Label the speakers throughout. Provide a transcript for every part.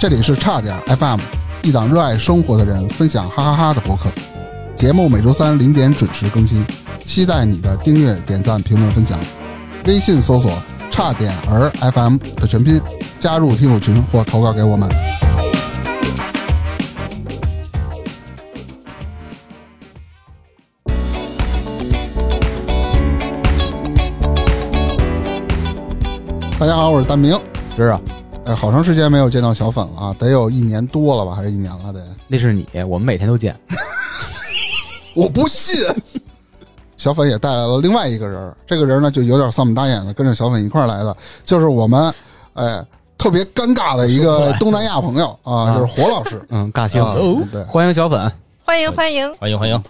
Speaker 1: 这里是差点 FM，一档热爱生活的人分享哈哈哈的博客。节目每周三零点准时更新，期待你的订阅、点赞、评论、分享。微信搜索“差点儿 FM” 的全拼，加入听友群或投稿给我们。大家好，我是蛋明。
Speaker 2: 知道，
Speaker 1: 哎，好长时间没有见到小粉了啊，得有一年多了吧，还是一年了得？
Speaker 2: 那是你，我们每天都见。
Speaker 1: 我不信。 小粉也带来了另外一个人儿，这个人呢就有点丧不打眼的，跟着小粉一块儿来的，就是我们哎特别尴尬的一个东南亚朋友 啊，就是火老师
Speaker 2: 嗯，尬星，
Speaker 1: 啊，对，
Speaker 2: 欢迎小粉，
Speaker 3: 欢迎欢迎，
Speaker 4: 欢迎欢迎，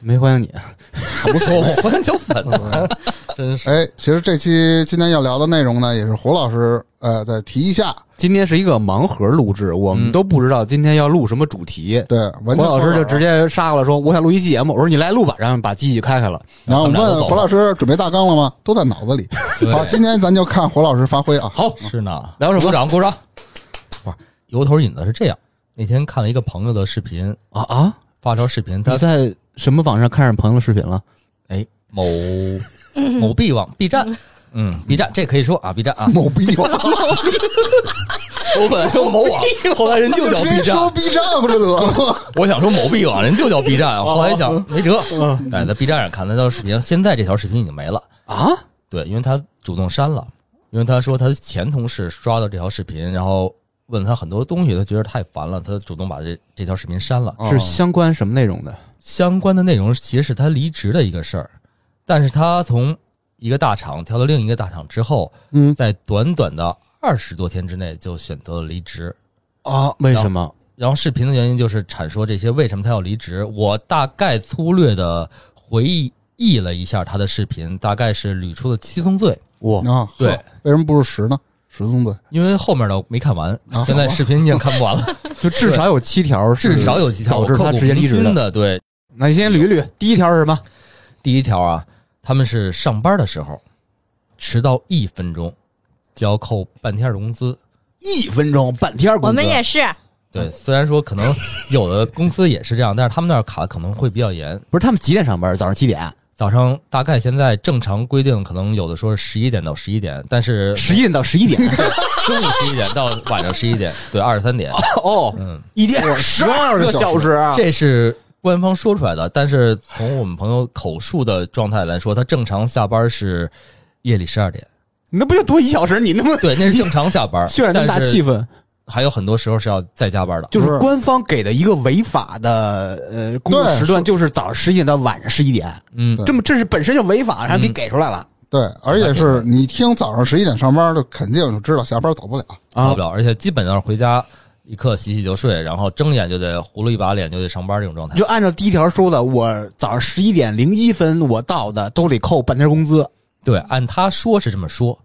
Speaker 2: 没欢迎你，
Speaker 4: 还不错，哦我很小粉呢，嗯 真 是。
Speaker 1: 哎，其实这期今天要聊的内容呢，也是火老师呃再提一下，
Speaker 2: 今天是一个盲盒录制，我们都不知道今天要录什么主题。
Speaker 1: 对，完全
Speaker 2: 胡老师
Speaker 1: 错
Speaker 2: 就
Speaker 1: 了
Speaker 2: 直，接杀过来说：“我想录一节目。”我说：“你来录吧。”然后把机器开开了。
Speaker 1: 然后我
Speaker 4: 他们俩
Speaker 1: 问
Speaker 4: 都走了
Speaker 1: 火老师准备大纲了吗？都在脑子 里。
Speaker 4: 对
Speaker 1: 好，今天咱就看火老师发挥啊。，
Speaker 2: 好，
Speaker 4: 是呢，
Speaker 2: 聊什么
Speaker 4: 鼓掌鼓掌。不是，油头引子是这样。那天看了一个朋友的视频，
Speaker 2: 啊啊！
Speaker 4: 发条视频，
Speaker 2: 你
Speaker 4: 他
Speaker 2: 在什么网上看上朋友的视频了？
Speaker 4: 哎某某 B 网 B 站，嗯，B 站这可以说啊，B 站啊
Speaker 1: 某逼 吧，
Speaker 4: 我本来说某 网，后来人
Speaker 1: 那
Speaker 4: 就
Speaker 1: 就
Speaker 4: 叫
Speaker 1: 直接说
Speaker 4: B 站，
Speaker 1: B 站不就得了 吗？
Speaker 4: 我想说某 B 网，人就叫 B 站，后来想没辙，哎，在 B 站上看那条视频，现在这条视频已经没了。
Speaker 2: 啊，
Speaker 4: 对，因为他主动删了，因为他说他前同事刷到这条视频，然后问他很多东西，他觉得太烦了，他主动把这这条视频删了。
Speaker 2: 是相关什么内容的？
Speaker 4: 相关的内容其实是他离职的一个事儿，但是他从一个大厂跳到另一个大厂之后，
Speaker 1: 嗯
Speaker 4: 在短短的二十多天之内就选择了离职。
Speaker 2: 啊，为什么？
Speaker 4: 然后视频的原因就是阐述这些为什么他要离职。我大概粗略的回忆了一下他的视频，大概是捋出了七宗罪。
Speaker 2: 我
Speaker 1: 啊，
Speaker 4: 对
Speaker 1: 呵，为什么不是十呢？十宗罪，
Speaker 4: 因为后面的我没看完
Speaker 1: 啊，
Speaker 4: 现在视频已经看不完了，
Speaker 2: 就至少有七条是，
Speaker 4: 至少有几条
Speaker 2: 导
Speaker 4: 我
Speaker 2: 致
Speaker 4: 刻
Speaker 2: 他
Speaker 4: 骨
Speaker 2: 直接
Speaker 4: 铭
Speaker 2: 离职
Speaker 4: 心。的。对，
Speaker 2: 那你先捋捋，第一条是什么？
Speaker 4: 第一条啊，他们是上班的时候迟到一分钟，就要扣半天的工资。
Speaker 2: 一分钟半天工资。
Speaker 3: 我们也是，
Speaker 4: 对，虽然说可能有的公司也是这样， 但是他们那儿卡可能会比较严。
Speaker 2: 不是他们几点上班？早上七点，
Speaker 4: 早上大概现在正常规定，可能有的说是十一点到十一点，但 是
Speaker 2: 十一点到十一点。
Speaker 4: 中午十一点到晚上十一点，对，二十三点。
Speaker 2: 哦，
Speaker 4: 嗯，
Speaker 2: 一天十二
Speaker 1: 个小
Speaker 2: 时，啊
Speaker 4: 这是官方说出来的，但是从我们朋友口述的状态来说，他正常下班是夜里十二点，
Speaker 2: 你那不就多一小时？你那 么
Speaker 4: 对，那是正常下 班。
Speaker 2: 渲染那么大气
Speaker 4: 氛，
Speaker 2: 氛，
Speaker 4: 还有很多时候是要再加班的。
Speaker 2: 就是官方给的一个违法的呃工作
Speaker 1: 对
Speaker 2: 时段，就是早上十一点到晚上十一点，
Speaker 4: 嗯，
Speaker 2: 这么这是本身就违法，然后你
Speaker 4: 嗯
Speaker 2: 给出来了
Speaker 1: 对，而且是你听早上十一点上班，就肯定就知道下班走不了。
Speaker 4: 到
Speaker 2: 啊
Speaker 4: 不。了，而且基本上回家一刻洗洗就睡，然后睁眼就得葫芦一把脸就得上班这种状态
Speaker 2: 就。按照第一条说的，我早上十一点零一分我到的，都得扣半天工资。
Speaker 4: 对，按他说是这么说，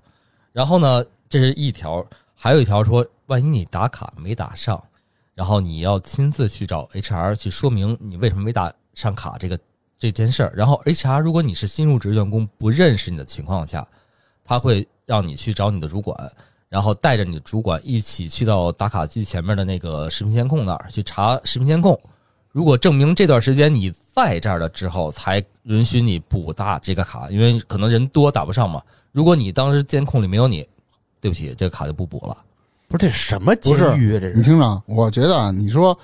Speaker 4: 然后呢，这是一条，还有一条说，万一你打卡没打上，然后你要亲自去找 HR 去说明你为什么没打上卡这个这件事儿。然后 HR 如果你是新入职员工，不认识你的情况下，他会让你去找你的主管。然后带着你的主管一起去到打卡机前面的那个视频监控那儿去查视频监控，如果证明这段时间你在这儿了之后，才允许你补打这个卡，因为可能人多打不上嘛。如果你当时监控里没有你，对不起，这个卡就不补了。
Speaker 2: 不是这什么
Speaker 1: 不
Speaker 2: 监
Speaker 1: 是
Speaker 2: 狱啊？这
Speaker 1: 你
Speaker 2: 是
Speaker 1: 听着，我觉得啊你说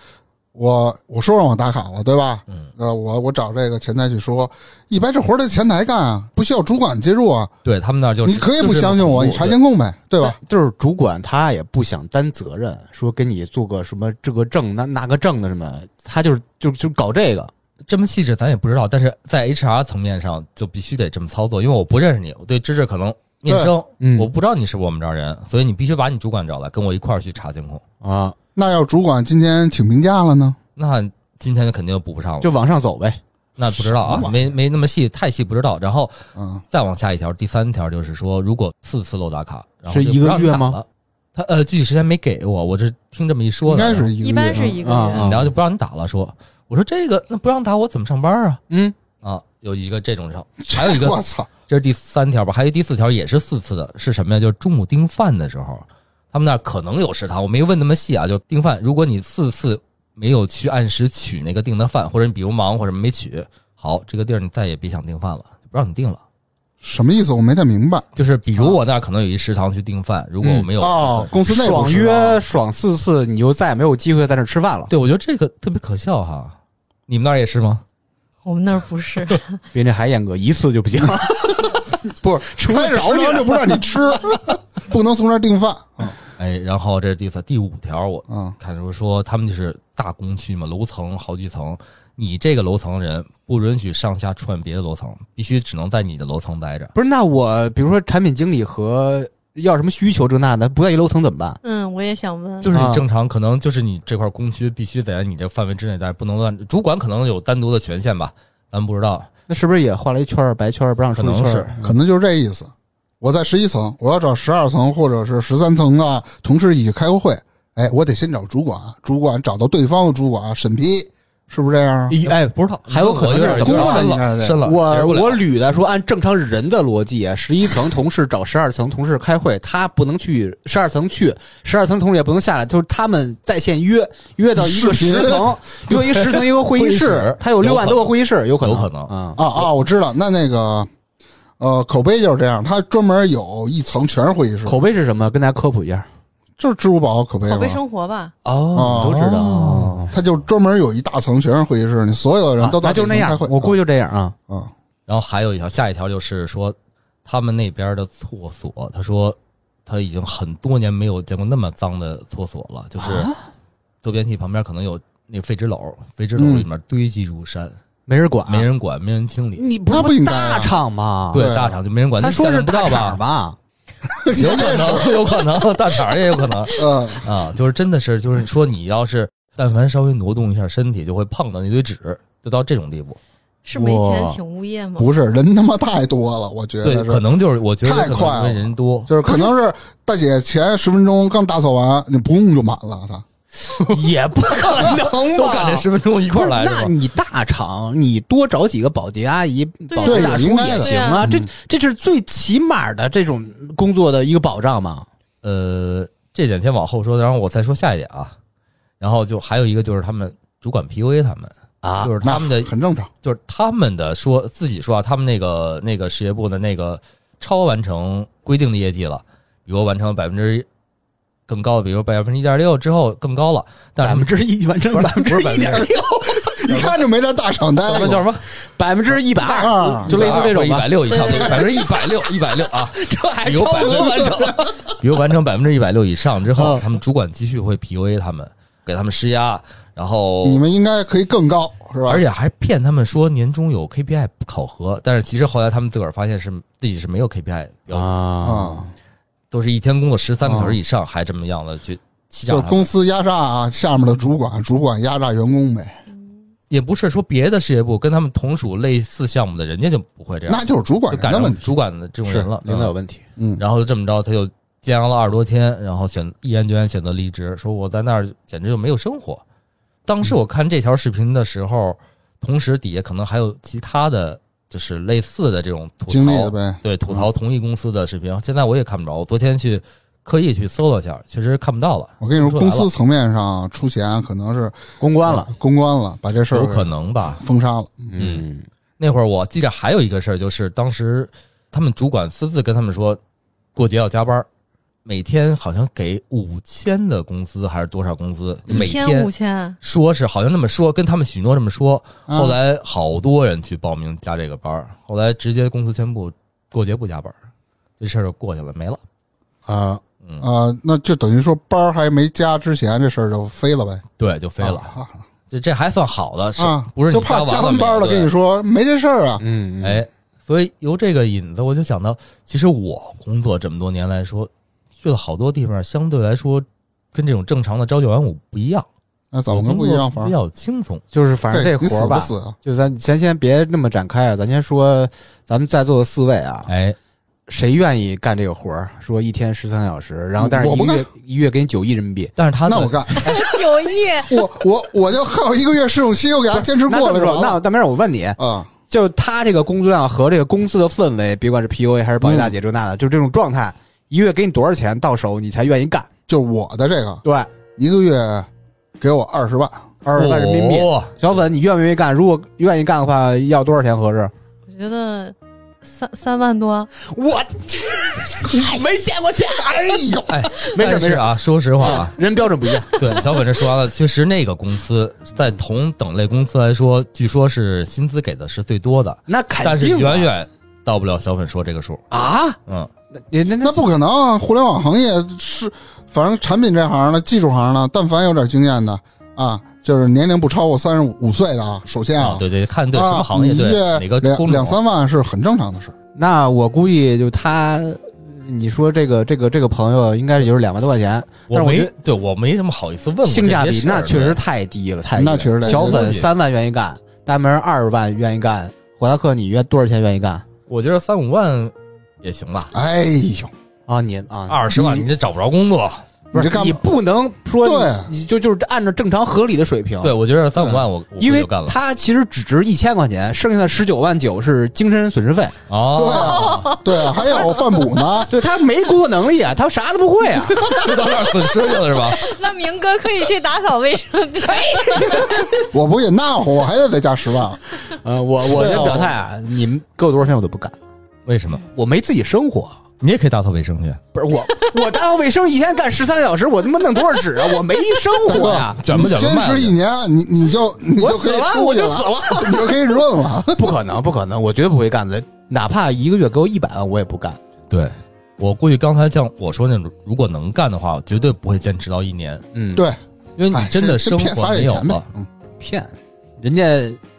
Speaker 1: 我我说让我打卡了，对吧？
Speaker 4: 嗯，
Speaker 1: 呃，我我找这个前台去说，一般这活儿得前台干啊，不需要主管介入啊。
Speaker 4: 对他们那儿就是
Speaker 1: 你可以不相信我，你查监控呗，对吧？？
Speaker 2: 就是主管他也不想担责任，说给你做个什么这个证那那个证的什么，他就是就就搞这个。
Speaker 4: 这么细致，咱也不知道。但是在 HR 层面上就必须得这么操作，因为我不认识你，我对知识可能面生，
Speaker 2: 嗯
Speaker 4: 我不知道你是不是我们这儿人，所以你必须把你主管找来，跟我一块儿去查监控。
Speaker 2: 啊，
Speaker 1: 那要主管今天请病假了呢？
Speaker 4: 那今天肯定就补不上了，
Speaker 2: 就往上走呗。
Speaker 4: 那不知道
Speaker 1: 什么
Speaker 4: 啊，
Speaker 1: 玩意
Speaker 4: 没没那么细，太细不知道。然后
Speaker 1: 嗯，
Speaker 4: 再往下一条，第三条就是说，如果四次漏打卡，然后
Speaker 2: 是
Speaker 4: 就
Speaker 2: 一个
Speaker 4: 不让你
Speaker 2: 月
Speaker 4: 打
Speaker 2: 吗
Speaker 4: 了？他呃，具体时间没给我，我这听这么一说
Speaker 1: 应
Speaker 4: 的，嗯
Speaker 1: 该是一个月，
Speaker 3: 一般是一个
Speaker 2: 啊
Speaker 3: 月，
Speaker 4: 然后就不让你打了。说，我说这个那不让打，我怎么上班啊？
Speaker 2: 嗯，
Speaker 4: 啊，有一个这种情况， 还有一个
Speaker 1: 我操，
Speaker 4: 这是第三条吧，还有第四条也是四次的，是什么呀？就是中午订饭的时候，他们那儿可能有食堂，我没问那么细啊。就订饭，如果你四次没有去按时取那个订的饭，或者你比如忙或者没取，好，这个地儿你再也别想订饭了，不让你订了。
Speaker 1: 什么意思？我没太明白。
Speaker 4: 就是比如我那儿可能有一食堂去订饭，如果我没有，
Speaker 1: 哦，公司内部
Speaker 2: 爽
Speaker 1: 是吧
Speaker 2: 约爽四次，你就再也没有机会在那儿吃饭了，
Speaker 4: 对我觉得这个特别可笑哈。你们那儿也是吗？
Speaker 3: 我们那儿不是，
Speaker 2: 比那还严格，一次就不行。
Speaker 1: 不是， 除
Speaker 2: 非
Speaker 1: 了
Speaker 2: 是
Speaker 1: 食堂就不让你吃， 不能从这儿订饭。嗯
Speaker 4: 哎，然后这是第四第五条，我
Speaker 1: 嗯，
Speaker 4: 看就是说他们就是大工区嘛，楼层好几层，你这个楼层人不允许上下串别的楼层，必须只能在你的楼层待着。
Speaker 2: 不是，那我比如说产品经理和要什么需求这那的，不在一楼层怎么办？
Speaker 3: 嗯，我也想问，
Speaker 4: 就是
Speaker 2: 啊
Speaker 4: 你正常，可能就是你这块工区必须在你这范围之内待，不能乱。主管可能有单独的权限吧，咱们不知道。
Speaker 2: 那是不是也画了一圈儿白圈儿，不让出
Speaker 4: 可能
Speaker 2: 去圈
Speaker 4: 是
Speaker 2: 儿？
Speaker 1: 可能就是这意思。我在十一层，我要找十二层或者是十三层的同事一起开个会。哎，我得先找主管，主管找到对方的主管审批，是不是这样？
Speaker 2: 哎，
Speaker 4: 不知道，
Speaker 2: 还有可能
Speaker 4: 有点
Speaker 2: 是
Speaker 4: 有点
Speaker 1: 怎
Speaker 4: 深
Speaker 1: 么了
Speaker 4: 了，深了。
Speaker 2: 我
Speaker 4: 解释不了
Speaker 2: 我捋的说，按正常人的逻辑，啊十一层同事找十二层同事开会，他不能去十二层去，十二层同事也不能下来，就是他们在线约，约到一个
Speaker 1: 视频
Speaker 2: 十层，约一个十层一个会议
Speaker 4: 会议
Speaker 2: 室
Speaker 4: 室，
Speaker 2: 他有六万多个会议室，有可能，
Speaker 4: 有可能
Speaker 2: 啊。
Speaker 1: 啊啊，我知道。那那个，呃，口碑就是这样，它专门有一层全是会议室，
Speaker 2: 口碑是什么？跟大家科普一下。
Speaker 1: 就是啊支付宝口碑
Speaker 3: 口
Speaker 1: 嘛
Speaker 3: 碑。生活吧，
Speaker 2: 哦你都知道。
Speaker 4: 哦
Speaker 1: 它就专门有一大层全是会议室，你所有的人都到
Speaker 2: 啊那就
Speaker 1: 这
Speaker 2: 那
Speaker 1: 层开
Speaker 2: 样
Speaker 1: 会。，
Speaker 2: 我估计就这样啊。
Speaker 1: 啊，
Speaker 4: 然后还有一条，下一条就是说他们那边的厕所，他说他已经很多年没有见过那么脏的厕所了，就是坐便器旁边可能有那废纸篓，废纸篓里面堆积如山，
Speaker 2: 没人管，啊
Speaker 4: 没。人管，没人清理。
Speaker 2: 你不
Speaker 1: 那
Speaker 2: 是
Speaker 1: 不应
Speaker 2: 说
Speaker 1: 该啊
Speaker 2: 大厂吗？
Speaker 1: 对啊
Speaker 4: 对，大厂就没人管。
Speaker 2: 嗯他
Speaker 4: 你
Speaker 2: 说
Speaker 4: 想
Speaker 2: 是
Speaker 4: 象不到
Speaker 2: 大
Speaker 4: 吧
Speaker 2: 厂？吧？
Speaker 4: 有可能， 有可能，大厂也有可能
Speaker 1: 呃，
Speaker 4: 啊。就是真的是，就是说你要是但凡稍微挪动一下身体，就会碰到那堆纸，就到这种地步。
Speaker 3: 是没钱
Speaker 2: 哇
Speaker 3: 请物业吗？
Speaker 1: 不是人他妈太多了，我觉
Speaker 4: 对
Speaker 1: 得，
Speaker 4: 可
Speaker 1: 是，
Speaker 4: 能就是我觉得
Speaker 1: 太
Speaker 4: 可
Speaker 1: 快
Speaker 4: 能
Speaker 1: 了
Speaker 4: 因为人多，
Speaker 1: 就是可能是大姐前十分钟刚打扫完，你不用就满了，他
Speaker 2: 也不可能
Speaker 4: 都赶这十分钟一块儿来
Speaker 2: 不是
Speaker 4: 是
Speaker 2: 那
Speaker 4: 吧？
Speaker 2: 你大厂，你多找几个保洁阿姨、
Speaker 3: 对
Speaker 2: 保洁大叔
Speaker 1: 对应该
Speaker 2: 也
Speaker 1: 的
Speaker 2: 行啊，这这是最起码的这种工作的一个保障嘛。
Speaker 4: 呃，这点先往后说，然后我再说下一点啊。然后就还有一个就是他们主管 PUA 他们，
Speaker 2: 啊
Speaker 4: 就，是他们的
Speaker 1: 那很正常。
Speaker 4: 就是他们的说自己说啊，他们那个那个事业部的那个超完成规定的业绩了，比如完成百分之更高的，比如百分之一点六之后更高了，但
Speaker 2: 百分
Speaker 4: 是
Speaker 2: 之一完成
Speaker 4: 不是
Speaker 2: 百分
Speaker 4: 不
Speaker 2: 之
Speaker 4: 是百
Speaker 2: 一
Speaker 4: 分之
Speaker 2: 点六，
Speaker 1: 一看就没在大厂
Speaker 4: 他
Speaker 1: 待
Speaker 4: 们叫什
Speaker 1: 过。
Speaker 4: 么？
Speaker 2: 百分之一百
Speaker 1: 啊
Speaker 2: 二，就类似这种
Speaker 4: 一
Speaker 2: 吧
Speaker 4: 百。六以上，
Speaker 3: 对
Speaker 4: 百分之一百六，一百六啊，
Speaker 2: 这还
Speaker 4: 有
Speaker 2: 超
Speaker 4: 百分
Speaker 2: 额完成，
Speaker 4: 比如完成百分之一百六以上之
Speaker 2: 嗯
Speaker 4: 后，他们主管继续会 PUA 他们，给他们施压，然后
Speaker 1: 你们应该可以更高，是吧？
Speaker 4: 而且还骗他们说年终有 KPI 考核，但是其实后来他们自个儿发现是自己是没有 KPI 标准，
Speaker 2: 啊！
Speaker 1: 啊，
Speaker 4: 都是一天工作十三个小时以上，还这么样的去欺
Speaker 1: 就
Speaker 4: 诈
Speaker 1: 是
Speaker 4: 他们。
Speaker 1: 公司压榨啊下面的主管，主管压榨员工呗，
Speaker 4: 也不是说别的事业部跟他们同属类似项目的，人家就不会这样，
Speaker 1: 那就是主管
Speaker 4: 啊
Speaker 1: 人
Speaker 4: 就赶
Speaker 1: 的问
Speaker 4: 上
Speaker 1: 题。
Speaker 4: 主管的这种
Speaker 2: 是
Speaker 4: 人了。
Speaker 2: 领导有
Speaker 4: 嗯
Speaker 2: 问题，
Speaker 1: 嗯，
Speaker 4: 然后就这么着，他就煎熬了二十多天，然后选毅然决然选择离职，说我在那儿简直就没有生活。当时我看这条视频的时候，同时底下可能还有其他的就是类似的这种吐
Speaker 1: 经历
Speaker 4: 槽
Speaker 1: 了呗。嗯
Speaker 4: 对，吐槽同一公司的视频，现在我也看不着。我昨天去刻意去搜了一下，确实看不到了，
Speaker 1: 我跟你说，
Speaker 4: 说出来
Speaker 1: 公
Speaker 4: 了
Speaker 1: 司层面上出钱可能是呃
Speaker 2: 公关了。
Speaker 1: 公关了，把这事儿
Speaker 4: 有可能吧。
Speaker 1: 封杀了。
Speaker 2: 嗯，
Speaker 4: 那会儿我记着还有一个事儿，就是当时他们主管私自跟他们说，过节要加班儿，每天好像给五千的工资还是多少工资，
Speaker 3: 一
Speaker 4: 每
Speaker 3: 天五千，
Speaker 4: 说是好像那么说，跟他们许诺这么说。
Speaker 1: 啊
Speaker 4: 后来好多人去报名加这个班儿，后来直接公司宣布过节不加班儿，这事儿就过去了，没了。
Speaker 2: 啊，
Speaker 1: 啊，那就等于说班儿还没加之前，这事儿就飞了呗，
Speaker 4: 对，就飞了。
Speaker 1: 啊
Speaker 4: 这这还算好的，是、
Speaker 1: 啊！
Speaker 4: 不是
Speaker 1: 就
Speaker 4: 你
Speaker 1: 怕加
Speaker 4: 完
Speaker 1: 完
Speaker 4: 没有
Speaker 1: 班了，
Speaker 4: 对
Speaker 1: 跟你说没这事儿啊。
Speaker 2: 嗯，
Speaker 4: 哎，所以由这个引子，我就想到，其实我工作这么多年来说，去了好多地方，相对来说跟这种正常的朝九晚五不一样，
Speaker 1: 那怎么
Speaker 4: 我
Speaker 1: 个
Speaker 4: 工
Speaker 1: 不
Speaker 4: 作
Speaker 1: 一样法儿？
Speaker 4: 比较轻松。
Speaker 2: 就是反正
Speaker 1: 对
Speaker 2: 这
Speaker 1: 你
Speaker 2: 活
Speaker 1: 死
Speaker 2: 儿
Speaker 1: 不
Speaker 2: 吧，
Speaker 1: 死啊？
Speaker 2: 就咱咱先别那么展开啊，咱先说咱们在座的四位啊，
Speaker 4: 哎，
Speaker 2: 谁愿意干这个活儿？说一天十三小时，然后但是
Speaker 1: 我
Speaker 2: 一
Speaker 1: 不
Speaker 2: 个月一月给你九亿人民币。
Speaker 4: 但是他
Speaker 1: 那
Speaker 4: 的
Speaker 1: 我干，
Speaker 3: 九亿，
Speaker 1: 我我我就还有一个月试用期，我给他坚持
Speaker 2: 那
Speaker 1: 过了
Speaker 2: 这么
Speaker 1: 就
Speaker 2: 说，
Speaker 1: 完
Speaker 2: 那
Speaker 1: 了
Speaker 2: 大明儿，我问你，
Speaker 1: 啊。
Speaker 2: 就他这个工作量和这个公司的氛围，别管是 PUA 还是保洁大姐这那的，就这种状态，一月给你多少钱到手，你才愿意干？
Speaker 1: 就是我的这个
Speaker 2: 对，
Speaker 1: 一个月给我二十万，
Speaker 2: 二十万人民币。
Speaker 4: 哦
Speaker 2: 小粉，你愿不愿意干？如果愿意干的话，要多少钱合适？
Speaker 3: 我觉得三三万多，
Speaker 2: 我 没见过钱，哎呦，
Speaker 4: 哎，
Speaker 2: 没事
Speaker 4: 但是啊，说实话啊，
Speaker 2: 人标准不一样。
Speaker 4: 对小粉这说完了，确实那个公司在同等类公司来说，据说是薪资给的是最多的，
Speaker 2: 那肯定啊，
Speaker 4: 但是远远到不了小粉说这个数。
Speaker 2: 啊，
Speaker 4: 嗯，
Speaker 2: 那那那
Speaker 1: 那不可能啊！互联网行业是，反正产品这行的、技术行的，但凡有点经验的啊，就是年龄不超过三十五岁的啊，首先啊，
Speaker 4: 对对，看对
Speaker 1: 啊
Speaker 4: 什么行业，
Speaker 1: 你一
Speaker 4: 对
Speaker 1: 月
Speaker 4: 哪个
Speaker 1: 两
Speaker 4: 公
Speaker 1: 两三万是很正常的事儿。
Speaker 2: 那我估计就他，你说这个这个这个朋友应该也就是两万多块钱，但是
Speaker 4: 我
Speaker 2: 我
Speaker 4: 没
Speaker 2: 觉得
Speaker 4: 对我没什么好意思问过
Speaker 2: 性价
Speaker 4: 这
Speaker 2: 比
Speaker 4: 些事儿
Speaker 2: 那确实太低了，太低了
Speaker 1: 那确实太低
Speaker 2: 小
Speaker 4: 了
Speaker 2: 粉三万愿意干，大门二十万愿意干，火达克你愿多少钱愿意干？
Speaker 4: 我觉得三五万也行吧，
Speaker 1: 哎呦，
Speaker 2: 啊，你啊，
Speaker 4: 二十万你这找不着工作。
Speaker 2: 不
Speaker 1: 这
Speaker 2: 是
Speaker 1: 干
Speaker 2: 你不能说
Speaker 1: 对
Speaker 2: 你就就是按照正常合理的水平，
Speaker 4: 对，我觉得三五万我我
Speaker 2: 嗯因
Speaker 4: 我
Speaker 2: 为
Speaker 4: 就干了
Speaker 2: 他其实只值一千块钱，剩下的十九万九是精神损失费。，
Speaker 4: 哦，
Speaker 1: 对啊，还有饭补呢
Speaker 2: 对他没工作能力啊，他啥都不会啊。
Speaker 4: 就到那儿损失去了是吧？
Speaker 3: 那明哥可以去打扫卫生间。
Speaker 1: 我不也那会儿我还得再加十万， 啊
Speaker 2: 呃，我我
Speaker 1: 对啊
Speaker 2: 这表态啊，你们给我多少钱我都不干，
Speaker 4: 为什么？
Speaker 2: 我没自己生活。
Speaker 4: 你也可以打扫卫生去，
Speaker 2: 不是我， 我打扫卫生一天干十三个小时，我他妈弄多少纸啊？我没生活呀、
Speaker 4: 卷不
Speaker 1: 你
Speaker 4: 卷不
Speaker 1: 坚
Speaker 4: 卖了
Speaker 1: 持
Speaker 4: 就
Speaker 1: 一年，你你就你
Speaker 2: 啊我
Speaker 1: 就可以
Speaker 2: 死了
Speaker 1: 出去
Speaker 2: 我就
Speaker 1: 了
Speaker 2: 死
Speaker 1: 了，你就可以润了。
Speaker 4: 嗯
Speaker 2: 不可能，不可能，我绝对不会干的。哪怕一个月给我一百万，我也不干。
Speaker 4: 对，我估计刚才像我说那种，如果能干的话，我绝对不会坚持到一年，
Speaker 2: 嗯，
Speaker 1: 对，
Speaker 4: 因为
Speaker 1: 哎
Speaker 4: 你真的
Speaker 1: 先
Speaker 4: 生
Speaker 1: 先骗
Speaker 4: 活
Speaker 1: 撒
Speaker 4: 没
Speaker 1: 点
Speaker 4: 有
Speaker 1: 钱呗
Speaker 4: 了。，
Speaker 1: 嗯，
Speaker 2: 骗人家，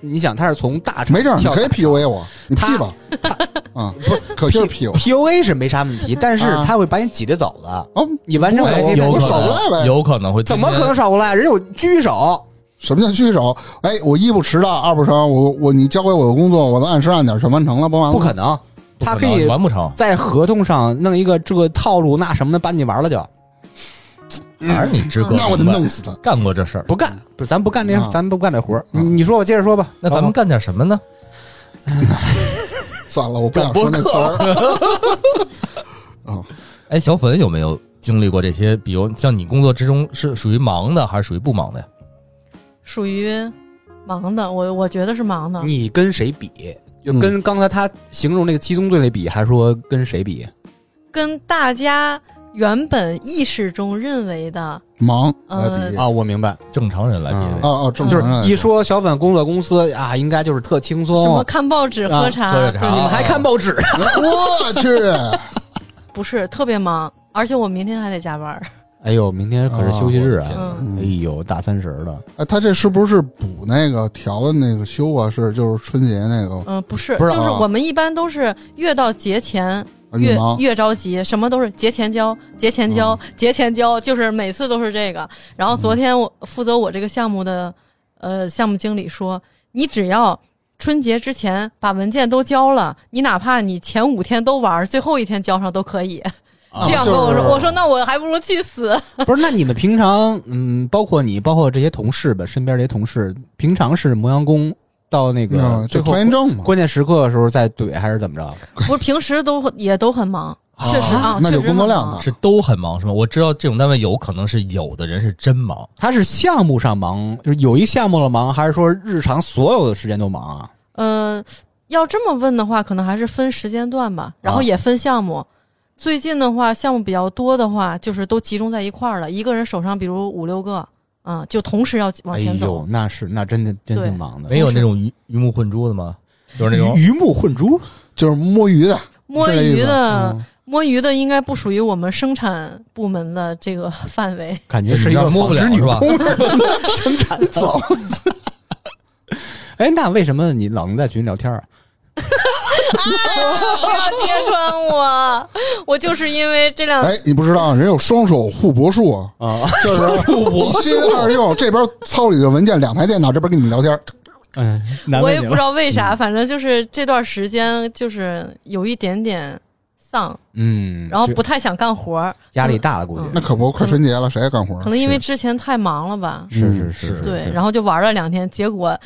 Speaker 2: 你想他是从大厂
Speaker 1: 没事儿，你
Speaker 2: 跳
Speaker 1: 可以
Speaker 2: 大厂
Speaker 1: PUA 我，你
Speaker 2: 他
Speaker 1: P 吧，啊，不是，可劲儿 P 我，
Speaker 2: PUA 是没啥问题，但是
Speaker 1: 啊
Speaker 2: 他会把你挤得走的。
Speaker 1: 哦，
Speaker 2: 你完成
Speaker 1: 不
Speaker 2: 我
Speaker 1: 会
Speaker 2: 也可以
Speaker 4: 哎有
Speaker 1: 我
Speaker 4: 可
Speaker 1: 耍无赖
Speaker 4: 能，
Speaker 1: 呗
Speaker 4: 有可能会
Speaker 2: 怎么可能
Speaker 4: 今天？
Speaker 2: 少过来？人有狙手，
Speaker 1: 什么叫狙手？哎，我一不迟到，二不成，我我你交给我的工作，我能按时按点儿全完成了，不完了
Speaker 2: 嗯不
Speaker 1: 吗
Speaker 2: 可能，他
Speaker 4: 不
Speaker 2: 可
Speaker 4: 能
Speaker 2: 以
Speaker 4: 完不成，
Speaker 2: 在合同上弄一个这个套路那什么的，把你玩了就
Speaker 4: 还是你知
Speaker 2: 嗯
Speaker 4: 哥？
Speaker 1: 那我得弄死他。
Speaker 4: 干过这事儿。
Speaker 2: 不干，不是咱不干这
Speaker 1: 啊，
Speaker 2: 咱不干这活儿。
Speaker 1: 啊
Speaker 2: 你说我接着说吧，
Speaker 4: 那咱们干点什么呢？
Speaker 1: 算了，我不想说那词儿。啊，
Speaker 4: 哎，小粉有没有经历过这些？比如像你工作之中是属于忙的还是属于不忙的呀？
Speaker 3: 属于忙的，我我觉得是忙的。
Speaker 2: 你跟谁比？就跟刚才他形容那个七宗罪那比，还是说跟谁比？
Speaker 3: 跟大家原本意识中认为的，
Speaker 1: 忙来比
Speaker 3: 嗯
Speaker 1: 啊
Speaker 2: 啊，我明白，
Speaker 4: 正常人来比
Speaker 2: 嗯
Speaker 4: 例，
Speaker 1: 啊，正常
Speaker 2: 就是
Speaker 1: 人来
Speaker 2: 一 说小粉工作公司啊，应该就是特轻
Speaker 3: 什么
Speaker 2: 松。
Speaker 3: 看报纸、
Speaker 2: 哦啊
Speaker 3: 喝茶，
Speaker 4: 喝着
Speaker 3: 对
Speaker 4: 茶
Speaker 2: 你
Speaker 3: 对
Speaker 2: 们还看报纸？
Speaker 1: 我去，
Speaker 4: 哎
Speaker 3: 不是特别忙，而且我明天还得加班儿。
Speaker 2: 哎呦，明天可是休息日啊！
Speaker 3: 嗯，
Speaker 2: 哎
Speaker 1: 嗯
Speaker 2: 呦，大三十了，
Speaker 1: 哎，他这是不是补那个调的那个休啊？是就是春节那个
Speaker 3: 嗯，不是，
Speaker 1: 不是啊
Speaker 3: 就是我们一般都是越到节前
Speaker 1: 啊嗯你
Speaker 3: 越
Speaker 1: 忙
Speaker 3: 越着急，什么都是节前交，节前交，节前交，就是每次都是这个。然后昨天我负责我这个项目的呃项目经理说，你只要春节之前把文件都交了，你哪怕你前五天都玩，最后一天交上都可以。
Speaker 2: 啊
Speaker 3: 这样
Speaker 1: 就
Speaker 3: 跟我说，
Speaker 1: 是
Speaker 3: 我说那我还不如去死。
Speaker 2: 不是？那你们平常，嗯，包括你，包括这些同事吧，身边这些同事，平常是磨洋工到那个
Speaker 1: 嗯，
Speaker 2: 最
Speaker 1: 就
Speaker 2: 后
Speaker 1: 拖延症嘛。
Speaker 2: 关键时刻的时候再怼，还是怎么着？
Speaker 3: 不是平时都也都很忙，
Speaker 2: 啊
Speaker 3: 确实啊，
Speaker 1: 那就
Speaker 3: 确实
Speaker 1: 工作
Speaker 3: 很
Speaker 1: 量
Speaker 3: 忙
Speaker 1: 大
Speaker 4: 是都很忙是吗？我知道这种单位有可能是有的人是真忙，
Speaker 2: 他是项目上忙，就是有一项目了忙，还是说日常所有的时间都忙啊？
Speaker 3: 呃，要这么问的话，可能还是分时间段吧，然后
Speaker 2: 啊
Speaker 3: 也分项目。最近的话，项目比较多的话，就是都集中在一块儿了，一个人手上比如五六个，嗯，就同时要往
Speaker 2: 哎
Speaker 3: 前走。
Speaker 2: 呦，那是那真的真
Speaker 3: 对
Speaker 2: 挺忙的，
Speaker 4: 没有
Speaker 3: 是
Speaker 4: 那种鱼鱼目混珠的吗？就是那种
Speaker 2: 鱼鱼目混珠。
Speaker 1: 就是摸鱼的，
Speaker 3: 摸
Speaker 1: 是这意
Speaker 3: 鱼
Speaker 1: 思
Speaker 3: 的、
Speaker 1: 嗯
Speaker 3: 摸鱼的应该不属于我们生产部门的这个范围。
Speaker 2: 感觉是一
Speaker 4: 你
Speaker 2: 个
Speaker 4: 这摸不了
Speaker 2: 纺织女
Speaker 4: 是吧
Speaker 2: 工似的 生产走。哎，那为什么你老能在群里聊天啊？
Speaker 3: 不哎要揭穿我，我就是因为这两
Speaker 1: 哎，你不知道人有双手互搏术啊，
Speaker 2: 啊，
Speaker 1: 就是一心二用，这边操你的文件，两台电脑这边跟你们聊天，
Speaker 2: 嗯，难
Speaker 3: 我
Speaker 2: 为
Speaker 3: 也
Speaker 2: 你
Speaker 3: 不知
Speaker 2: 了。嗯
Speaker 3: 道为啥，反正就是这段时间就是有一点点丧，
Speaker 2: 嗯，
Speaker 3: 然后
Speaker 2: 就
Speaker 3: 不太想干活儿，
Speaker 2: 压力大了，估计
Speaker 3: 嗯
Speaker 1: 那可不，快春节了，谁还干活啊
Speaker 3: 可？能因为
Speaker 2: 是
Speaker 3: 之前太忙了吧，
Speaker 2: 是
Speaker 1: 嗯
Speaker 2: 是是是，
Speaker 3: 对，
Speaker 2: 是
Speaker 3: 然后就玩了两天，结果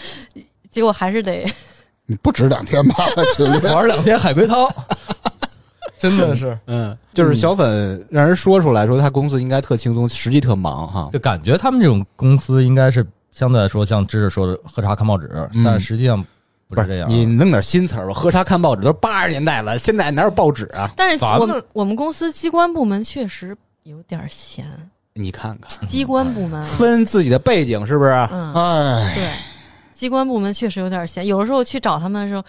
Speaker 3: 结果还是得
Speaker 1: 你不止两天吧，群里
Speaker 4: 玩两天海龟汤， 真的是，
Speaker 2: 嗯，就是小粉让人说出来说他公司应该特轻松，实际特忙哈。
Speaker 4: 就感觉他们这种公司应该是相对来说像知识说的喝茶看报纸，
Speaker 2: 嗯
Speaker 4: 但是实际上不是这样啊。
Speaker 2: 你弄点新词儿吧。喝茶看报纸都八十年代了，现在哪有报纸啊？
Speaker 3: 但是
Speaker 4: 咱们
Speaker 3: 我们我们公司机关部门确实有点闲，
Speaker 2: 你看看，
Speaker 3: 机关部门，
Speaker 2: 分自己的背景是不啊是？
Speaker 3: 嗯，
Speaker 1: 哎，
Speaker 3: 对，机关部门确实有点闲。有的时候去找他们的时候，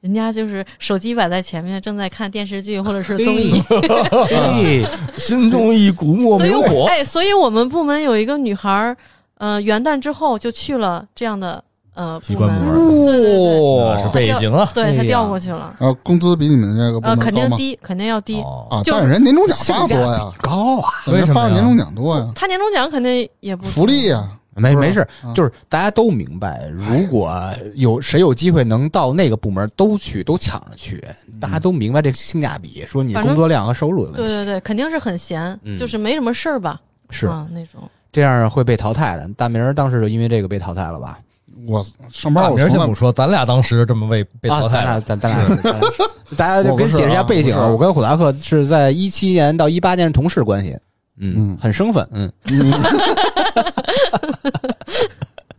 Speaker 3: 人家就是手机摆在前面，正在看电视剧或者是综艺，
Speaker 2: 嘿，
Speaker 4: 心中一 股
Speaker 2: 嗯
Speaker 4: 莫
Speaker 3: 所以
Speaker 4: 名
Speaker 3: 我
Speaker 4: 火，
Speaker 3: 哎，所以我们部门有一个女孩儿，呃，元旦之后就去了这样的呃
Speaker 4: 机关部
Speaker 3: 门，
Speaker 4: 门
Speaker 2: 哇
Speaker 4: 啊是北京啊，
Speaker 3: 对她
Speaker 2: 哎呀
Speaker 3: 调过去了，
Speaker 1: 呃，工资比你们这个部
Speaker 3: 呃，
Speaker 1: 门
Speaker 3: 肯
Speaker 1: 高
Speaker 3: 定
Speaker 1: 吗？
Speaker 3: 低，肯定要低。
Speaker 4: 哦，
Speaker 1: 啊，
Speaker 3: 就
Speaker 1: 但是人年终奖发多呀，
Speaker 2: 高啊，
Speaker 4: 为
Speaker 1: 人
Speaker 4: 什么呀
Speaker 1: 家发年终奖多呀，
Speaker 3: 她年终奖肯定也不
Speaker 1: 福利呀，
Speaker 2: 没
Speaker 1: 是吧
Speaker 2: 没事
Speaker 4: 嗯
Speaker 1: 啊，
Speaker 2: 就是大家都明白，如果有谁有机会能到那个部门，都去，都抢着去，大
Speaker 4: 嗯
Speaker 2: 家都明白这个性价比，说你
Speaker 3: 反正
Speaker 2: 工作量和收入的
Speaker 3: 对
Speaker 2: 问题，
Speaker 3: 对对，肯定是很闲，
Speaker 2: 嗯
Speaker 3: 就是没什么事儿吧，
Speaker 2: 是
Speaker 3: 啊那种。
Speaker 2: 这样会被淘汰的。大明儿当时就因为这个被淘汰了吧？
Speaker 4: 啊
Speaker 1: 我上班
Speaker 4: 大
Speaker 1: 我
Speaker 4: 明儿
Speaker 1: 从来
Speaker 4: 先不说，咱俩当时这么被被淘汰
Speaker 2: 啊
Speaker 4: 了，
Speaker 2: 咱俩咱咱俩， 大家就
Speaker 1: 我
Speaker 2: 跟
Speaker 1: 不是
Speaker 2: 解释一下
Speaker 1: 啊
Speaker 2: 背景。
Speaker 1: 我不是
Speaker 2: 我跟虎达克是在一七年到一八年是同事关系，嗯，
Speaker 1: 嗯
Speaker 2: 很生分，嗯，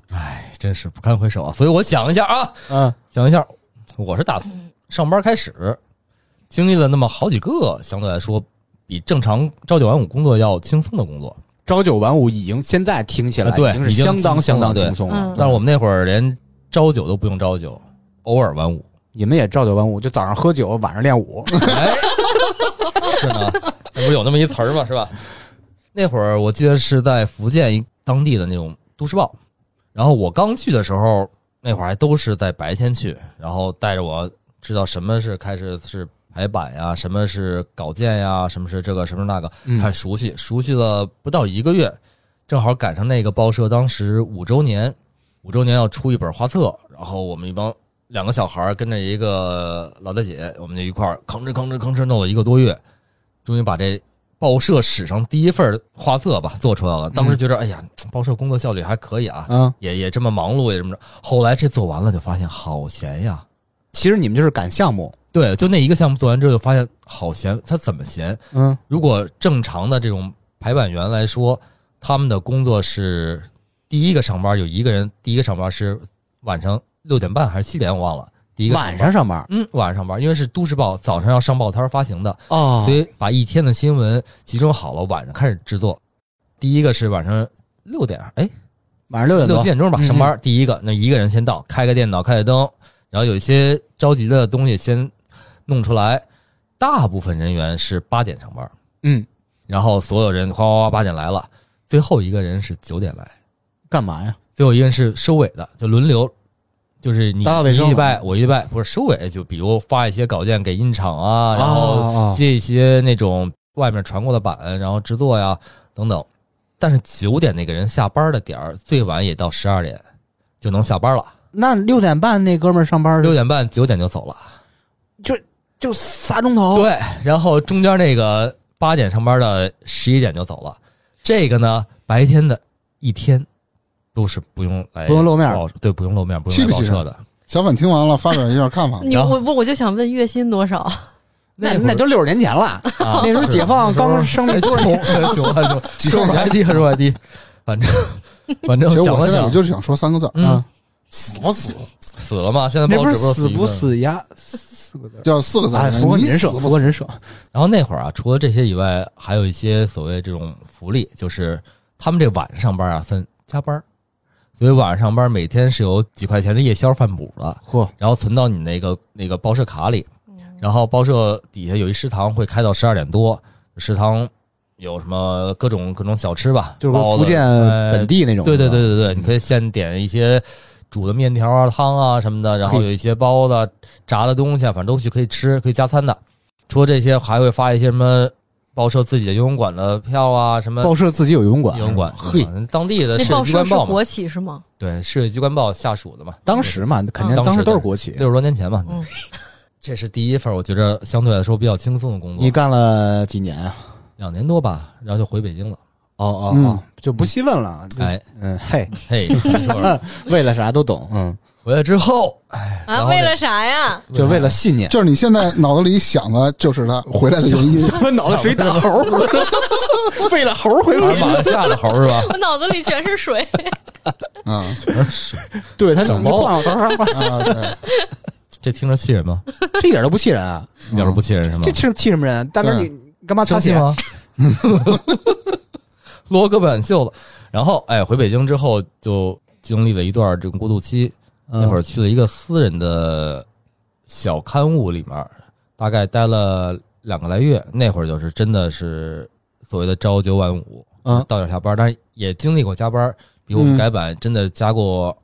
Speaker 4: 哎真是不堪回首啊。所以我想一下啊，
Speaker 2: 嗯，
Speaker 4: 想一下，我是打上班开始，经历了那么好几个相对来说比正常朝九晚五工作要轻松的工作，
Speaker 2: 朝九晚五已经现在听起来
Speaker 4: 啊对
Speaker 2: 已经是
Speaker 4: 已经
Speaker 2: 相当
Speaker 4: 轻松
Speaker 2: 相
Speaker 4: 了
Speaker 2: 当
Speaker 4: 对
Speaker 2: 轻松了
Speaker 3: 嗯。，
Speaker 4: 但是我们那会儿连朝九都不用朝九，偶尔晚五。
Speaker 2: 你们也朝九晚五，就早上喝酒，晚上练舞，
Speaker 4: 哎，是呢，那不是有那么一词儿吗？是吧？那会儿我记得是在福建一当地的那种都市报，然后我刚去的时候，那会儿还都是在白天去，然后带着我知道什么是开始是排版呀，什么是稿件呀，什么是这个，什么是那个，
Speaker 2: 嗯
Speaker 4: 很熟悉，熟悉了不到一个月，正好赶上那个报社当时五周年，五周年要出一本画册，然后我们一帮两个小孩儿跟着一个老大姐，我们就一块儿吭哧吭哧吭哧弄了一个多月，终于把这报社史上第一份画册吧做出来了。当时觉得，哎呀，报社工作效率还可以啊，
Speaker 2: 嗯，
Speaker 4: 也也这么忙碌，也这么着。后来这做完了就发现好闲呀，
Speaker 2: 其实你们就是赶项目，
Speaker 4: 对，就那一个项目做完之后就发现好闲，它怎么闲？
Speaker 2: 嗯，
Speaker 4: 如果正常的这种排版员来说，他们的工作是第一个上班有一个人，第一个上班是晚上六点半还是七点，我忘了。第一个上班
Speaker 2: 晚上上班
Speaker 4: 嗯，晚上上班，因为是都市报早上要上报摊儿发行的，
Speaker 2: 哦
Speaker 4: 所以把一天的新闻集中好了，晚上开始制作。第一个是晚上六点，哎，
Speaker 2: 晚上六点多
Speaker 4: 六七点钟吧，
Speaker 2: 嗯
Speaker 4: 上班。第一个，那一个人先到，开个电脑，开个灯，然后有一些着急的东西先弄出来。大部分人员是八点上班，
Speaker 2: 嗯，
Speaker 4: 然后所有人哗哗哗八点来了，最后一个人是九点来，
Speaker 2: 干嘛呀？
Speaker 4: 最后一个人是收尾的，就轮流，就是你
Speaker 2: 打扫卫
Speaker 4: 一
Speaker 2: 生
Speaker 4: 礼拜我一礼拜不是收尾，就比如发一些稿件给印厂啊，然后
Speaker 2: 哦
Speaker 4: 接一些那种外面传过的版，然后制作呀等等。但是九点那个人下班的点儿，最晚也到十二点就能下班了，
Speaker 2: 那六点半那哥们儿上班
Speaker 4: 六
Speaker 2: 就
Speaker 4: 点半九点就走了。
Speaker 2: 就就仨钟
Speaker 1: 哦
Speaker 2: 头，
Speaker 4: 对，然后中间那个八点上班的十一点就走了，这个呢白天的一天都是不用来
Speaker 2: 不用露面儿
Speaker 4: 报对，不用露面儿，不用
Speaker 1: 气
Speaker 4: 来
Speaker 1: 不啊
Speaker 4: 报
Speaker 1: 气
Speaker 4: 社
Speaker 1: 人
Speaker 4: 的。
Speaker 1: 小粉听完了发表一下看法
Speaker 3: 你
Speaker 4: 然后
Speaker 3: 我不我就想问月薪多少？
Speaker 2: 那
Speaker 4: 会儿
Speaker 2: 那都六十年前了，
Speaker 4: 啊
Speaker 2: 那时候
Speaker 4: 是
Speaker 2: 解放
Speaker 4: 那时候
Speaker 2: 刚生了多 少
Speaker 4: 穷，穷还穷，
Speaker 1: 几块
Speaker 4: 收入还
Speaker 1: 钱。
Speaker 4: 低，收入还低，反正 反正
Speaker 1: 其实
Speaker 4: 想
Speaker 1: 我
Speaker 4: 了
Speaker 1: 现在
Speaker 4: 想
Speaker 1: 我，就是想说三个字儿：
Speaker 4: 嗯
Speaker 2: 啊，
Speaker 1: 死不死？
Speaker 4: 死了嘛，现在
Speaker 2: 那
Speaker 4: 报
Speaker 2: 不
Speaker 4: 纸
Speaker 2: 是
Speaker 4: 不是
Speaker 2: 死
Speaker 4: 一
Speaker 2: 不
Speaker 4: 个
Speaker 2: 死呀？四个字儿，
Speaker 1: 要四个字儿
Speaker 2: 哎，，符合
Speaker 1: 你
Speaker 2: 人
Speaker 1: 死
Speaker 2: 设，符
Speaker 1: 不
Speaker 2: 合
Speaker 1: 死？
Speaker 2: 人设。
Speaker 4: 然后那会儿啊，除了这些以外，还有一些所谓这种福利，就是他们这晚上上班啊分加班儿，所以晚上上班每天是有几块钱的夜宵饭补了，
Speaker 2: 嚯，
Speaker 4: 然后存到你那
Speaker 2: 嗯
Speaker 4: 个那个报社卡里，然后报社底下有一食堂会开到十二点多，食堂有什么各种各种小吃吧，
Speaker 2: 就是
Speaker 4: 包
Speaker 2: 说
Speaker 4: 子
Speaker 2: 福建
Speaker 4: 哎
Speaker 2: 本地那种，
Speaker 4: 对对对
Speaker 2: 是吧，
Speaker 4: 对对，你可以现点一些煮的面条啊、汤啊什么的，然后
Speaker 2: 嘿
Speaker 4: 有一些包子、炸的东西啊，反正都去可以吃，可以加餐的。除了这些，还会发一些什么报社自己的游泳馆的票啊，什么
Speaker 2: 报社自己有游泳馆，
Speaker 4: 游泳馆，
Speaker 2: 嘿，
Speaker 4: 嗯当地的
Speaker 3: 那
Speaker 4: 市
Speaker 3: 报
Speaker 4: 委机
Speaker 3: 社
Speaker 4: 关
Speaker 3: 是
Speaker 4: 报嘛，
Speaker 3: 国企是吗？
Speaker 4: 对，市委机关报下属的嘛。
Speaker 2: 当时嘛，肯定当时
Speaker 4: 嗯
Speaker 2: 都
Speaker 4: 当
Speaker 2: 是
Speaker 4: 时
Speaker 2: 国企。
Speaker 4: 六十多年前嘛，
Speaker 3: 嗯
Speaker 4: 这是第一份我觉着相对来说比较轻松的工
Speaker 2: 你
Speaker 4: 作，
Speaker 2: 干了几年啊？
Speaker 4: 两年多吧，然后就回北京了。
Speaker 2: 哦哦
Speaker 1: 嗯
Speaker 2: 哦，就不细问了。就
Speaker 4: 哎，
Speaker 2: 嗯，嘿，
Speaker 4: 嘿，你说说
Speaker 2: 为了啥都懂。嗯，
Speaker 4: 回来之后，然
Speaker 3: 啊，
Speaker 4: 后
Speaker 3: 为
Speaker 4: 呢
Speaker 3: 了啥呀？
Speaker 2: 就为了信念。
Speaker 1: 就是你现在脑子里想的就是他回来的原 因。
Speaker 2: 分脑袋是一大猴儿， 为了猴儿回
Speaker 4: 哎马来西亚的猴儿是吧？
Speaker 3: 我脑子里全是水。
Speaker 1: 啊
Speaker 4: 全是
Speaker 2: 对他
Speaker 4: 长
Speaker 2: 你
Speaker 4: 毛
Speaker 2: 晃悠多少晃，
Speaker 1: 啊，对，
Speaker 4: 这听着气人吗？
Speaker 2: 这一点都不气人啊！
Speaker 4: 一点都不气人是吗？
Speaker 2: 这气气什么人？大哥，你你干嘛
Speaker 4: 生
Speaker 2: 擦
Speaker 4: 气
Speaker 2: 鞋？啊
Speaker 4: 吗？ 罗胳膊挽袖了。然后，哎，回北京之后就经历了一段这种过渡期。那
Speaker 2: 嗯
Speaker 4: 会儿去了一个私人的小刊物里面，大概待了两个来月。那会儿就是真的是所谓的朝九晚五，
Speaker 2: 嗯
Speaker 4: 到点下班，但是也经历过加班，比我们
Speaker 1: 嗯
Speaker 4: 改版真的加过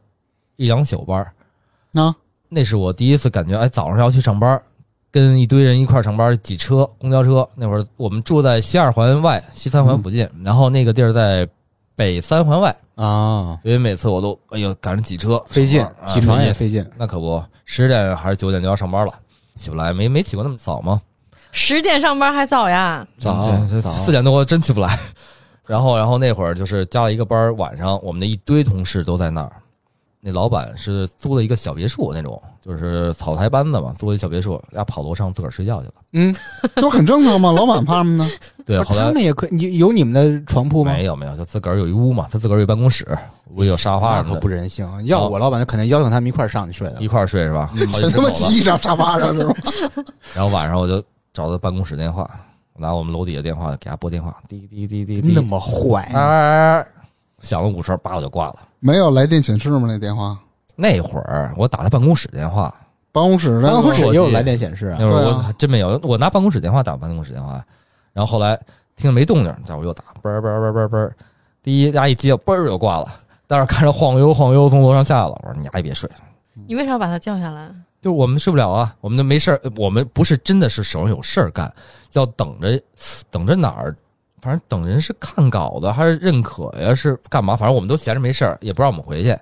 Speaker 4: 一两宿班。
Speaker 1: 那
Speaker 4: 那是我第一次感觉，哎，早上要去上班，跟一堆人一块儿上班，挤车、公交车。那会儿我们住在西二环外、西三环附近，然后那个地儿在北三环外，
Speaker 2: 啊，
Speaker 4: 所以每次我都哎呦赶着挤车，
Speaker 2: 费劲
Speaker 4: 上，班
Speaker 2: 起床也
Speaker 4: 啊费劲
Speaker 2: 费劲。
Speaker 4: 那可不，十点还是九点就要上班了，起不来，没没起过那么早吗？
Speaker 3: 十点上班还早呀？
Speaker 2: 早
Speaker 4: 嗯对
Speaker 2: 早
Speaker 4: 四点多真起不来。然后，然后那会儿就是加了一个班儿，晚上我们的一堆同事都在那儿。那老板是租了一个小别墅，那种就是草台班子嘛，租了一小别墅，俩跑楼上自个儿睡觉去了。
Speaker 2: 嗯，
Speaker 1: 都很正常嘛。老板怕什么呢？
Speaker 4: 对，
Speaker 2: 不是
Speaker 4: 后
Speaker 2: 他
Speaker 4: 来
Speaker 2: 们也可以，你有你们的床铺吗？
Speaker 4: 没有没有，他自个儿有一屋嘛，他自个儿有一办公室，屋里有沙发
Speaker 2: 那
Speaker 4: 什么
Speaker 2: 可
Speaker 4: 的，
Speaker 2: 不人性，要我老板就肯定邀请他们一块儿上去睡的
Speaker 4: 一。块儿睡是吧？好
Speaker 1: 全
Speaker 4: 几只
Speaker 1: 他
Speaker 4: 狗
Speaker 1: 妈
Speaker 4: 了。
Speaker 1: 挤一张沙发上是吧？
Speaker 4: 然后晚上我就找他办公室电话，拿我们楼底下电话给他拨电话，滴滴滴滴滴
Speaker 2: 那，么坏，
Speaker 1: 哎
Speaker 4: 啊，响了五声，叭我就挂了。
Speaker 1: 没有来电显示吗？那电话，
Speaker 4: 那会儿我打他办公室电话，
Speaker 1: 办公室
Speaker 2: 办
Speaker 1: 那
Speaker 2: 公
Speaker 1: 个
Speaker 2: 室也有来电显示啊
Speaker 4: 那。会儿
Speaker 1: 对
Speaker 4: 我
Speaker 1: 啊
Speaker 4: 还真没有，我拿办公室电话打办公室电话，然后后来听着没动静，再我又打，嘣儿嘣儿嘣儿嘣儿嘣儿，第一家一接，嘣儿就挂了。但是看着晃悠晃悠从楼上下来了，我说你丫也别睡了，
Speaker 3: 你为啥把他叫下来？
Speaker 4: 就是我们睡不了啊，我们就没事儿，我们不是真的是手上有事儿干，要等着等着哪儿，反正等人是看稿子还是认可呀，是干嘛？反正我们都闲着没事儿，也不让我们回去，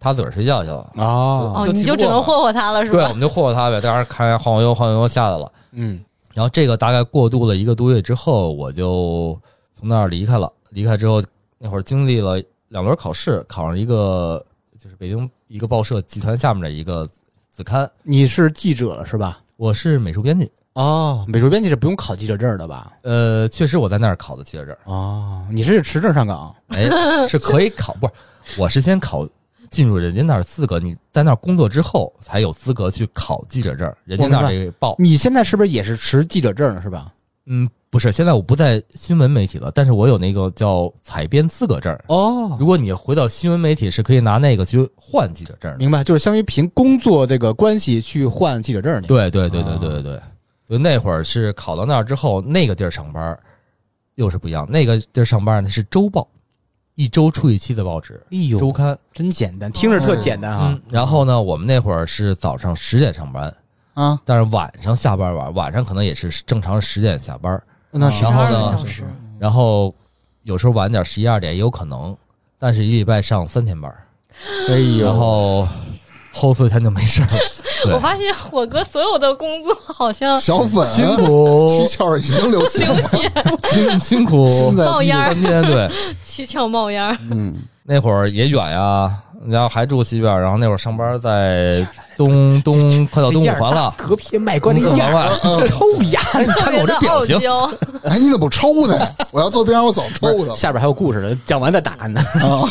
Speaker 4: 他自个儿睡觉去了。
Speaker 2: 啊，
Speaker 3: 哦，
Speaker 4: 就
Speaker 3: 你
Speaker 4: 气
Speaker 3: 就
Speaker 4: 不
Speaker 3: 只
Speaker 4: 过
Speaker 3: 能
Speaker 4: 嘛
Speaker 3: 霍霍他了是
Speaker 4: 对，我
Speaker 3: 吧？
Speaker 4: 们就霍霍他呗，当时看着晃悠晃悠下来了。
Speaker 2: 嗯，
Speaker 4: 然后这个大概过渡了一个多月之后，我就从那儿离开了。离开之后，那会儿经历了两轮考试，考上一个就是北京一个报社集团下面的一个子刊。
Speaker 2: 你是记者了是吧？
Speaker 4: 我是美术编辑，
Speaker 2: 哦，美术编辑是不用考记者证的吧？
Speaker 4: 呃，确实我在那儿考的记者证，
Speaker 2: 哦，你是持证上岗，
Speaker 4: 哎，是可以考，不是，我是先考进入人家那儿资格，你在那儿工作之后才有资格去考记者证，人家那儿这个报，
Speaker 2: 你现在是不是也是持记者证是吧？
Speaker 4: 嗯，不是，现在我不在新闻媒体了，但是我有那个叫采编资格证，
Speaker 2: 哦，
Speaker 4: 如果你回到新闻媒体，是可以拿那个去换记者证的。
Speaker 2: 明白，就是相当于凭工作这个关系去换记者证去。
Speaker 4: 对对
Speaker 2: 哦
Speaker 4: 对对对对对，就那会儿是考到那儿之后，那个地儿上班又是不一样。那个地儿上班呢是周报，一周出一期的报纸，
Speaker 2: 哎呦，
Speaker 4: 周刊。
Speaker 2: 真简单，听着特简单啊
Speaker 4: 嗯。，然后呢，我们那会儿是早上十点上班，
Speaker 1: 啊，
Speaker 4: 但是晚上下班晚晚上可能也是正常十点下班，
Speaker 2: 嗯那
Speaker 4: 是
Speaker 2: 是
Speaker 3: 十
Speaker 4: 然后
Speaker 3: 二
Speaker 4: 呢
Speaker 3: 个小时，
Speaker 4: 然后有时候晚点十一二点也有可能，但是一礼拜上三天班，
Speaker 2: 哎呦，
Speaker 4: 然后后四天就没事儿 了。对
Speaker 3: 我发现火哥所有的工作好像
Speaker 1: 小粉啊
Speaker 4: 辛 苦，
Speaker 1: 七窍已经流血
Speaker 3: 流
Speaker 1: 了，
Speaker 3: 血、
Speaker 4: 辛辛苦
Speaker 1: 心在
Speaker 3: 冒
Speaker 1: 滴
Speaker 3: 烟儿
Speaker 4: 三天，对，
Speaker 3: 七窍冒烟儿。
Speaker 1: 嗯，
Speaker 4: 那会儿也远呀，然后还住西边儿，然后那会儿上班在 东东，快到东五环了，
Speaker 2: 隔皮卖
Speaker 4: 东
Speaker 2: 瓜
Speaker 4: 四
Speaker 2: 那
Speaker 4: 环
Speaker 2: 样
Speaker 4: 外。
Speaker 1: 嗯
Speaker 2: 臭呀！
Speaker 4: 哎，你
Speaker 3: 特
Speaker 4: 看
Speaker 3: 别
Speaker 4: 我
Speaker 3: 的
Speaker 4: 这表
Speaker 3: 傲
Speaker 4: 情，
Speaker 3: 娇，
Speaker 1: 哎，你怎么不抽他呀？我要坐边上，我早抽他
Speaker 2: 下边还有故事呢，讲完再打呢。
Speaker 1: 啊！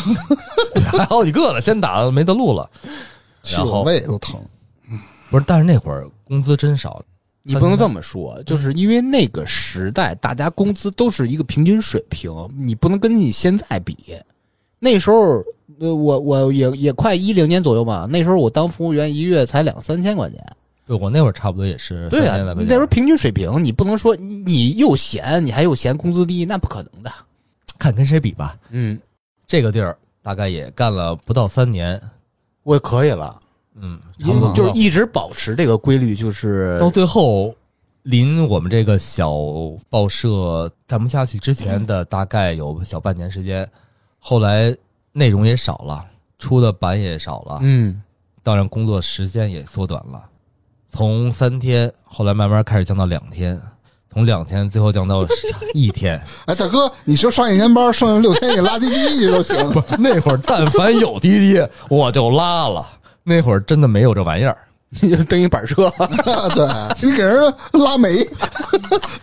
Speaker 4: 还好几个呢，先打了没得录了。
Speaker 1: 去我胃都疼。
Speaker 4: 不是，但是那会儿工资真少，
Speaker 2: 你不能这么说，就是因为那个时代，大家工资都是一个平均水平，你不能跟你现在比。那时候，呃，我我也也快一零年左右嘛，那时候我当服务员一月才两三千块钱。
Speaker 4: 对我那会儿差不多也是
Speaker 2: 对
Speaker 4: 三
Speaker 2: 啊
Speaker 4: 千来，块
Speaker 2: 那
Speaker 4: 钱
Speaker 2: 时候平均水平，你不能说你又闲，你还又嫌工资低，那不可能的。
Speaker 4: 看跟谁比吧。
Speaker 2: 嗯，
Speaker 4: 这个地儿大概也干了不到三年，
Speaker 2: 我可以了，
Speaker 4: 嗯，差
Speaker 1: 嗯
Speaker 4: 不多
Speaker 2: 就是一直保持这个规律，就是
Speaker 4: 到最后，临我们这个小报社干不下去之前的大概有小半年时间，后来内容也少了，出的版也少了，
Speaker 2: 嗯，
Speaker 4: 当然工作时间也缩短了，从三天后来慢慢开始降到两天，从两天最后降到一天。
Speaker 1: 哎，大哥，你说上一天班，剩下六天你拉滴滴去都行。
Speaker 4: 那会儿但凡有滴滴，我就拉了。那会儿真的没有这玩意儿，
Speaker 2: 蹬一板车，
Speaker 1: 对你给人拉煤，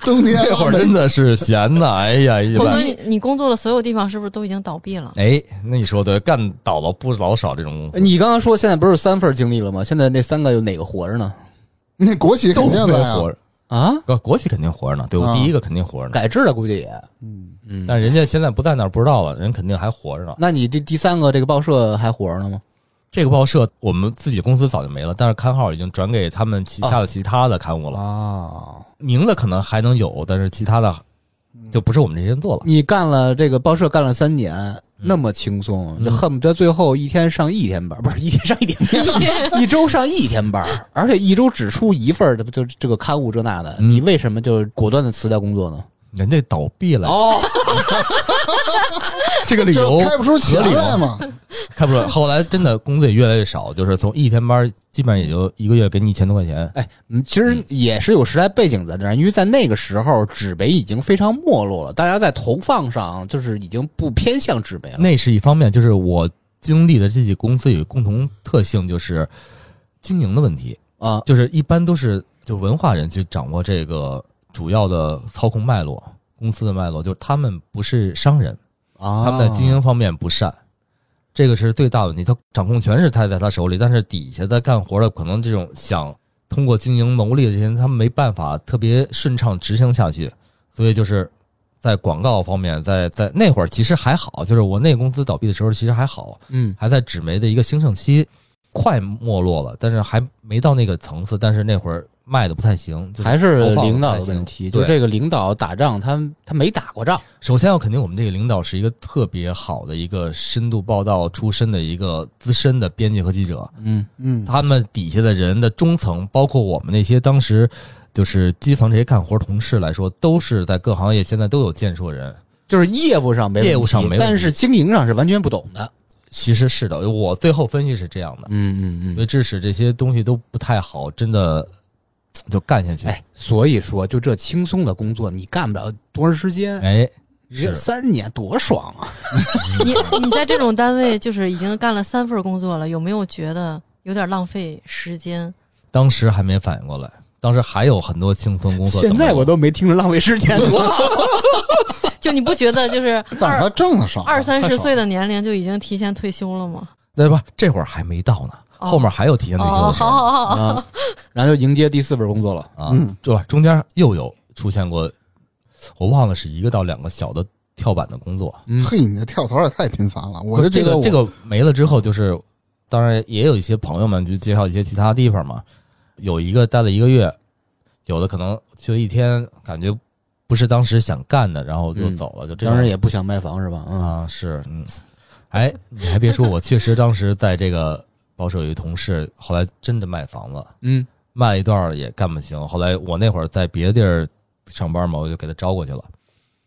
Speaker 1: 冬天
Speaker 4: 那会儿
Speaker 1: 拉煤
Speaker 4: 真的是闲的，哎呀，一
Speaker 3: 或者
Speaker 4: 般
Speaker 3: 说你你工作的所有地方是不是都已经倒闭了？
Speaker 4: 哎，那你说的干倒了不老少这种
Speaker 1: 哎
Speaker 4: 公司，
Speaker 2: 你刚刚说现在不是三份经历了吗？现在那三个有哪个活着呢？
Speaker 1: 那国企肯
Speaker 4: 都没
Speaker 1: 定
Speaker 4: 有
Speaker 1: 的呀，
Speaker 4: 活着，
Speaker 2: 啊，
Speaker 4: 国国企肯定活着呢，对我
Speaker 1: 啊
Speaker 4: 第一个肯定活着呢，
Speaker 2: 改制了估计也。
Speaker 1: 嗯，
Speaker 2: 嗯，
Speaker 4: 但人家现在不在那儿，不知道了，人肯定还活着呢。
Speaker 2: 那你第第三个这个报社还活着呢吗？
Speaker 4: 这个报社我们自己公司早就没了，但是刊号已经转给他们旗下的其他的刊物了，
Speaker 1: 啊，
Speaker 4: 名字可能还能有，但是其他的就不是我们这些人做了。
Speaker 1: 嗯
Speaker 2: 你干了这个报社干了三年，那么轻松，就恨不得最后一天上一天 班，不是一天上一天 班，一周上一天班，而且一周只出一份儿，就这个刊物这那的，
Speaker 4: 嗯
Speaker 2: 你为什么就果断的辞掉工作呢？
Speaker 4: 人家倒闭了，
Speaker 2: 哦，
Speaker 4: 这个理由
Speaker 1: 就开不出钱
Speaker 4: 合理
Speaker 1: 来
Speaker 4: 吗
Speaker 1: 嘛，
Speaker 4: 开不出来。后来真的工资也越来越少，就是从一天班基本上也就一个月给你一千多块钱。
Speaker 2: 哎，嗯其实也是有时代背景在那儿，因为在那个时候纸媒已经非常没落了，大家在投放上就是已经不偏向纸媒了。
Speaker 4: 那是一方面，就是我经历的这些公司有共同特性，就是经营的问题，
Speaker 2: 啊，
Speaker 4: 就是一般都是就文化人去掌握这个主要的操控脉络，公司的脉络，就是他们不是商人，他
Speaker 2: 他
Speaker 4: 们在经营方面不善。这个是最大问题，他掌控权是他在他手里，但是底下在干活的可能这种想通过经营牟利的这些人，他们没办法特别顺畅执行下去，所以就是在广告方面，在在那会儿其实还好，就是我那个公司倒闭的时候其实还好，
Speaker 2: 嗯，
Speaker 4: 还在纸媒的一个兴盛期，快没落了，但是还没到那个层次，但是那会儿卖的不太行，就
Speaker 2: 还是
Speaker 4: 投放得
Speaker 2: 领
Speaker 4: 不
Speaker 2: 导
Speaker 4: 太
Speaker 2: 的
Speaker 4: 行
Speaker 2: 问题，
Speaker 4: 对
Speaker 2: 就这个领导打仗，他他没打过仗，
Speaker 4: 首先要肯定我们这个领导是一个特别好的一个深度报道出身的一个资深的编辑和记者，
Speaker 2: 嗯
Speaker 1: 嗯，
Speaker 4: 他们底下的人的中层，包括我们那些当时就是基层这些干活同事来说，都是在各行业现在都有建树的人。
Speaker 2: 就是业务上没问题
Speaker 4: 业务上没问题
Speaker 2: 但是经营上是完全不懂的，
Speaker 4: 其实是的，我最后分析是这样的，
Speaker 2: 嗯
Speaker 4: 所以。致使这些东西都不太好，真的嘖就干下去。
Speaker 2: 哎，所以说，就这轻松的工作，你干不了多长时间，
Speaker 4: 哎，
Speaker 2: 你这
Speaker 4: 是
Speaker 2: 三年多爽啊！
Speaker 3: 你你在这种单位就是已经干了三份工作了，有没有觉得有点浪费时间？
Speaker 4: 当时还没反应过来，当时还有很多轻松工作等
Speaker 2: 现
Speaker 4: 着。
Speaker 2: 在我都没听着浪费时间 多好。
Speaker 3: 就你不觉得 就是
Speaker 1: 但是他挣的少，
Speaker 3: 二三
Speaker 1: 太
Speaker 3: 十
Speaker 1: 少
Speaker 3: 岁的年龄就已经提前退休了吗？
Speaker 4: 那不这会儿还没到呢，
Speaker 3: 哦
Speaker 4: 后面还有提前退休
Speaker 3: 哦，
Speaker 4: 的时
Speaker 3: 好
Speaker 4: 候。
Speaker 3: 好好，
Speaker 2: 啊，然后就迎接第四份工作了。
Speaker 4: 啊
Speaker 1: 嗯，
Speaker 4: 对吧？中间又有出现过，我忘了是一个到两个小的跳板的工作。
Speaker 2: 嗯，
Speaker 1: 嘿，你这跳槽也太频繁了，我就
Speaker 4: 这
Speaker 1: 觉得
Speaker 4: 个
Speaker 1: 我
Speaker 4: 这个没了之后，就是当然也有一些朋友们就介绍一些其他地方嘛，有一个待了一个月，有的可能去了一天，感觉不是当时想干的，然后就
Speaker 2: 嗯
Speaker 4: 走了，就这
Speaker 2: 当
Speaker 4: 种
Speaker 2: 然也不想卖房是吧？啊，
Speaker 4: 啊，是嗯，哎，你还别说，我确实当时在这个报社有一同事，后来真的卖房子。
Speaker 2: 嗯，
Speaker 4: 卖一段儿也干不行。后来我那会儿在别的地儿上班嘛，我就给他招过去了。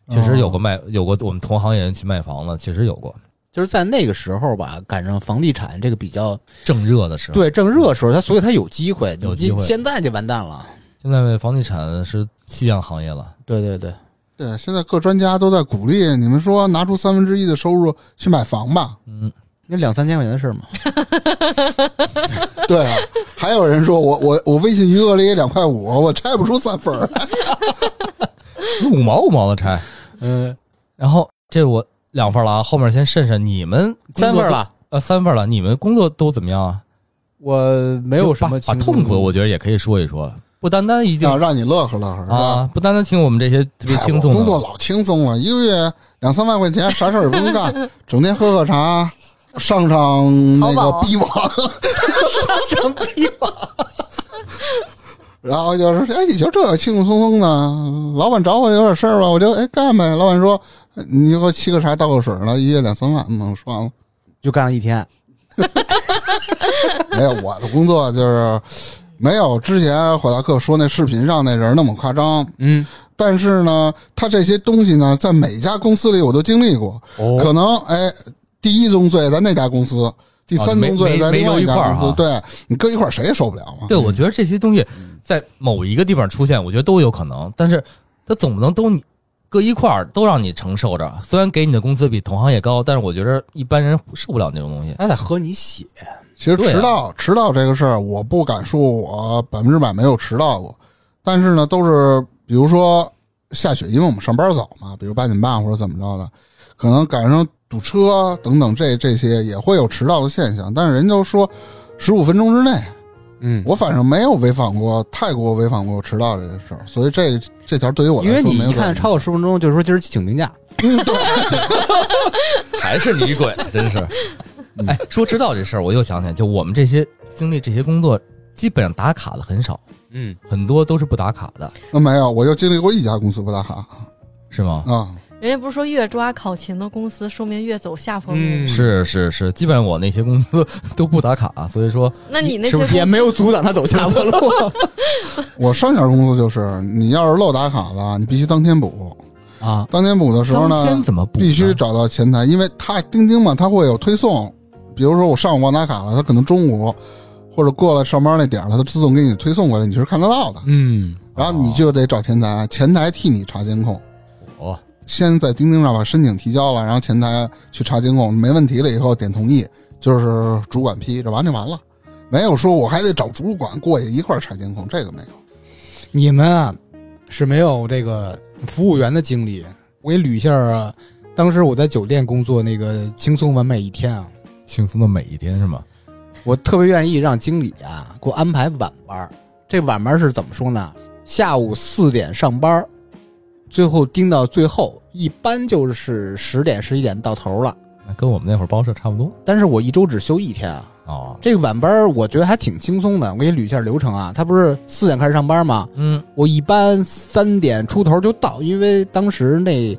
Speaker 4: 确实
Speaker 2: 哦
Speaker 4: 有过卖，有过我们同行业人去卖房子，确实有过
Speaker 2: 就是在那个时候吧，赶上房地产这个比较
Speaker 4: 正热的时候。，
Speaker 2: 对正热的时候，他所以他有机会。
Speaker 4: 有机会
Speaker 2: 你现在就完蛋了。
Speaker 4: 现在房地产是夕阳行业了，
Speaker 2: 对对对，
Speaker 1: 对，现在各专家都在鼓励你们说，拿出三分之一的收入去买房 吧。
Speaker 2: 那两三千块钱的事儿嘛。
Speaker 1: 对啊，还有人说我我我微信余额里也两块五，我拆不出三分儿。
Speaker 4: 五毛五毛的拆。
Speaker 2: 嗯，
Speaker 4: 然后这我两份了啊，后面先慎慎。你们工作
Speaker 2: 三份了，
Speaker 4: 呃，三份了。你们工作都怎么样啊？
Speaker 2: 我没
Speaker 4: 没
Speaker 2: 有什么
Speaker 4: 把
Speaker 2: 情
Speaker 4: 把痛苦，我觉得也可以说一说，不单单一定
Speaker 1: 要啊让你乐呵乐呵是吧？
Speaker 4: 啊，不单单听我们这些特
Speaker 2: 哎
Speaker 4: 别
Speaker 1: 嗨
Speaker 4: 轻
Speaker 1: 我
Speaker 4: 松
Speaker 1: 工作
Speaker 4: 的。
Speaker 1: 老轻松了，一个月两三万块钱，啥事儿也不用干，整天喝喝茶，上上那
Speaker 3: 淘
Speaker 1: 个
Speaker 3: 宝
Speaker 1: 逼网，
Speaker 2: 什么地方？
Speaker 1: 然后就是，哎，你就这轻轻松松的，老板找我有点事儿吧，我就哎干呗。老板说，哎你就给我沏个茶倒个水了，一月两三万，嗯，我说完了。
Speaker 2: 就干了一天。
Speaker 1: 没有，我的工作就是没有之前火大克说那视频上那人那么夸张，
Speaker 2: 嗯，
Speaker 1: 但是呢，他这些东西呢，在每家公司里我都经历过，
Speaker 2: 哦，
Speaker 1: 可能哎，第一宗罪在那家公司，第三宗罪在另外家公司，
Speaker 4: 啊哦没没没揉一块儿哈
Speaker 1: 对你搁一块儿谁也受不了嘛。
Speaker 4: 对，我觉得这些东西在某一个地方出现，我觉得都有可能，但是它总不能都你搁一块儿都让你承受着。 虽然给你的工资比同行业高，但是我觉得一般人受不了那种东西。
Speaker 2: 他在喝你血，
Speaker 1: 其实
Speaker 4: 对啊
Speaker 1: 迟到、迟到这个事儿，我不敢说我百分之百没有迟到过，但是呢，都是比如说下雪，因为我们上班早嘛，比如八点半或者怎么着的，可能赶上堵车等等这这些也会有迟到的现象，但是人都说十五分钟之内，
Speaker 2: 嗯，
Speaker 1: 我反正没有违反过太过违反过迟到这个事儿，所以这这条对于我来
Speaker 2: 因
Speaker 1: 说
Speaker 2: 为你
Speaker 1: 没有
Speaker 2: 一
Speaker 1: 多
Speaker 2: 看
Speaker 1: 大
Speaker 2: 超过十分钟，就是说今儿请病假。
Speaker 4: 还是女鬼，真是
Speaker 1: 嗯。
Speaker 4: 哎，说知道这事儿，我又想起来，就我们这些经历这些工作，基本上打卡的很少，
Speaker 2: 嗯，
Speaker 4: 很多都是不打卡的，
Speaker 1: 那呃没有，我就经历过一家公司不打卡
Speaker 4: 是吗？
Speaker 1: 啊，
Speaker 3: 人家不是说越抓考勤的公司，说明越走下坡路。
Speaker 2: 嗯
Speaker 4: 是是是，基本上我那些工资都不打卡，所以说
Speaker 3: 那你那些
Speaker 2: 是不
Speaker 3: 公
Speaker 2: 是也没有阻挡他走下坡路？
Speaker 1: 我上一家公司就是，你要是漏打卡了，你必须当天补。
Speaker 2: 啊，
Speaker 1: 当天补的时候
Speaker 4: 当天
Speaker 1: 呢，
Speaker 4: 怎么补呢
Speaker 1: 必须找到前台，因为他钉钉嘛，他会有推送。比如说我上午忘打卡了，他可能中午或者过来上班那点儿了，他自动给你推送过来，你是看得到的。
Speaker 2: 嗯，
Speaker 1: 然后你就得找前台，前台替你查监控，
Speaker 4: 哦，
Speaker 1: 先在钉钉上把申请提交了，然后前台去查监控，没问题了以后点同意，就是主管批，这完就完了。没有说我还得找主管过去一块儿查监控，这个没有。
Speaker 2: 你们啊是没有这个服务员的经历。我给你捋一下啊，当时我在酒店工作那个轻松完美一天啊，
Speaker 4: 轻松的每一天是吗？
Speaker 2: 我特别愿意让经理啊给我安排晚班儿。这晚班儿是怎么说呢？下午四点上班儿，最后盯到最后，一般就是十点十一点到头了。
Speaker 4: 那跟我们那会儿报社差不多
Speaker 2: 但是我一周只休一天啊，
Speaker 4: 哦。
Speaker 2: 这个晚班儿我觉得还挺轻松的。我给你捋一下流程啊，他不是四点开始上班吗？
Speaker 4: 嗯，
Speaker 2: 我一般三点出头就到，因为当时那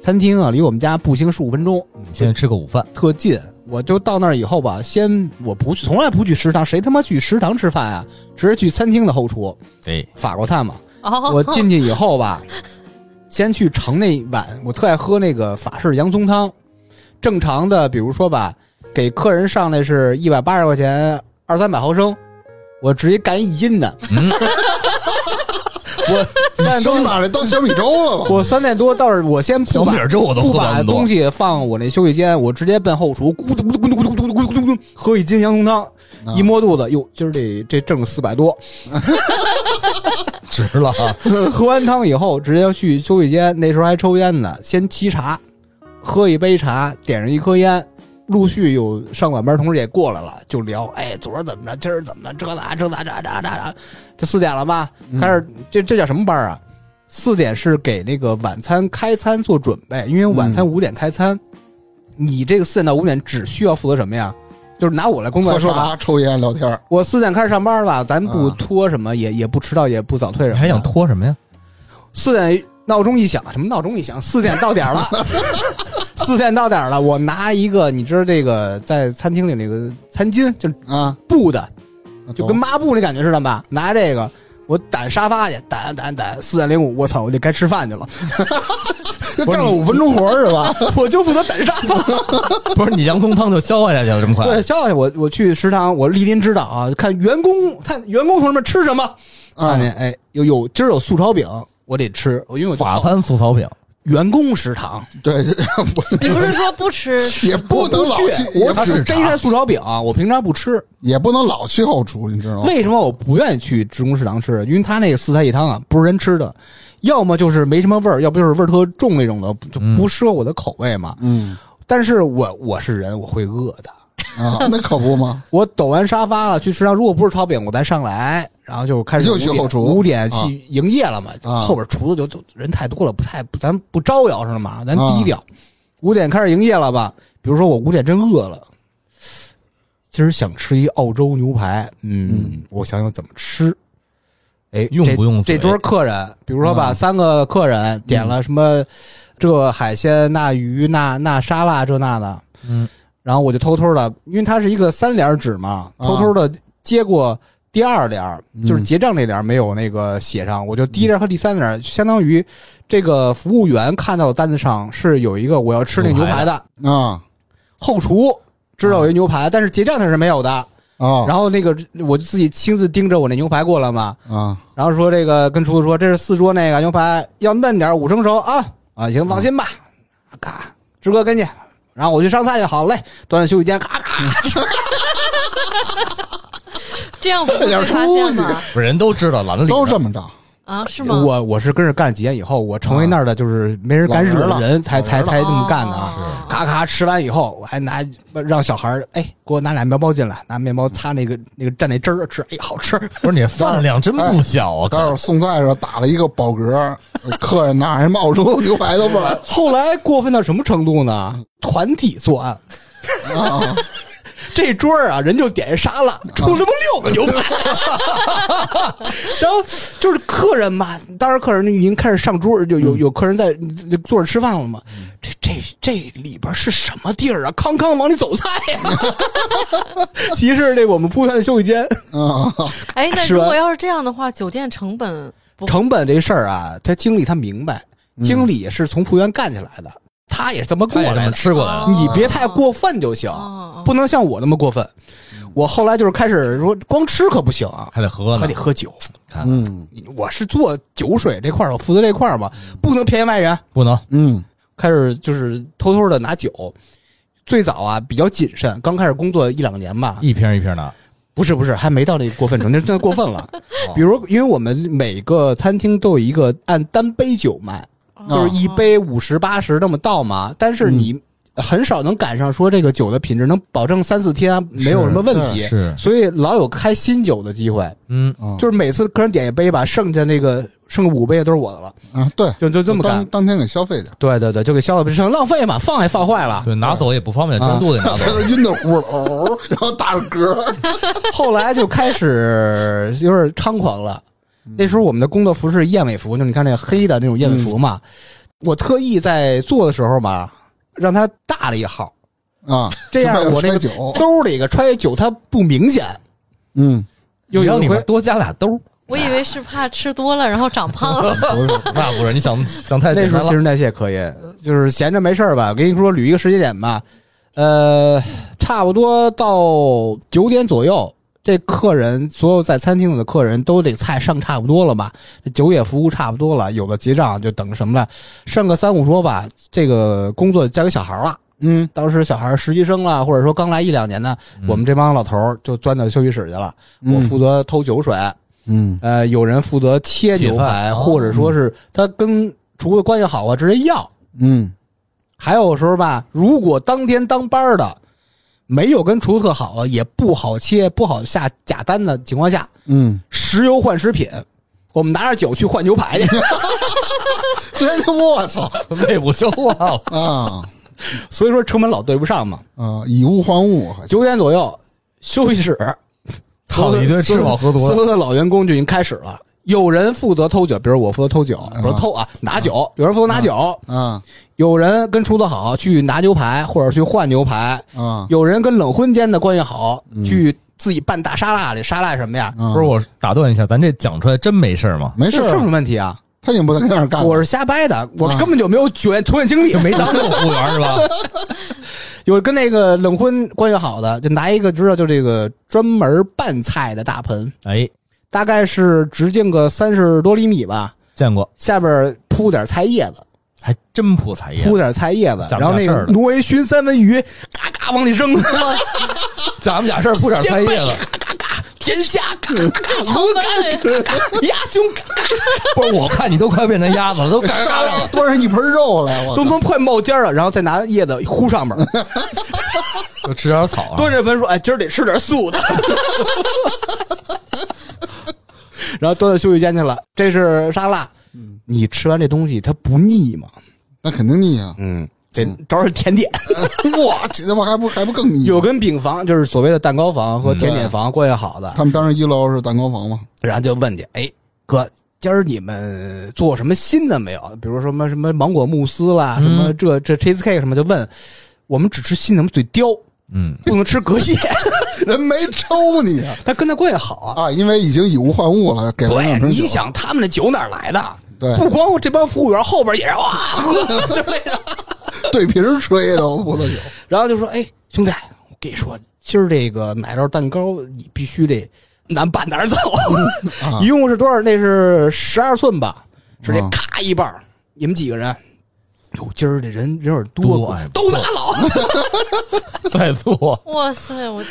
Speaker 2: 餐厅啊离我们家步行 十五分钟，
Speaker 4: 你先吃个午饭，
Speaker 2: 特近。我就到那儿以后吧，先我不去，从来不去食堂，谁他妈去食堂吃饭啊？直接去餐厅的后厨，
Speaker 4: 对，
Speaker 2: 法国菜嘛。
Speaker 3: 哦，
Speaker 2: 我进去以后吧，先去盛那碗，我特爱喝那个法式洋葱汤。正常的，比如说吧，给客人上来是一百八十块钱，二三百毫升，我直接干一斤的。
Speaker 4: 嗯
Speaker 1: 你
Speaker 2: 我三点多
Speaker 1: 说你把这当小米粥了吧？
Speaker 2: 我三点多倒是我先
Speaker 4: 小
Speaker 2: 不
Speaker 4: 米
Speaker 2: 把
Speaker 4: 儿粥我都
Speaker 2: 不
Speaker 4: 喝完
Speaker 2: 把
Speaker 4: 了多
Speaker 2: 东。西放我那休息间，我直接奔后厨，咕嘟咕嘟咕嘟咕嘟咕嘟咕嘟咕嘟，喝一斤洋葱汤，
Speaker 1: 啊
Speaker 2: 一摸肚子，哟，今儿这这挣四百多。
Speaker 4: 值了 啊！
Speaker 2: 喝完汤以后，直接去休息间，那时候还抽烟呢，先沏茶，喝一杯茶，点上一颗烟。陆续有上晚班同事也过来了，就聊，哎，昨儿怎么着，今儿怎么着，这那这那这那这那，这四点了吧？
Speaker 1: 嗯
Speaker 2: 开始这这叫什么班啊？四点是给那个晚餐开餐做准备，因为晚
Speaker 1: 嗯
Speaker 2: 餐五点开餐，你这个四点到五点只需要负责什么呀？就是拿我来工作
Speaker 1: 喝
Speaker 2: 来说啊，
Speaker 1: 茶、抽烟、聊天儿，
Speaker 2: 我四点开始上班吧，咱不
Speaker 1: 啊
Speaker 2: 拖什么，也也不迟到，也不早退什么
Speaker 4: 你
Speaker 2: 的。
Speaker 4: 还想拖什 么呀？
Speaker 2: 四点闹钟一响，什么闹钟一响？四点到点儿了， 四点到点儿了。我拿一个，你知道这个在餐厅里那个餐巾，就是
Speaker 1: 啊，
Speaker 2: 布的，
Speaker 1: 那
Speaker 2: 就
Speaker 1: 懂
Speaker 2: 跟抹布那感觉似的吧？拿这个，我掸沙发去，掸掸掸。四点零五，我操，我就该吃饭去了，
Speaker 1: 就干了五分钟活儿是吧？
Speaker 2: 我就负责掸沙 发。
Speaker 4: 不是你洋葱汤就消化下去了，这么快？
Speaker 2: 对，消息我我去食堂，我莅临指导啊，看员工，看员工同志们吃什么。
Speaker 1: 啊
Speaker 2: 看，见哎，有有今儿有素炒饼，我得吃，我因为我
Speaker 4: 法餐素炒饼，
Speaker 2: 员工食堂。
Speaker 1: 对，
Speaker 3: 你不是说不吃
Speaker 1: 也不能老
Speaker 2: 去，
Speaker 1: 去，也
Speaker 2: 我
Speaker 1: 不
Speaker 2: 只
Speaker 4: 是
Speaker 2: 逮着素炒饼，我平常不吃。
Speaker 1: 也不能老去后厨，你知道吗？
Speaker 2: 为什么我不愿意去职工食堂吃？因为他那个四菜一汤啊，不是人吃的，要么就是没什么味儿，要不就是味儿特重那种的，就不适合我的口味嘛。
Speaker 1: 嗯
Speaker 2: 但是我我是人，我会饿的。
Speaker 1: 啊，那可不嘛，
Speaker 2: 我抖完沙发了，去食堂，如果不是炒饼，我再上来，然后就开始
Speaker 1: 又去
Speaker 2: 5点
Speaker 1: 后厨
Speaker 2: 五点
Speaker 1: 啊
Speaker 2: 去营业了嘛。
Speaker 1: 啊
Speaker 2: 后边厨子就就人太多了，不太咱不招摇是吗？咱
Speaker 1: 啊
Speaker 2: 低调。五、点开始营业了吧？比如说我五点真饿了，今儿想吃一澳洲牛排，嗯，我想想怎么吃。哎，
Speaker 4: 用
Speaker 2: 这
Speaker 4: 不用嘴
Speaker 2: 这桌客人，比如说吧，
Speaker 1: 啊
Speaker 2: 三个客人点了什么这海鲜、那鱼、那那沙拉这那的，
Speaker 4: 嗯，
Speaker 2: 然后我就偷偷的，因为它是一个三联纸嘛，
Speaker 1: 啊
Speaker 2: 偷偷的接过第二联儿，
Speaker 1: 嗯
Speaker 2: 就是结账那联儿没有那个写上，我就第一联儿和第三联儿，相当于这个服务员看到单子上是有一个我要吃那个牛排的，啊
Speaker 1: 啊
Speaker 2: 后厨知道有一牛排，但是结账他是没有的。
Speaker 1: 啊
Speaker 2: 然后那个我就自己亲自盯着我那牛排过来嘛，
Speaker 1: 啊
Speaker 2: 然后说这个跟厨子说这是四桌那个牛排要嫩点儿五成熟啊啊行放心吧，嘎、志哥跟去，然后我去上菜去，好嘞，端着休息间咔咔，
Speaker 3: 这样不会被发现吗？
Speaker 4: 不是人都知道懒得理他，
Speaker 1: 都这么着，
Speaker 3: 啊，是吗？
Speaker 2: 我我是跟着干几年以后，我成为那儿的就是没人敢惹
Speaker 1: 老人
Speaker 2: 人，
Speaker 1: 了
Speaker 2: 才才
Speaker 1: 老人了
Speaker 2: 才这么干的
Speaker 3: 哦
Speaker 2: 啊！咔咔吃完以后，我还拿让小孩儿哎给我拿俩面包进来，拿面包擦那个那个蘸那汁儿吃，哎好吃。
Speaker 4: 不是你饭量真不小
Speaker 2: 哎
Speaker 4: 啊！
Speaker 1: 待会儿送菜的时候打了一个饱嗝，客人拿人冒出牛排的味儿
Speaker 2: 后来过分到什么程度呢？团体作案，
Speaker 1: 啊！
Speaker 2: 这桌儿啊人就点一沙拉，出他妈六个牛 排，然后就是客人嘛，当时客人已经开始上桌，就
Speaker 3: 嗯
Speaker 2: 有有客人在坐着吃饭了嘛。这这这里边是什么地儿啊？康康往里走菜 呀、其实这个我们服务员的休息间
Speaker 3: 哎，那
Speaker 2: 是
Speaker 3: 如
Speaker 2: 吧
Speaker 3: 果要是这样的话，酒店成本不嗯
Speaker 2: 成本这事儿啊，他经理他明白，经理是从服务员干起来的，他也是这么过
Speaker 4: 他也这
Speaker 2: 来
Speaker 4: 么
Speaker 2: 的。
Speaker 4: 吃过来啊的，
Speaker 3: 哦
Speaker 2: 你别太过分就行，
Speaker 3: 哦嗯
Speaker 2: 不能像我那么过分。我后来就是开始说，光吃可不行啊，
Speaker 4: 还得喝
Speaker 2: 还
Speaker 4: 呢
Speaker 2: 得。喝酒。
Speaker 4: 看看
Speaker 1: 嗯
Speaker 2: 我是做酒水这块儿，我负责这块儿嘛，
Speaker 4: 嗯
Speaker 2: 不能便宜外人。
Speaker 4: 不能
Speaker 1: 嗯
Speaker 2: 开始就是偷偷的拿酒。最早啊，比较谨慎，刚开始工作一两年吧，
Speaker 4: 一瓶一瓶拿，
Speaker 2: 不是不是，还没到那个过分程度，那真的过 分了。比如，因为我们每个餐厅都有一个按单杯酒卖，就
Speaker 4: 哦
Speaker 2: 是一杯五十八十那么倒嘛，但是
Speaker 4: 嗯
Speaker 2: 你很少能赶上说这个酒的品质能保证三四天没有什么问题，
Speaker 4: 是
Speaker 2: 所以老有开新酒的机会，
Speaker 4: 嗯，
Speaker 1: 啊，
Speaker 2: 就是每次客人点一杯吧，剩下那个剩五杯都是我的了，
Speaker 1: 啊，对，
Speaker 2: 就就这么
Speaker 1: 当
Speaker 2: 干。
Speaker 1: 当天给消费点，
Speaker 2: 对对对，就给消了，不是浪费嘛，放还放坏了。
Speaker 4: 对，拿走也不方便，
Speaker 2: 啊
Speaker 4: 真肚子拿走
Speaker 1: 他。都晕得乎了，哦，然后打着嗝，
Speaker 2: 后来就开始有点猖狂了。那时候我们的工作服是燕尾服，就你看那黑的那种燕尾服嘛。我特意在做的时候嘛，让它大了一号，
Speaker 1: 啊，
Speaker 2: 这样我那
Speaker 1: 这
Speaker 2: 个
Speaker 1: 酒，
Speaker 2: 兜里个揣酒它不明显。
Speaker 1: 嗯，
Speaker 2: 有
Speaker 4: 你要
Speaker 2: 有
Speaker 4: 里
Speaker 2: 一
Speaker 4: 面
Speaker 2: 回
Speaker 4: 多加俩 兜儿，
Speaker 3: 我以为是怕吃多了然后长胖了。
Speaker 1: 不是
Speaker 4: 那不是你想想太
Speaker 2: 啊那
Speaker 4: 简
Speaker 2: 时候
Speaker 4: 单
Speaker 2: 新
Speaker 4: 哎了。
Speaker 2: 陈代谢可以，就是闲着没事儿吧，我跟你说捋一个时间点吧，呃，差不多到九点左右。这客人，所有在餐厅里的客人都得菜上差不多了吧？这酒也服务差不多了，有的结账就等什么了，剩个三五桌吧。这个工作交给小孩儿了，
Speaker 1: 嗯
Speaker 2: 当时小孩儿实习生了，或者说刚来一两年的，我们这帮老头儿就钻到休息室去了。
Speaker 1: 嗯
Speaker 2: 我负责偷酒水，
Speaker 1: 嗯
Speaker 2: 呃，有人负责切
Speaker 4: 切
Speaker 2: 牛
Speaker 4: 饭
Speaker 2: 排，
Speaker 4: 哦
Speaker 2: 或者说是他跟厨子关系好啊，直接要。
Speaker 1: 嗯
Speaker 2: 还有时候吧，如果当天当班的没有跟厨子特好啊，也不好切、不好下假单的情况下，
Speaker 1: 嗯，
Speaker 2: 石油换食品，我们拿着酒去换牛 排去。
Speaker 1: 真的哎我操
Speaker 4: 内部消化 了，
Speaker 1: 啊
Speaker 2: 所以说成本老对不上嘛。
Speaker 1: 啊，以物换物，还
Speaker 2: 九点左右休息室，
Speaker 4: 操一顿吃饱喝
Speaker 2: 所
Speaker 4: 足
Speaker 2: 有的老员工就已经开始了。有人负责偷酒，比如我负责偷酒，我说偷啊，拿酒；有人负责拿酒，
Speaker 1: 啊
Speaker 2: 有人跟厨子好去拿牛排或者去换牛排，
Speaker 1: 啊
Speaker 2: 有人跟冷荤间的关系好，去自己拌大沙拉里，沙拉什么呀？
Speaker 1: 啊，
Speaker 4: 不是我打断一下，咱这讲出来真没事儿 吗？
Speaker 1: 没事
Speaker 2: 这有
Speaker 1: 儿，
Speaker 2: 什么问题啊？
Speaker 1: 他已经不在那儿干了，
Speaker 2: 我是瞎掰的，我
Speaker 1: 啊
Speaker 2: 根本就没有酒店从业经历
Speaker 4: 就。没 当过服务员是吧？
Speaker 2: 有跟那个冷荤关系好的，就拿一个知道就这个专门拌菜的大盆，
Speaker 4: 哎，
Speaker 2: 大概是直径个三十多厘米吧，
Speaker 4: 见过，
Speaker 2: 下边铺点菜叶子，
Speaker 4: 还真铺彩叶，
Speaker 2: 铺点菜叶子，
Speaker 4: 咱们
Speaker 2: 然后那
Speaker 4: 家事
Speaker 2: 个
Speaker 4: 儿了
Speaker 2: 挪威熏三文鱼，嘎嘎往里扔，
Speaker 4: 咱们俩事儿铺点菜叶子。
Speaker 2: 甜虾，嘎嘎嘎，鹅肝，嘎嘎鸭胸， 嘎嘎
Speaker 4: 不是，我看你都快变成鸭子了，都干
Speaker 1: 杀
Speaker 4: 啥
Speaker 1: 了
Speaker 4: 了？
Speaker 1: 端上一盆肉来，我
Speaker 2: 都
Speaker 1: 操
Speaker 2: 能快冒尖啊了，然后再拿叶子糊上 面。
Speaker 4: 就吃点草啊。
Speaker 2: 端着盆说：“哎，今儿得吃点素的。” 然后端到休息间去了。这是沙拉，你吃完这东西它不腻吗？
Speaker 1: 那肯定腻 啊！
Speaker 2: 嗯，得找点甜点。
Speaker 1: 哇，这他妈还不还不更腻？啊
Speaker 2: 有跟饼房，就是所谓的蛋糕房和甜点房关系好的，
Speaker 1: 他们当时一楼是蛋糕 房嘛，
Speaker 2: 然后就问去：“哎，哥，今儿你们做什么新的没有？比如说什么什么芒果慕斯啦，什么这这 cheesecake 什么？”就问我们只吃新的，我们嘴刁，
Speaker 4: 嗯，
Speaker 2: 不能吃隔夜。
Speaker 1: 人没抽你啊
Speaker 2: 他跟他关系好啊。
Speaker 1: 啊，因为已经以物换物了，给了两
Speaker 2: 对，
Speaker 1: 瓶
Speaker 2: 你
Speaker 1: 酒，
Speaker 2: 想他们的酒哪儿来的？
Speaker 1: 对
Speaker 2: 不光这帮服务员后边也是哇喝 之类的，
Speaker 1: 对瓶儿吹的葡 萄酒，
Speaker 2: 然后就说：“哎，兄弟，我跟你说，今儿这个奶酪蛋糕你必须得难办哪儿走，一共是多少？那是十二寸吧，直接
Speaker 1: 啊
Speaker 2: 咔一半儿。你们几个人？哟，今儿这人人有点多
Speaker 4: 多哎，
Speaker 2: 都拿老。
Speaker 4: 在做，
Speaker 3: 哇塞，我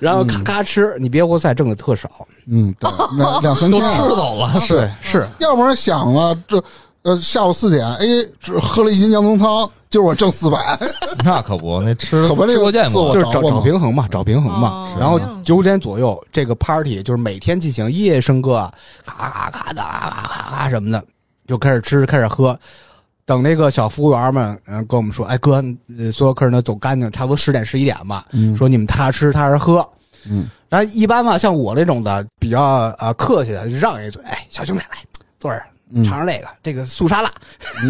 Speaker 2: 然后咔咔吃，你别活塞挣的特少，
Speaker 1: 嗯，对，两两三
Speaker 4: 都
Speaker 1: 千啊，
Speaker 4: 吃走了，是
Speaker 2: 是
Speaker 1: 要不然想了这呃下午四点，哎，只喝了一斤洋葱汤，今儿我挣四百，
Speaker 4: 那可不，那吃
Speaker 1: 可不这
Speaker 4: 吃
Speaker 1: 个
Speaker 4: 过见
Speaker 1: 自我
Speaker 4: 过，
Speaker 2: 就是
Speaker 1: 掌
Speaker 2: 找
Speaker 1: 握嘛
Speaker 2: 找平衡嘛，找平衡嘛。
Speaker 3: 哦
Speaker 2: 然后
Speaker 3: 这样子
Speaker 2: 九点左右这个 party 就是每天进行，夜夜笙歌，咔咔咔的咔咔咔咔什么的，就开始吃，开始喝。等那个小服务员们，然后跟我们说：“哎哥，呃所有客人都走干净，差不多十点十一点吧。说你们踏实吃，踏实喝。”
Speaker 1: 嗯，
Speaker 2: 然后一般嘛，像我这种的比较啊客气的，就让一嘴，哎，小兄弟来坐这儿。
Speaker 1: 嗯
Speaker 2: 尝尝这个，这个素沙拉。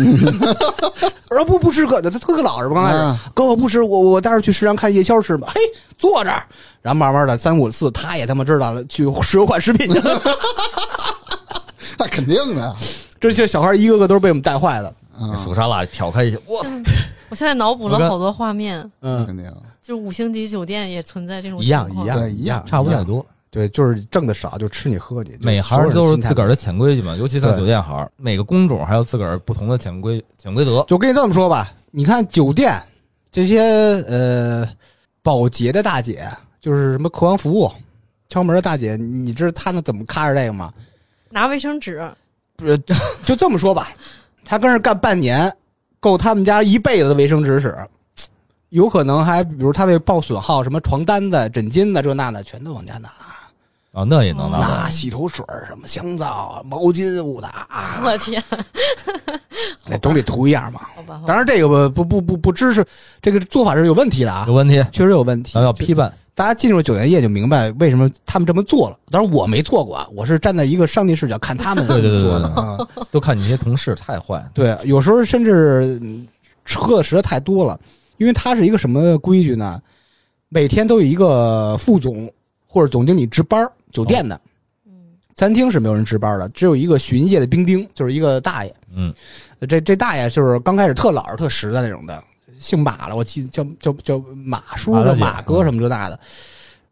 Speaker 2: 我说不不吃哥，他特老实，刚开
Speaker 1: 嗯
Speaker 2: 始哥我不吃，我我待会儿去食堂看夜宵吃吧。嘿，坐这儿，然后慢慢的三五次，他也他妈知道了，去石油化食品去了。
Speaker 1: 那肯定的呀，
Speaker 2: 这些小孩一个个都是被我们带坏的。
Speaker 4: 这
Speaker 1: 啊，
Speaker 4: 素沙拉挑开一下，哇，
Speaker 1: 嗯
Speaker 3: 我现在脑补
Speaker 4: 我
Speaker 3: 了
Speaker 4: 刚
Speaker 3: 好多画面，
Speaker 1: 那
Speaker 2: 嗯，
Speaker 1: 肯定
Speaker 3: 就是五星级酒店也存在这种
Speaker 2: 一样
Speaker 3: 情况
Speaker 2: 一样
Speaker 1: 对一样
Speaker 4: 差不太多。
Speaker 2: 对，就是挣的少就吃你喝你，
Speaker 4: 每行都是自个儿
Speaker 2: 的。
Speaker 4: 的潜规矩嘛，尤其像
Speaker 2: 对
Speaker 4: 酒店行，每个工种还有自个儿不同的潜规潜规则。
Speaker 2: 就跟你这么说吧，你看酒店这些呃保洁的大姐，就是什么客房服务、敲门的大姐，你知道她们怎么看着这个吗？
Speaker 3: 拿卫生纸，
Speaker 2: 不是，就这么说吧，他跟这儿干半年，够他们家一辈子的卫生纸使，有可能还比如他为报损耗，什么床单子、枕巾子这那的，全都往家拿，
Speaker 4: 啊，那也能拿到。
Speaker 2: 拿洗头水儿、什么香皂、啊毛巾捂的啊，
Speaker 3: 我天，
Speaker 2: 那总得涂一样嘛。
Speaker 3: 好吧，好吧
Speaker 2: 当然，这个不不不不支持这个做法是有问题的啊
Speaker 4: 有，问题，
Speaker 2: 确实有问题
Speaker 4: 咱。要批判。
Speaker 2: 大家进入酒店业就明白为什么他们这么做了。当然我没做过，啊，我是站在一个上帝视角看他们
Speaker 4: 对对对
Speaker 2: 这么做
Speaker 4: 对
Speaker 2: 的
Speaker 4: 对，
Speaker 2: 啊。
Speaker 4: 都看你那些同事太坏了。
Speaker 2: 对，有时候甚至嗯喝的实在太多了，因为它是一个什么规矩呢？每天都有一个副总或者总经理值班儿，酒店的，
Speaker 3: 嗯
Speaker 2: 餐厅是没有人值班的，只有一个巡夜的兵丁，就是一个大爷。
Speaker 4: 嗯，
Speaker 2: 这这大爷就是刚开始特老实特实的那种的，姓马了，我记得叫叫叫马叔
Speaker 4: 马大
Speaker 2: 叫
Speaker 4: 姐
Speaker 2: 马哥什么这那的。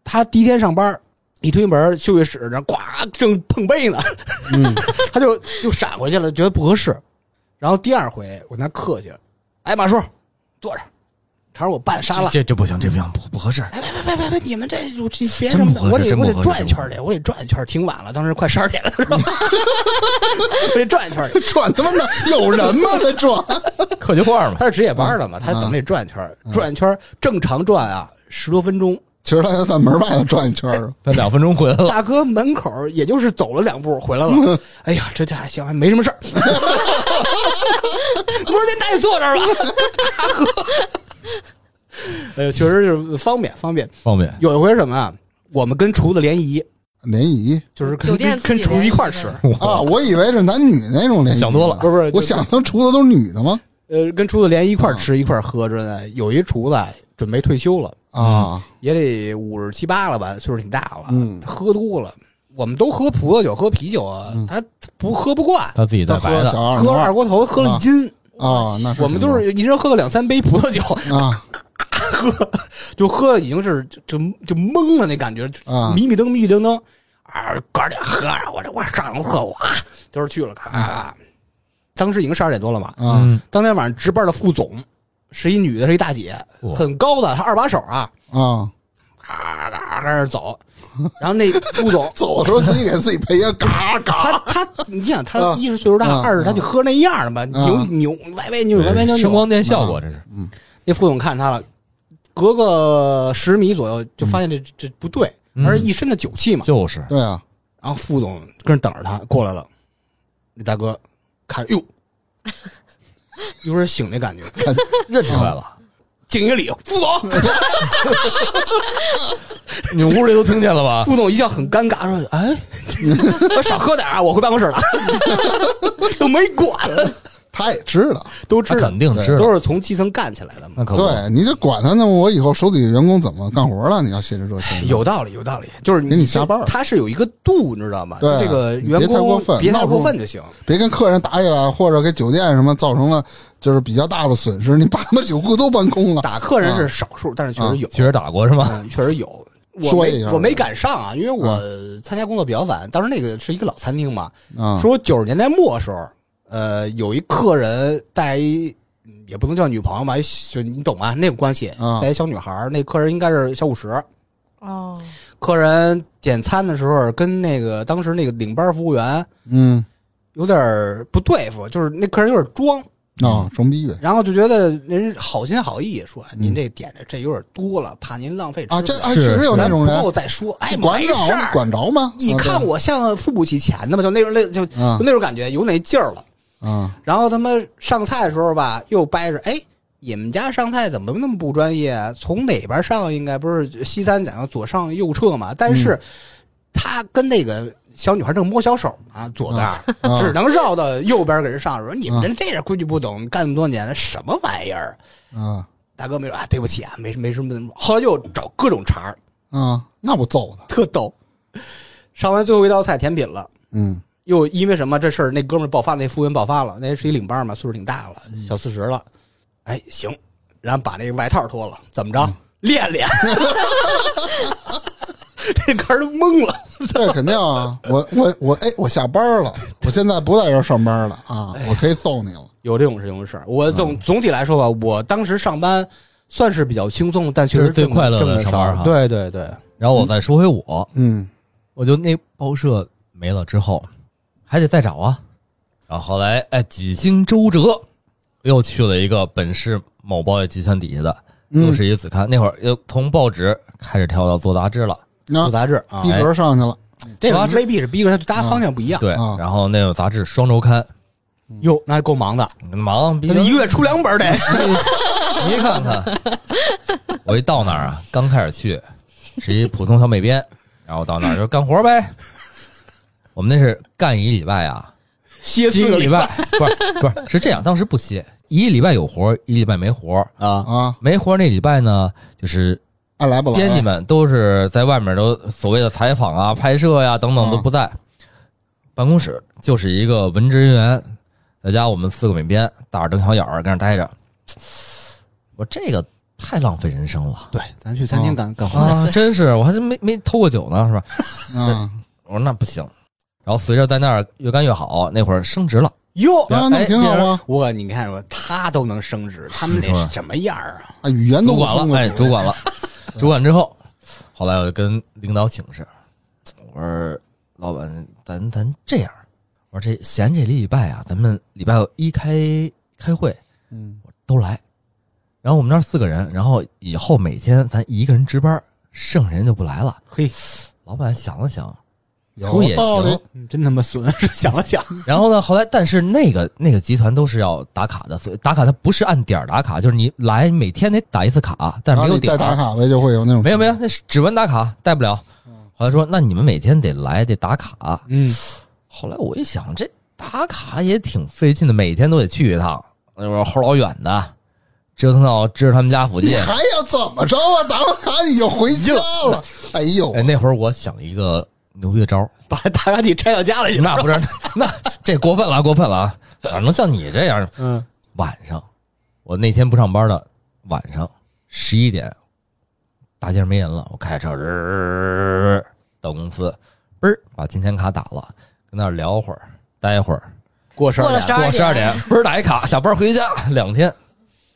Speaker 2: 他第一天上班，一推门休息室，然后咵正碰杯呢，
Speaker 4: 嗯
Speaker 2: 他就又闪回去了，觉得不合适。然后第二回我跟他客气了，哎，马叔坐着，尝尝我拌沙拉。
Speaker 4: 这这不行，这不行，不不合适。
Speaker 2: 别别别，哎你们这我这别
Speaker 4: 真
Speaker 2: 什么
Speaker 4: 不合
Speaker 2: 的，我
Speaker 4: 适
Speaker 2: 得
Speaker 4: 真
Speaker 2: 我
Speaker 4: 不
Speaker 2: 得
Speaker 4: 合适
Speaker 2: 转一圈儿去，我得转一圈儿，挺晚了，当时快十二点了，是吧？ 我得转一圈儿去。
Speaker 1: 转他妈的有人吗？这转，
Speaker 4: 客气话嘛，
Speaker 2: 他是值夜班
Speaker 1: 啊
Speaker 2: 的嘛，他总得转一圈儿，转一圈儿正常转啊，十多分 钟。
Speaker 1: 其实他就在门外头转一圈儿，啊
Speaker 4: 他两分钟回来
Speaker 1: 哦
Speaker 4: 了。
Speaker 2: 大哥门口儿也就是走了两步 回来了，哎呀，这家还行，还没什么事儿。我说您大爷坐 这儿吧，大哥。 呃，确实是方便方便。
Speaker 4: 方便，
Speaker 2: 有一回是什么啊？我们跟厨子联谊，
Speaker 1: 联谊
Speaker 2: 就是跟
Speaker 3: 酒店自
Speaker 2: 跟
Speaker 3: 己
Speaker 2: 厨一块儿
Speaker 3: 联谊
Speaker 2: 吃
Speaker 3: 的，
Speaker 1: 啊，我以为是男女那种联谊，
Speaker 4: 想多了
Speaker 2: 不是不
Speaker 1: 我
Speaker 2: 是，
Speaker 1: 想啊成厨子都是女的吗？
Speaker 2: 呃跟厨子联谊一块儿吃一块儿喝着呢。有一厨子啊准备退休了。
Speaker 4: 嗯
Speaker 1: 啊，
Speaker 2: 也得五十七八了吧，岁数挺大了，
Speaker 1: 嗯
Speaker 2: 喝多了。我们都喝葡萄酒、喝啤酒啊，
Speaker 1: 嗯
Speaker 2: 他不喝不惯，
Speaker 4: 他自己
Speaker 1: 他
Speaker 4: 在
Speaker 1: 喝
Speaker 4: 白的，
Speaker 1: 小二
Speaker 2: 喝二锅头喝了一斤，
Speaker 1: 啊，那是
Speaker 2: 我们都是一人喝个两三杯葡萄酒，
Speaker 1: 挺多啊
Speaker 2: 就喝已经是就就就懵了那感觉，
Speaker 1: 啊
Speaker 2: 迷迷瞪迷迷瞪瞪，啊，哥俩喝啊，我这我上楼喝我，啊都是去了，咔咔咔。
Speaker 1: 嗯
Speaker 2: 当时已经十二点多了嘛，
Speaker 1: 啊
Speaker 4: 嗯
Speaker 2: 当天晚上值班的副总是一女的，是一大姐，
Speaker 4: 哇
Speaker 2: 很高的，她二把手啊，
Speaker 1: 啊，
Speaker 4: 嗯
Speaker 2: 咔咔咔开 始走，然后那副总
Speaker 1: 走 的时候自己给自己配音，嘎嘎，
Speaker 2: 他他，你想他
Speaker 1: 嗯
Speaker 2: 一是岁数大，
Speaker 1: 嗯
Speaker 2: 二是他就喝那样儿吧，扭
Speaker 1: 嗯
Speaker 2: 扭歪歪扭歪歪扭
Speaker 4: 嗯，
Speaker 2: 扭。
Speaker 4: 声光电效果这是
Speaker 2: 那副总看他了，隔个十米左右就发现这这不对，
Speaker 4: 嗯
Speaker 2: 而一身的酒气嘛。
Speaker 4: 就是
Speaker 1: 对啊，
Speaker 2: 然后副总跟着等着他过来了，那大哥看哟，有点醒的感觉，
Speaker 4: 认出来了，
Speaker 2: 敬一个礼，副总。
Speaker 4: 你们屋里都听见了吧？
Speaker 2: 副总一向很尴尬说：“哎， 我少喝点啊，我回办公室了。” 都没管，
Speaker 1: 他也知道，
Speaker 2: 都
Speaker 4: 他
Speaker 2: 知道
Speaker 4: 肯，定知道，
Speaker 2: 都是从基层干起来的嘛。
Speaker 4: 那可不
Speaker 1: 对，你就管他呢，我以后手底下员工怎么干活了？你要写着这些，
Speaker 2: 有道理，有道理，就是
Speaker 1: 给你下班儿
Speaker 2: 他是有一个度，你知道吗？
Speaker 1: 对
Speaker 2: 就这个
Speaker 1: 你
Speaker 2: 员
Speaker 1: 别
Speaker 2: 工
Speaker 1: 太过分
Speaker 2: 别太
Speaker 1: 闹啊
Speaker 2: 过
Speaker 1: 出
Speaker 2: 分就行。
Speaker 1: 别跟客人打起来，或者给酒店什么造成了就是比较大的损失，你把他们酒库都搬空了。
Speaker 2: 打客
Speaker 1: 啊
Speaker 2: 人是少数，但是确实有，
Speaker 4: 其实打过是吗？
Speaker 2: 嗯确实 有。我
Speaker 1: 说一
Speaker 2: 没
Speaker 1: 下
Speaker 2: 我没赶上啊，因为我参加工作比较晚，当时那个是一个老餐厅嘛，
Speaker 1: 啊，
Speaker 2: 说九十年代末时候，呃，有一客人带一嗯也不能叫女朋友吧，就你懂吧？那种关系
Speaker 1: 啊，
Speaker 2: 带一小女孩儿，那客人应该是小五十，
Speaker 3: 哦，
Speaker 2: 客人点餐的时候跟那个当时那个领班服务员
Speaker 1: 嗯，
Speaker 2: 有点儿不对付，就是那客人有点装，
Speaker 1: 啊，装逼呗。
Speaker 2: 然后就觉得人好心好意说哎您
Speaker 1: 嗯
Speaker 2: 这点的这有点多了，怕您浪费
Speaker 1: 啊，
Speaker 2: 吃
Speaker 1: 这
Speaker 2: 的
Speaker 1: 啊，
Speaker 4: 是
Speaker 1: 确实有
Speaker 4: 是
Speaker 1: 那
Speaker 2: 咱
Speaker 1: 种
Speaker 2: 不
Speaker 1: 人，
Speaker 2: 够再说，哎，
Speaker 1: 管
Speaker 2: 没
Speaker 1: 着
Speaker 2: 事儿，
Speaker 1: 管着吗？
Speaker 2: 你看我像付不起钱的吗？就那种那就就
Speaker 1: 啊
Speaker 2: 那种感觉，有那劲儿了。
Speaker 1: 对啊，
Speaker 2: 然后他妈上菜的时候吧，又掰着，哎，你们家上菜怎么那么不专业啊？从哪边上应该不是西餐讲究左上右撤嘛？但是他跟那个小女孩正摸小手嘛，左边、
Speaker 1: 啊
Speaker 2: 只能绕到右边给人上手。说你们
Speaker 1: 啊
Speaker 2: 人这点规矩不懂，干这么多年了，什么玩意儿？
Speaker 1: 啊
Speaker 2: 大哥没说啊，对不起啊，没没什么。后来又找各种茬儿，
Speaker 1: 啊，那我揍他。
Speaker 2: 特逗。上完最后一道菜甜品了。
Speaker 1: 嗯
Speaker 2: 又因为什么这事儿，那哥们儿爆发，那服务员爆发了，那是一领班嘛，岁数挺大了，
Speaker 4: 嗯
Speaker 2: 小四十了，哎行，然后把那个外套脱了，怎么着、
Speaker 4: 嗯
Speaker 2: 练练，这哥儿都懵了，
Speaker 1: 这肯定啊！我我我，哎，我下班了，我现在不在这儿上班了啊，我可以揍你
Speaker 4: 哎
Speaker 1: 了。
Speaker 2: 有这种事，有这种事儿。
Speaker 4: 嗯
Speaker 2: 我总总体来说吧，我当时上班算是比较轻松，但确
Speaker 4: 这
Speaker 2: 实
Speaker 4: 是最
Speaker 2: 挣
Speaker 4: 快乐的
Speaker 2: 挣得
Speaker 4: 上
Speaker 2: 少
Speaker 4: 班哈啊
Speaker 2: 对对对，
Speaker 4: 然后我再说回我，
Speaker 1: 嗯
Speaker 4: 我就那报社没了之后，还得再找啊。然后后来哎，几经周折，又去了一个本市某报业集团底下的，又
Speaker 1: 嗯，
Speaker 4: 是一子刊。那会儿又从报纸开始跳到做杂志了，
Speaker 1: 那
Speaker 2: 做杂志啊
Speaker 4: 嗯
Speaker 1: 逼，格上去了
Speaker 2: 这
Speaker 4: 做杂
Speaker 2: 种
Speaker 4: 志
Speaker 2: 未必是逼格，它大家方向不一样。
Speaker 4: 啊对。
Speaker 1: 啊
Speaker 4: 然后那有杂志《双周刊》，
Speaker 2: 哟，那还够忙的，
Speaker 4: 忙，
Speaker 2: 那一个月出两本得。
Speaker 4: 嗯 你看看，我一到那儿啊，刚开始去是一普通小美编，然后到那儿就干 活呗。我们那是干一礼拜啊，
Speaker 2: 歇
Speaker 4: 一
Speaker 2: 四个
Speaker 4: 礼
Speaker 2: 礼拜
Speaker 4: 拜不是不是是这样，当时不歇，一礼拜有活，一礼拜没活，
Speaker 2: 啊，
Speaker 1: 啊，
Speaker 4: 没活那礼拜呢，就是
Speaker 1: 爱来不啊来。
Speaker 4: 编辑们都是在外面都所谓的采访啊、拍摄呀、等等
Speaker 1: 啊
Speaker 4: 都不在，办公室就是一个文职人员，在家我们四个美编大眼瞪小眼儿跟那儿待着，我这个太浪费人生了。
Speaker 2: 对，咱去餐厅
Speaker 1: 啊
Speaker 2: 干干活。
Speaker 4: 啊，真是，我还真没没偷过酒呢，是吧？
Speaker 1: 啊，
Speaker 4: 我说那不行。然后随着在那儿越干越好，那会儿升职了，
Speaker 2: 哟，
Speaker 1: 啊，
Speaker 4: 哎
Speaker 1: 那不挺好吗？
Speaker 2: 我你看说他都能升职，他们得是什么样儿啊？
Speaker 1: 啊，语言都
Speaker 4: 主
Speaker 1: 不
Speaker 4: 管
Speaker 1: 通
Speaker 4: 了，
Speaker 1: 过
Speaker 4: 哎，主管了，主管之后，后来我就跟领导请示，我说老板，咱咱这样，我说这闲这礼拜啊，咱们礼拜一开开会
Speaker 1: 嗯
Speaker 4: 都来，然后我们那儿四个人，然后以后每天咱一个人值班，剩下人就不来了。
Speaker 2: 嘿，
Speaker 4: 老板想了想，
Speaker 1: 有道理
Speaker 4: 也行
Speaker 2: 嗯真他妈损！ 想了想，
Speaker 4: 然后呢，后来但是那个那个集团都是要打卡的，所以打卡它不是按点儿打卡，就是你来每天得打一次卡，但
Speaker 1: 然
Speaker 4: 是
Speaker 1: 后啊
Speaker 4: 没有啊
Speaker 1: 你
Speaker 4: 点
Speaker 1: 带
Speaker 4: 儿
Speaker 1: 打卡呗，就会有那种
Speaker 4: 没有没有，那是指纹打卡带不了。后来说，那你们每天得来得打卡。
Speaker 2: 嗯，
Speaker 4: 后来我一想，这打卡也挺费劲的，每天都得去一趟，那会儿齁老远的，折腾到支着他们家附
Speaker 1: 你
Speaker 4: 近。
Speaker 1: 还要怎么着啊？打完卡你就回家了。哎呦，
Speaker 4: 哎，那会儿我想一个牛逼的招儿，
Speaker 2: 把打卡器拆到家里去。
Speaker 4: 那不是那这过分了，过分了啊！哪能像你这样？
Speaker 2: 嗯，
Speaker 4: 晚上，我那天不上班的晚上十一点，大街上没人了，我开车呃到公司，嘣儿把金钱卡打了，跟那儿聊会儿，待会儿，
Speaker 2: 过啊事儿
Speaker 3: 过了12
Speaker 4: 过十二
Speaker 3: 点
Speaker 4: 点，嘣儿打一卡，下班回家两天，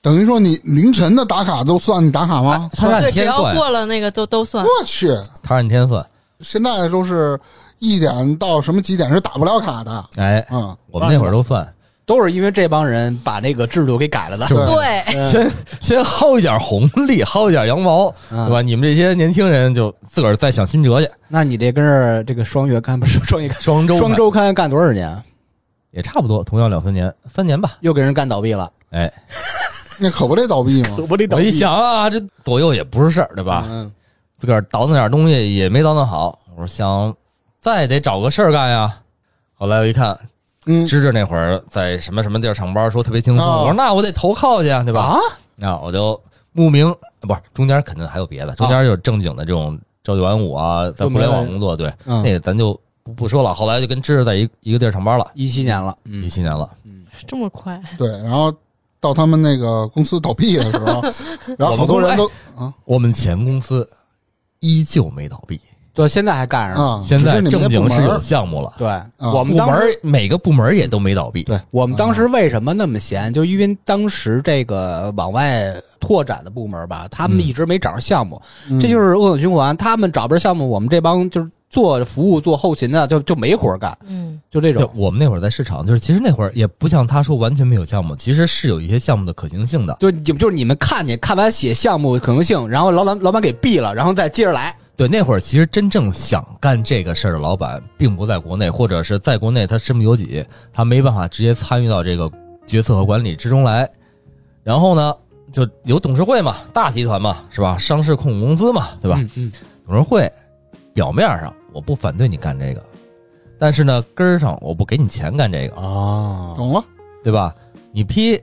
Speaker 1: 等于说你凌晨的打卡都算你打卡吗？
Speaker 4: 他按
Speaker 3: 对，只
Speaker 4: 天
Speaker 3: 要
Speaker 4: 算，
Speaker 3: 过了那个都都算。
Speaker 1: 我去，
Speaker 4: 他按天算，
Speaker 1: 现在都是一点到什么几点是打不了卡的啊、
Speaker 4: 哎，
Speaker 1: 嗯？
Speaker 4: 我们那会儿都算，
Speaker 2: 都是因为这帮人把那个制度给改了的。
Speaker 1: 对
Speaker 3: 对，
Speaker 4: 先先薅一点红利，薅一点羊毛，
Speaker 2: 嗯
Speaker 4: 对吧？你们这些年轻人就自个儿再想新辙去，
Speaker 2: 那你这跟这儿这个双月刊不是双月刊，
Speaker 4: 双周
Speaker 2: 双
Speaker 4: 嘛
Speaker 2: 周刊干多少年？
Speaker 4: 也差不多，同样两三年，三年吧，
Speaker 2: 又给人干倒闭了，
Speaker 4: 哎。
Speaker 1: 那可不得倒闭吗？
Speaker 2: 可不得倒
Speaker 4: 嗯 我
Speaker 2: 闭。
Speaker 4: 一想啊，这左右也不是事儿，对吧？
Speaker 2: 嗯，
Speaker 4: 自个儿倒腾点东西也没倒腾好，我说想再得找个事儿干呀。后来我一看，
Speaker 1: 嗯，
Speaker 4: 芝芝那会儿在什么什么地儿上班，说特别轻松，
Speaker 1: 哦
Speaker 4: 我说那我得投靠去啊，对吧？
Speaker 2: 啊，
Speaker 4: 那、我就慕名，呃不是中间肯定还有别的，中
Speaker 1: 哦
Speaker 4: 间有正经的这种朝九晚五啊，
Speaker 2: 就
Speaker 4: 在互
Speaker 2: 没
Speaker 4: 联
Speaker 2: 了
Speaker 4: 网工作，对，
Speaker 2: 嗯
Speaker 4: 那个咱就不不说了。后来就跟芝芝在一一个地儿上班了，
Speaker 2: 一七年了，
Speaker 4: 一
Speaker 2: 嗯，
Speaker 4: 七年了，
Speaker 3: 这么快，
Speaker 1: 对，然后到他们那个公司倒闭的时 候，然后好多人都
Speaker 4: 我们前公司依旧没倒闭，
Speaker 2: 对，现在还干上。
Speaker 1: 啊，
Speaker 4: 现
Speaker 1: 只
Speaker 4: 在
Speaker 1: 是你们
Speaker 4: 正
Speaker 1: 那部
Speaker 4: 经是
Speaker 1: 门
Speaker 4: 有
Speaker 1: 儿
Speaker 4: 项目了，
Speaker 2: 对、
Speaker 1: 嗯
Speaker 2: 我
Speaker 4: 部
Speaker 2: 们当时，
Speaker 4: 门每个部门也都没倒闭。
Speaker 2: 对我们当时为什么那么
Speaker 4: 嗯
Speaker 2: 闲，就因为当时这个往外拓展的部门吧，他们
Speaker 4: 嗯
Speaker 2: 一直没找着项目，
Speaker 1: 嗯
Speaker 2: 这就是恶性循环。他们找不着项目，我们这帮就是做服务、做后勤的就就没活干，
Speaker 3: 嗯
Speaker 2: 就这
Speaker 4: 对
Speaker 2: 种。
Speaker 4: 我们那会儿在市场，就是其实那会儿也不像他说完全没有项目，其实是有一些项目的可行性的。
Speaker 2: 就你就是你们看见看完写项目可能性，然后老板老板给毙了，然后再接着来。
Speaker 4: 对，那会儿其实真正想干这个事儿的老板，并不在国内，或者是在国内他身不由己，他没办法直接参与到这个决策和管理之中来。然后呢，就有董事会嘛，大集团嘛，是吧？上市控股公司嘛，对吧？
Speaker 2: 嗯嗯
Speaker 4: 董事会表面上我不反对你干这个，但是呢，根儿上我不给你钱干这个，
Speaker 2: 哦，
Speaker 1: 懂了，
Speaker 4: 对吧？你批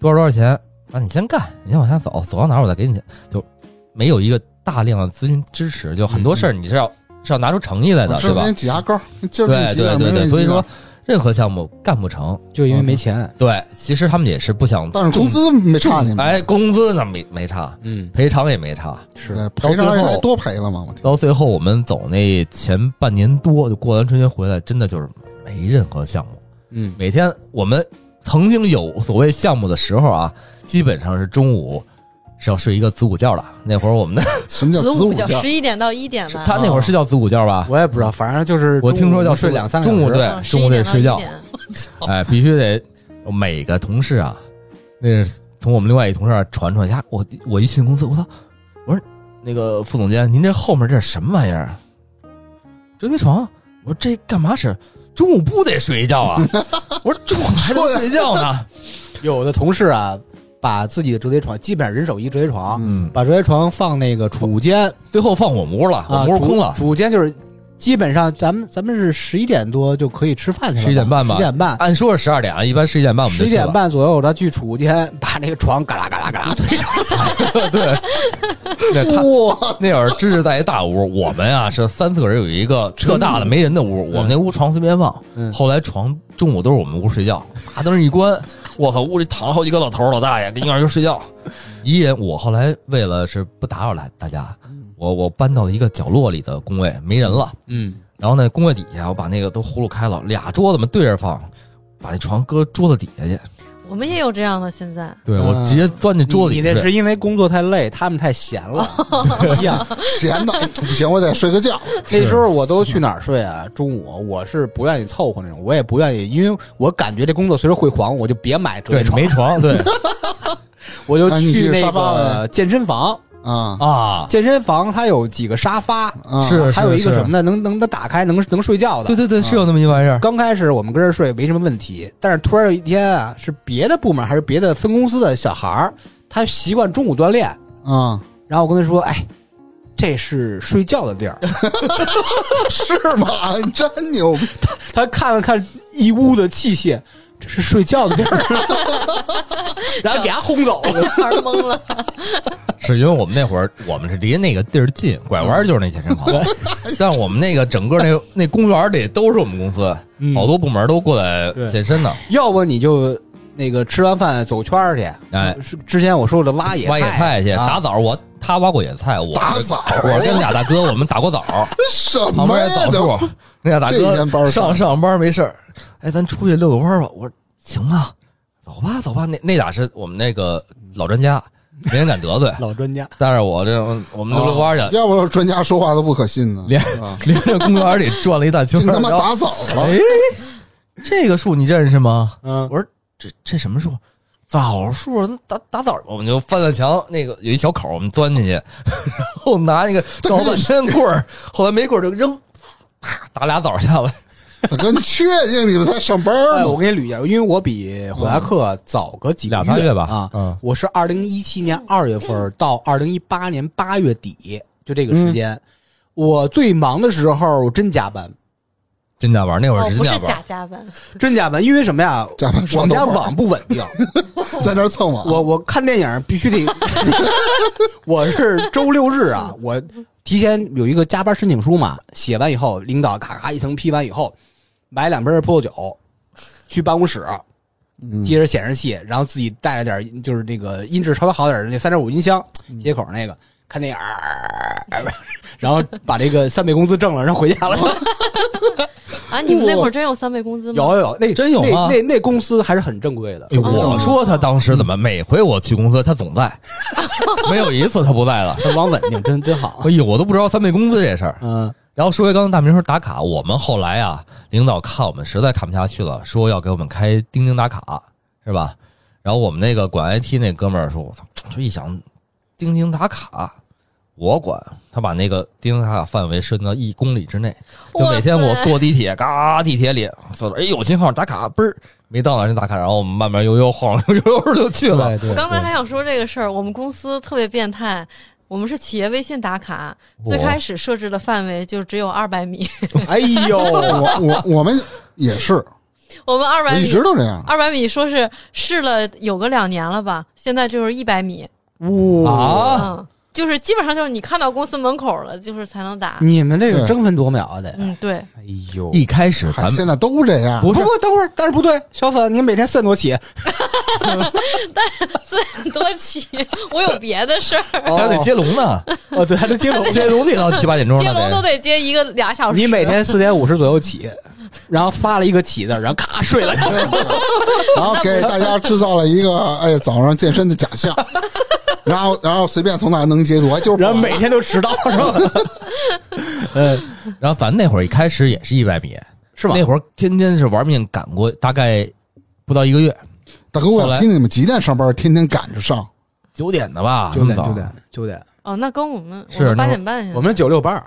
Speaker 4: 多少多少钱，那你先干，你先往下走，走到哪儿我再给你钱，就没有一个大量的资金支持，就很多事儿你是要、是要拿出诚意来的，
Speaker 1: 我这
Speaker 4: 对吧
Speaker 1: 边？挤牙膏，今儿
Speaker 4: 对
Speaker 1: 这挤
Speaker 4: 对
Speaker 1: 点
Speaker 4: 对
Speaker 1: 没
Speaker 4: 对，
Speaker 1: 问
Speaker 4: 所以
Speaker 1: 题的
Speaker 4: 说任何项目干不成，
Speaker 2: 就因为没钱。
Speaker 4: 对，其实他们也是不想重，
Speaker 1: 但是工资没差 你们，
Speaker 4: 哎，工资那没没差，
Speaker 2: 嗯，
Speaker 4: 赔偿也没差，
Speaker 2: 是
Speaker 1: 对，赔偿
Speaker 4: 到最后
Speaker 1: 还多赔了嘛，我天，
Speaker 4: 到最后我们走那前半年多，就过完春节回来，真的就是没任何项目。
Speaker 2: 嗯
Speaker 4: 每天我们曾经有所谓项目的时候啊，基本上是中午是要睡一个子午觉的。那会儿我 们的
Speaker 1: 什么叫
Speaker 3: 子
Speaker 1: 子午
Speaker 3: 午觉
Speaker 1: 觉？
Speaker 3: 十一点到一点吧，
Speaker 4: 他那会儿是叫子午觉吧？
Speaker 2: 我也不知道，反正就是
Speaker 4: 我听说要
Speaker 2: 睡两三个小时
Speaker 4: 中午对
Speaker 3: 嗯
Speaker 4: 中午得睡
Speaker 3: 11
Speaker 4: 觉，
Speaker 3: 点到1点
Speaker 4: 哎，必须得每个同事啊，那是从我们另外一同事那儿传出来呀，我我一进公司，我操，我说那个副总监，您这后面这是什么玩意儿啊？折叠床？我说这干嘛使？中午不得睡一觉啊？我说中午还能睡觉呢？
Speaker 2: 有的同事啊，把自己的折叠床，基本上人手一折叠床，
Speaker 4: 嗯，
Speaker 2: 把折叠床放那个储物间
Speaker 4: 最后放我们屋了，我
Speaker 2: 啊，
Speaker 4: 们屋空了
Speaker 2: 储。储物间就是基本上咱们咱们是十一点多就可以吃饭去了吧，
Speaker 4: 11点半吧
Speaker 2: 十点半。
Speaker 4: 按说是十二点啊，一般十一点半我们
Speaker 2: 十
Speaker 4: 就
Speaker 2: 一
Speaker 4: 去了
Speaker 2: 点。半左右，他去储物间把那个床嘎啦嘎啦嘎啦推上。
Speaker 4: 对，他
Speaker 1: 哇，
Speaker 4: 那会儿芝芝在一大屋，我们啊是三四个人有一个特大的没人的屋，我们那屋床随便放。
Speaker 2: 嗯
Speaker 4: 后来床中午都是我们屋睡觉，把灯一关，我靠，屋里躺了好几个老头儿老大爷，跟婴儿就 睡觉。一人，我后来为了是不打扰来大家，我我搬到一个角落里的工位，没人了。
Speaker 2: 嗯，
Speaker 4: 然后呢，工位底下我把那个都葫芦开了，俩桌子嘛对着放，把那床搁桌子底下去。
Speaker 3: 我们也有这样的现在。
Speaker 4: 对
Speaker 2: 啊
Speaker 4: 我直接钻进桌子
Speaker 2: 你
Speaker 4: 底
Speaker 2: 那
Speaker 4: 下睡。
Speaker 2: 是因为工作太累，他们太闲了。一样
Speaker 1: 闲的不行，我得睡个觉。
Speaker 2: 那时候我都去哪儿睡啊？中午我是不愿意凑合那种，我也不愿意，因为我感觉这工作随时会黄，我就别买折叠
Speaker 4: 对，
Speaker 2: 床
Speaker 4: 没，床， 对
Speaker 2: 我就
Speaker 1: 那你去
Speaker 2: 那
Speaker 1: 沙发
Speaker 2: 个健身房。
Speaker 1: 啊
Speaker 4: 啊，
Speaker 2: 健身房它有几个沙发，
Speaker 1: 啊，
Speaker 4: 是
Speaker 2: 还有一个
Speaker 4: 是
Speaker 2: 什么呢？能能它打开，能能睡觉
Speaker 4: 对
Speaker 2: 的。
Speaker 4: 对对，是有那么一玩意儿。
Speaker 2: 刚开始我们跟这儿睡没什么问题，但是突然有一天啊，是别的部门还是别的分公司的小孩儿，他习惯中午锻炼，
Speaker 1: 啊，
Speaker 4: 哦
Speaker 2: 然后我跟他说：“哎，这是睡觉的地 儿。
Speaker 1: 是吗？ 你真牛逼！”
Speaker 2: 他看了看一屋的器械，这是睡觉的 地儿，然后给他轰走了。
Speaker 3: 小孩儿懵了，
Speaker 4: 是因为我们那会儿我们是离那个地儿近，拐弯就是那健身房， 但我们那个整个那那公园里都是我们公司，
Speaker 2: 嗯
Speaker 4: 好多部门都过来健身呢。
Speaker 2: 要不你就那个吃完饭走圈儿去。
Speaker 4: 哎，
Speaker 2: 是之前我说的挖野
Speaker 4: 挖野菜去，
Speaker 2: 啊，
Speaker 4: 打枣我他挖过野菜，我
Speaker 1: 打枣
Speaker 4: 我跟俩大哥我们打过枣，
Speaker 1: 什
Speaker 4: 旁
Speaker 1: 么
Speaker 4: 边
Speaker 1: 呀
Speaker 4: 那？枣
Speaker 1: 都
Speaker 4: 树，那俩大
Speaker 1: 这一天班儿
Speaker 4: 哥
Speaker 1: 上
Speaker 4: 上上班没事儿，哎，咱出去遛个弯儿吧。我说行吧，走吧走吧。那那俩是我们那个老专家，没人敢得罪
Speaker 2: 老专家，
Speaker 4: 但是我这种我们遛遛弯儿去，
Speaker 1: 哦要不然专家说话都不可信呢。
Speaker 4: 连
Speaker 1: 是吧
Speaker 4: 连着公园里转了一大圈
Speaker 1: 竟
Speaker 4: 儿，
Speaker 1: 啊他妈
Speaker 4: 然
Speaker 1: 打
Speaker 4: 后
Speaker 1: 枣了！
Speaker 4: 哎，这个树你认识吗？
Speaker 2: 嗯，
Speaker 4: 我说这这什么树？枣树，那打打枣，我们就翻到墙那个有一小口，我们钻进去，然 后拿那个找了半天棍儿，后来没棍儿就扔，啪打俩枣下来。
Speaker 1: 大哥，你确定你们在上班
Speaker 2: 哎，我
Speaker 1: 吗？
Speaker 2: 给你捋一下，因为我比火达克早个几个
Speaker 4: 俩仨月吧
Speaker 2: 啊，
Speaker 4: 嗯
Speaker 2: 我是二零一七年二月份到二零一八年八月底，就这个
Speaker 1: 嗯
Speaker 2: 时间，我最忙的时候我真加班，
Speaker 4: 真假玩那会
Speaker 3: 哦
Speaker 4: 儿，是
Speaker 3: 不
Speaker 4: 真
Speaker 3: 是
Speaker 4: 假玩
Speaker 3: 假，加班，
Speaker 2: 真加班，因为什么呀？
Speaker 1: 加班
Speaker 2: 我
Speaker 1: 刷
Speaker 2: 们
Speaker 1: 豆
Speaker 2: 家
Speaker 1: 瓣
Speaker 2: 网不稳定，
Speaker 1: 在那儿蹭网，
Speaker 2: 我我看电影必须得， 我是周六日啊，我提前有一个加班申请书嘛，写完以后，领导咔咔一层批完以后，买两瓶葡萄酒，去办公室，
Speaker 1: 嗯
Speaker 2: 接着
Speaker 4: 嗯
Speaker 2: 显示器，然后自己带了点就是那个音质稍微好点的那三点五音箱接口那个，看电影儿，然后把这个三倍工资挣了，然后回家了。
Speaker 3: 啊，你们那会儿真有三倍工资吗？
Speaker 2: 有有有，那
Speaker 4: 真有
Speaker 2: 那
Speaker 4: 吗
Speaker 2: 那那公司还是很正规的。
Speaker 4: 哎
Speaker 3: 哦
Speaker 4: 我说他当时怎么每回我去公司他 总在，没有一次他不在的。
Speaker 2: 很网稳定，真真 好
Speaker 4: 哎。呦，我都不知道三倍工资这事儿。
Speaker 2: 嗯，
Speaker 4: 然后说回刚刚大明说打卡，我们后来啊，领导看我们实在看不下去了，说要给我们开钉钉打卡，是吧？然后我们那个管 IT 那哥们儿说，我操，就一想钉钉打卡，我管他把那个钉钉打卡范围伸到一公里之内，就每天我
Speaker 3: 哇塞
Speaker 4: 坐地铁，嘎地铁里坐着，哎有信号打卡，嘣儿没到哪儿就打卡，然后我们慢慢悠悠晃悠悠就去了。
Speaker 2: 对
Speaker 3: 我刚才还想说这个事儿，我们公司特别变态。我们是企业微信打卡，
Speaker 4: 我
Speaker 3: 最开始设置的范围就只有二百米，
Speaker 2: 哎呦，
Speaker 1: 我我我们也是，
Speaker 3: 我们二
Speaker 1: 我
Speaker 3: 百
Speaker 1: 哦一
Speaker 3: 米
Speaker 1: 直都这样。
Speaker 3: 二百米说是试了有个两年了吧，现在就是一百米，
Speaker 2: 哇！
Speaker 4: 啊，
Speaker 3: 嗯，就是基本上就是你看到公司门口了，就是才能打。
Speaker 2: 你们这个
Speaker 1: 对
Speaker 2: 争分夺秒啊，得。
Speaker 3: 嗯，对，
Speaker 2: 哎呦，
Speaker 4: 一开始
Speaker 1: 嗨
Speaker 4: 咱们
Speaker 1: 哎现在都这样，
Speaker 4: 不
Speaker 2: 不
Speaker 4: 是
Speaker 2: 过等会儿，但是不对，小粉，你每天四点多起，
Speaker 3: 多起， 我有别的事儿，
Speaker 4: 还
Speaker 2: 还
Speaker 4: 得接龙呢，
Speaker 2: 哦，对，还得 接龙。
Speaker 4: 接龙得到七八点钟
Speaker 3: 接
Speaker 4: 了
Speaker 3: 龙
Speaker 4: 得
Speaker 3: 都。得接一个俩小时。
Speaker 2: 你每天四点五十左右起，然后发了一个起字，然后咔睡 了。
Speaker 1: 然后给大 家制造了一个哎早上健身的假象，然后然后随便从哪能截图，哎就是
Speaker 2: 然后每天都迟到 是吧？嗯，
Speaker 4: 然后咱那会儿一开始也是一百米，
Speaker 2: 是吗
Speaker 4: 那？会儿天天是玩命赶过，大概不到一个月，
Speaker 1: 大哥，我
Speaker 4: 后来
Speaker 1: 想听你们几点上班，天天赶着上。
Speaker 4: 九点的吧，
Speaker 2: 九点
Speaker 4: 那么早
Speaker 2: 九点九点，
Speaker 3: 哦，那跟我们
Speaker 4: 是
Speaker 3: 我们
Speaker 4: 那
Speaker 3: 八
Speaker 4: 会儿
Speaker 3: 点半现在
Speaker 2: 我们九六班儿，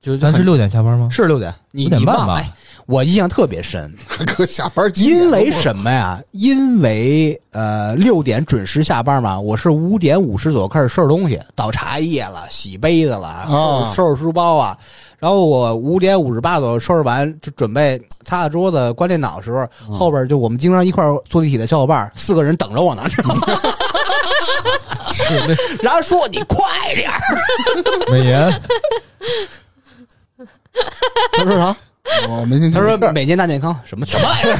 Speaker 2: 就
Speaker 4: 咱是六点下班吗？
Speaker 2: 是六嗯点，你
Speaker 4: 五点
Speaker 2: 你
Speaker 4: 半
Speaker 2: 忘了？
Speaker 4: 吧
Speaker 2: 哎我印象特别深，
Speaker 1: 大哥下班几点
Speaker 2: 因为什么呀？因为呃六点准时下班嘛，我是五点五十左右开始收拾东西，倒茶叶了，洗杯子了，收
Speaker 1: 啊
Speaker 2: 拾收拾书包啊。然后我五点五十八左右收拾完，就准备擦擦桌子、关电脑的时候，后边就我们经常一块儿坐地铁的小伙伴儿，四个人等着我呢，知道吗？
Speaker 4: 是
Speaker 2: 然后说你快点儿，
Speaker 4: 那美 颜，
Speaker 1: 他说啥？我没听清。
Speaker 2: 他说每年大健康什么什么玩意儿？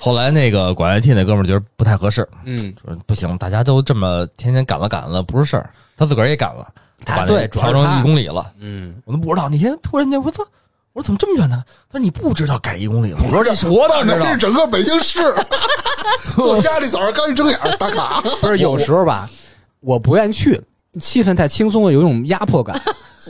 Speaker 4: 后来那个管 IT 那哥们儿觉得不太合适，
Speaker 2: 嗯，
Speaker 4: 说不行，大家都这么天天赶了赶了不是事儿，他自个儿也赶了，
Speaker 2: 他
Speaker 4: 把那
Speaker 2: 对主要是
Speaker 4: 调成
Speaker 2: 他
Speaker 4: 一公里了，
Speaker 2: 嗯，
Speaker 4: 我都不知道。那天突然间我操，我说怎么这么远呢？他说你不知道改一公里了，我说这我哪知
Speaker 1: 那
Speaker 4: 道
Speaker 1: 是？整个北京市， 坐家里早上刚一睁眼儿打 卡，
Speaker 2: 不是有时候吧，我不愿意去，气氛太轻松了，有一种压迫感，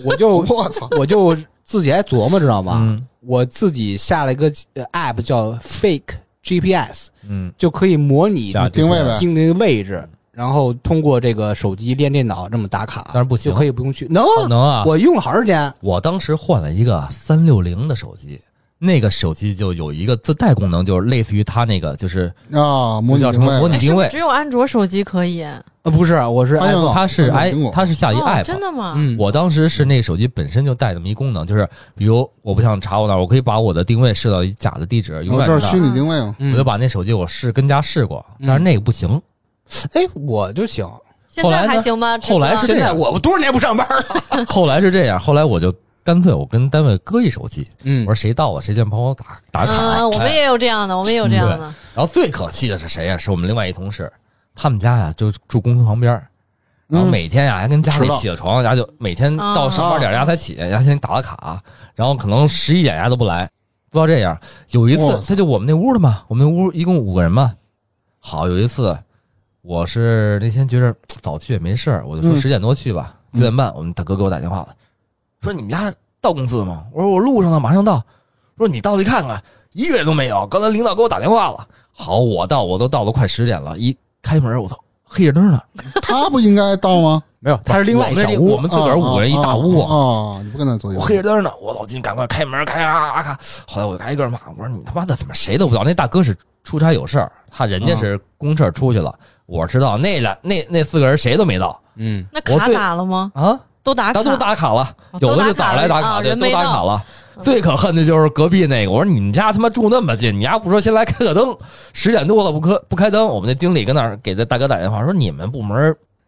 Speaker 2: 我就
Speaker 1: 我操！
Speaker 2: 我就自己还琢磨，知道吗？
Speaker 4: 嗯
Speaker 2: 我自己下了一个呃 app 叫 Fake GPS，
Speaker 4: 嗯，
Speaker 2: 就可以模拟
Speaker 4: 下
Speaker 1: 定位呗，
Speaker 2: 定那个位置，然后通过这个手机连电脑这么打卡，
Speaker 4: 但是不行
Speaker 2: 就可以不用去。能、
Speaker 4: 能啊，
Speaker 2: 我用了好长时间，
Speaker 4: 我当时换了一个三六零的手机，那个手机就有一个自带功能，就是类似于它那个，就是
Speaker 1: 啊，模
Speaker 4: 就
Speaker 1: 拟
Speaker 4: 叫什
Speaker 1: 定
Speaker 4: 么模
Speaker 1: 位
Speaker 4: 拟
Speaker 3: 哎是
Speaker 4: 定
Speaker 3: 不
Speaker 4: 位
Speaker 3: 是只，有安卓手机可以？
Speaker 2: 呃，不是，我是
Speaker 1: 哎呦
Speaker 2: iPhone，、
Speaker 4: 它
Speaker 1: 苹
Speaker 4: 是
Speaker 1: 果
Speaker 4: i
Speaker 1: 苹果
Speaker 4: 它是下一
Speaker 3: 哦，
Speaker 4: app，
Speaker 3: 真的吗？
Speaker 2: 嗯，
Speaker 4: 我当时是那个手机本身就带那么一功能，就是比如我不想查我哪儿，我可以把我的定位设到一假的地址，永
Speaker 1: 我
Speaker 4: 远
Speaker 1: 哦这
Speaker 4: 是
Speaker 1: 是虚
Speaker 4: 那儿。
Speaker 1: 拟定位吗？
Speaker 2: 嗯
Speaker 4: 我就把那手机我试跟家试过，
Speaker 2: 嗯
Speaker 4: 但是那个不行。
Speaker 2: 哎，我就行。
Speaker 3: 现
Speaker 4: 后
Speaker 3: 在
Speaker 4: 来呢
Speaker 3: 还行吗？
Speaker 4: 后来
Speaker 3: 志哥
Speaker 4: 是
Speaker 2: 现
Speaker 4: 这
Speaker 2: 在
Speaker 4: 样
Speaker 2: 我多少年不上班了？
Speaker 4: 后来是这样，后来我就干脆我跟单位搁一手机，
Speaker 2: 嗯
Speaker 4: 我说谁到了谁先帮我打打卡。哎
Speaker 3: 嗯，我们也有这样的，我们也有这样的。
Speaker 4: 然后最可气的是谁呀、是我们另外一同事，他们家呀、就住公司旁边儿，然后
Speaker 1: 嗯
Speaker 4: 每天呀、还跟家
Speaker 1: 迟
Speaker 4: 里
Speaker 1: 到哦
Speaker 4: 起了床，人家就每天到上班点儿，人家才起，人家先打个卡，然后可能十一点人家都不来。不到这样，有一
Speaker 1: 哇
Speaker 4: 次他就我们那屋的嘛，我们那屋一共五个人嘛。好，有一次我是那天觉着早去也没事儿，我就说
Speaker 1: 嗯
Speaker 4: 十点多去吧，九、点半我们大哥给我打电话了，说你们家到公司了吗？我说我路上呢，马上到。说你到去看看，一个人都没有。刚才领导给我打电话了。好，我到，我都到了，快十点了，一开门，我操，黑着灯呢。
Speaker 1: 他不应该到吗？
Speaker 2: 没有，他是另外一
Speaker 4: 我们
Speaker 2: 小
Speaker 4: 那
Speaker 2: 屋 嗯
Speaker 4: 我。们自个儿五个人一大屋，
Speaker 1: 啊，啊你不跟他坐一
Speaker 4: 我
Speaker 1: 屋
Speaker 4: 黑着灯呢，我老进赶快开门，开啊啊咔。后来我挨个儿骂，我说你他妈的怎么谁都不知道？那大哥是出差有事儿，他人
Speaker 3: 嗯
Speaker 4: 家是公事儿出去了，我知道那俩那那四个人谁都没到
Speaker 2: 嗯，
Speaker 3: 那
Speaker 4: 我
Speaker 3: 卡
Speaker 4: 最
Speaker 3: 打了吗？
Speaker 4: 啊，
Speaker 3: 都打卡，
Speaker 4: 大都打卡了，
Speaker 3: 哦
Speaker 4: 有
Speaker 3: 都打
Speaker 4: 的是
Speaker 3: 卡
Speaker 4: 早
Speaker 3: 了
Speaker 4: 来打
Speaker 3: 啊
Speaker 4: 卡，对，
Speaker 3: 人
Speaker 4: 都
Speaker 3: 没
Speaker 4: 打
Speaker 3: 到嗯
Speaker 4: 卡了。最可恨的就是隔壁那个，我说你们家他妈住那么近，你家不说先来开个灯，十点多了不开不开灯，我们那经理跟那儿给这大哥打电话说你们部门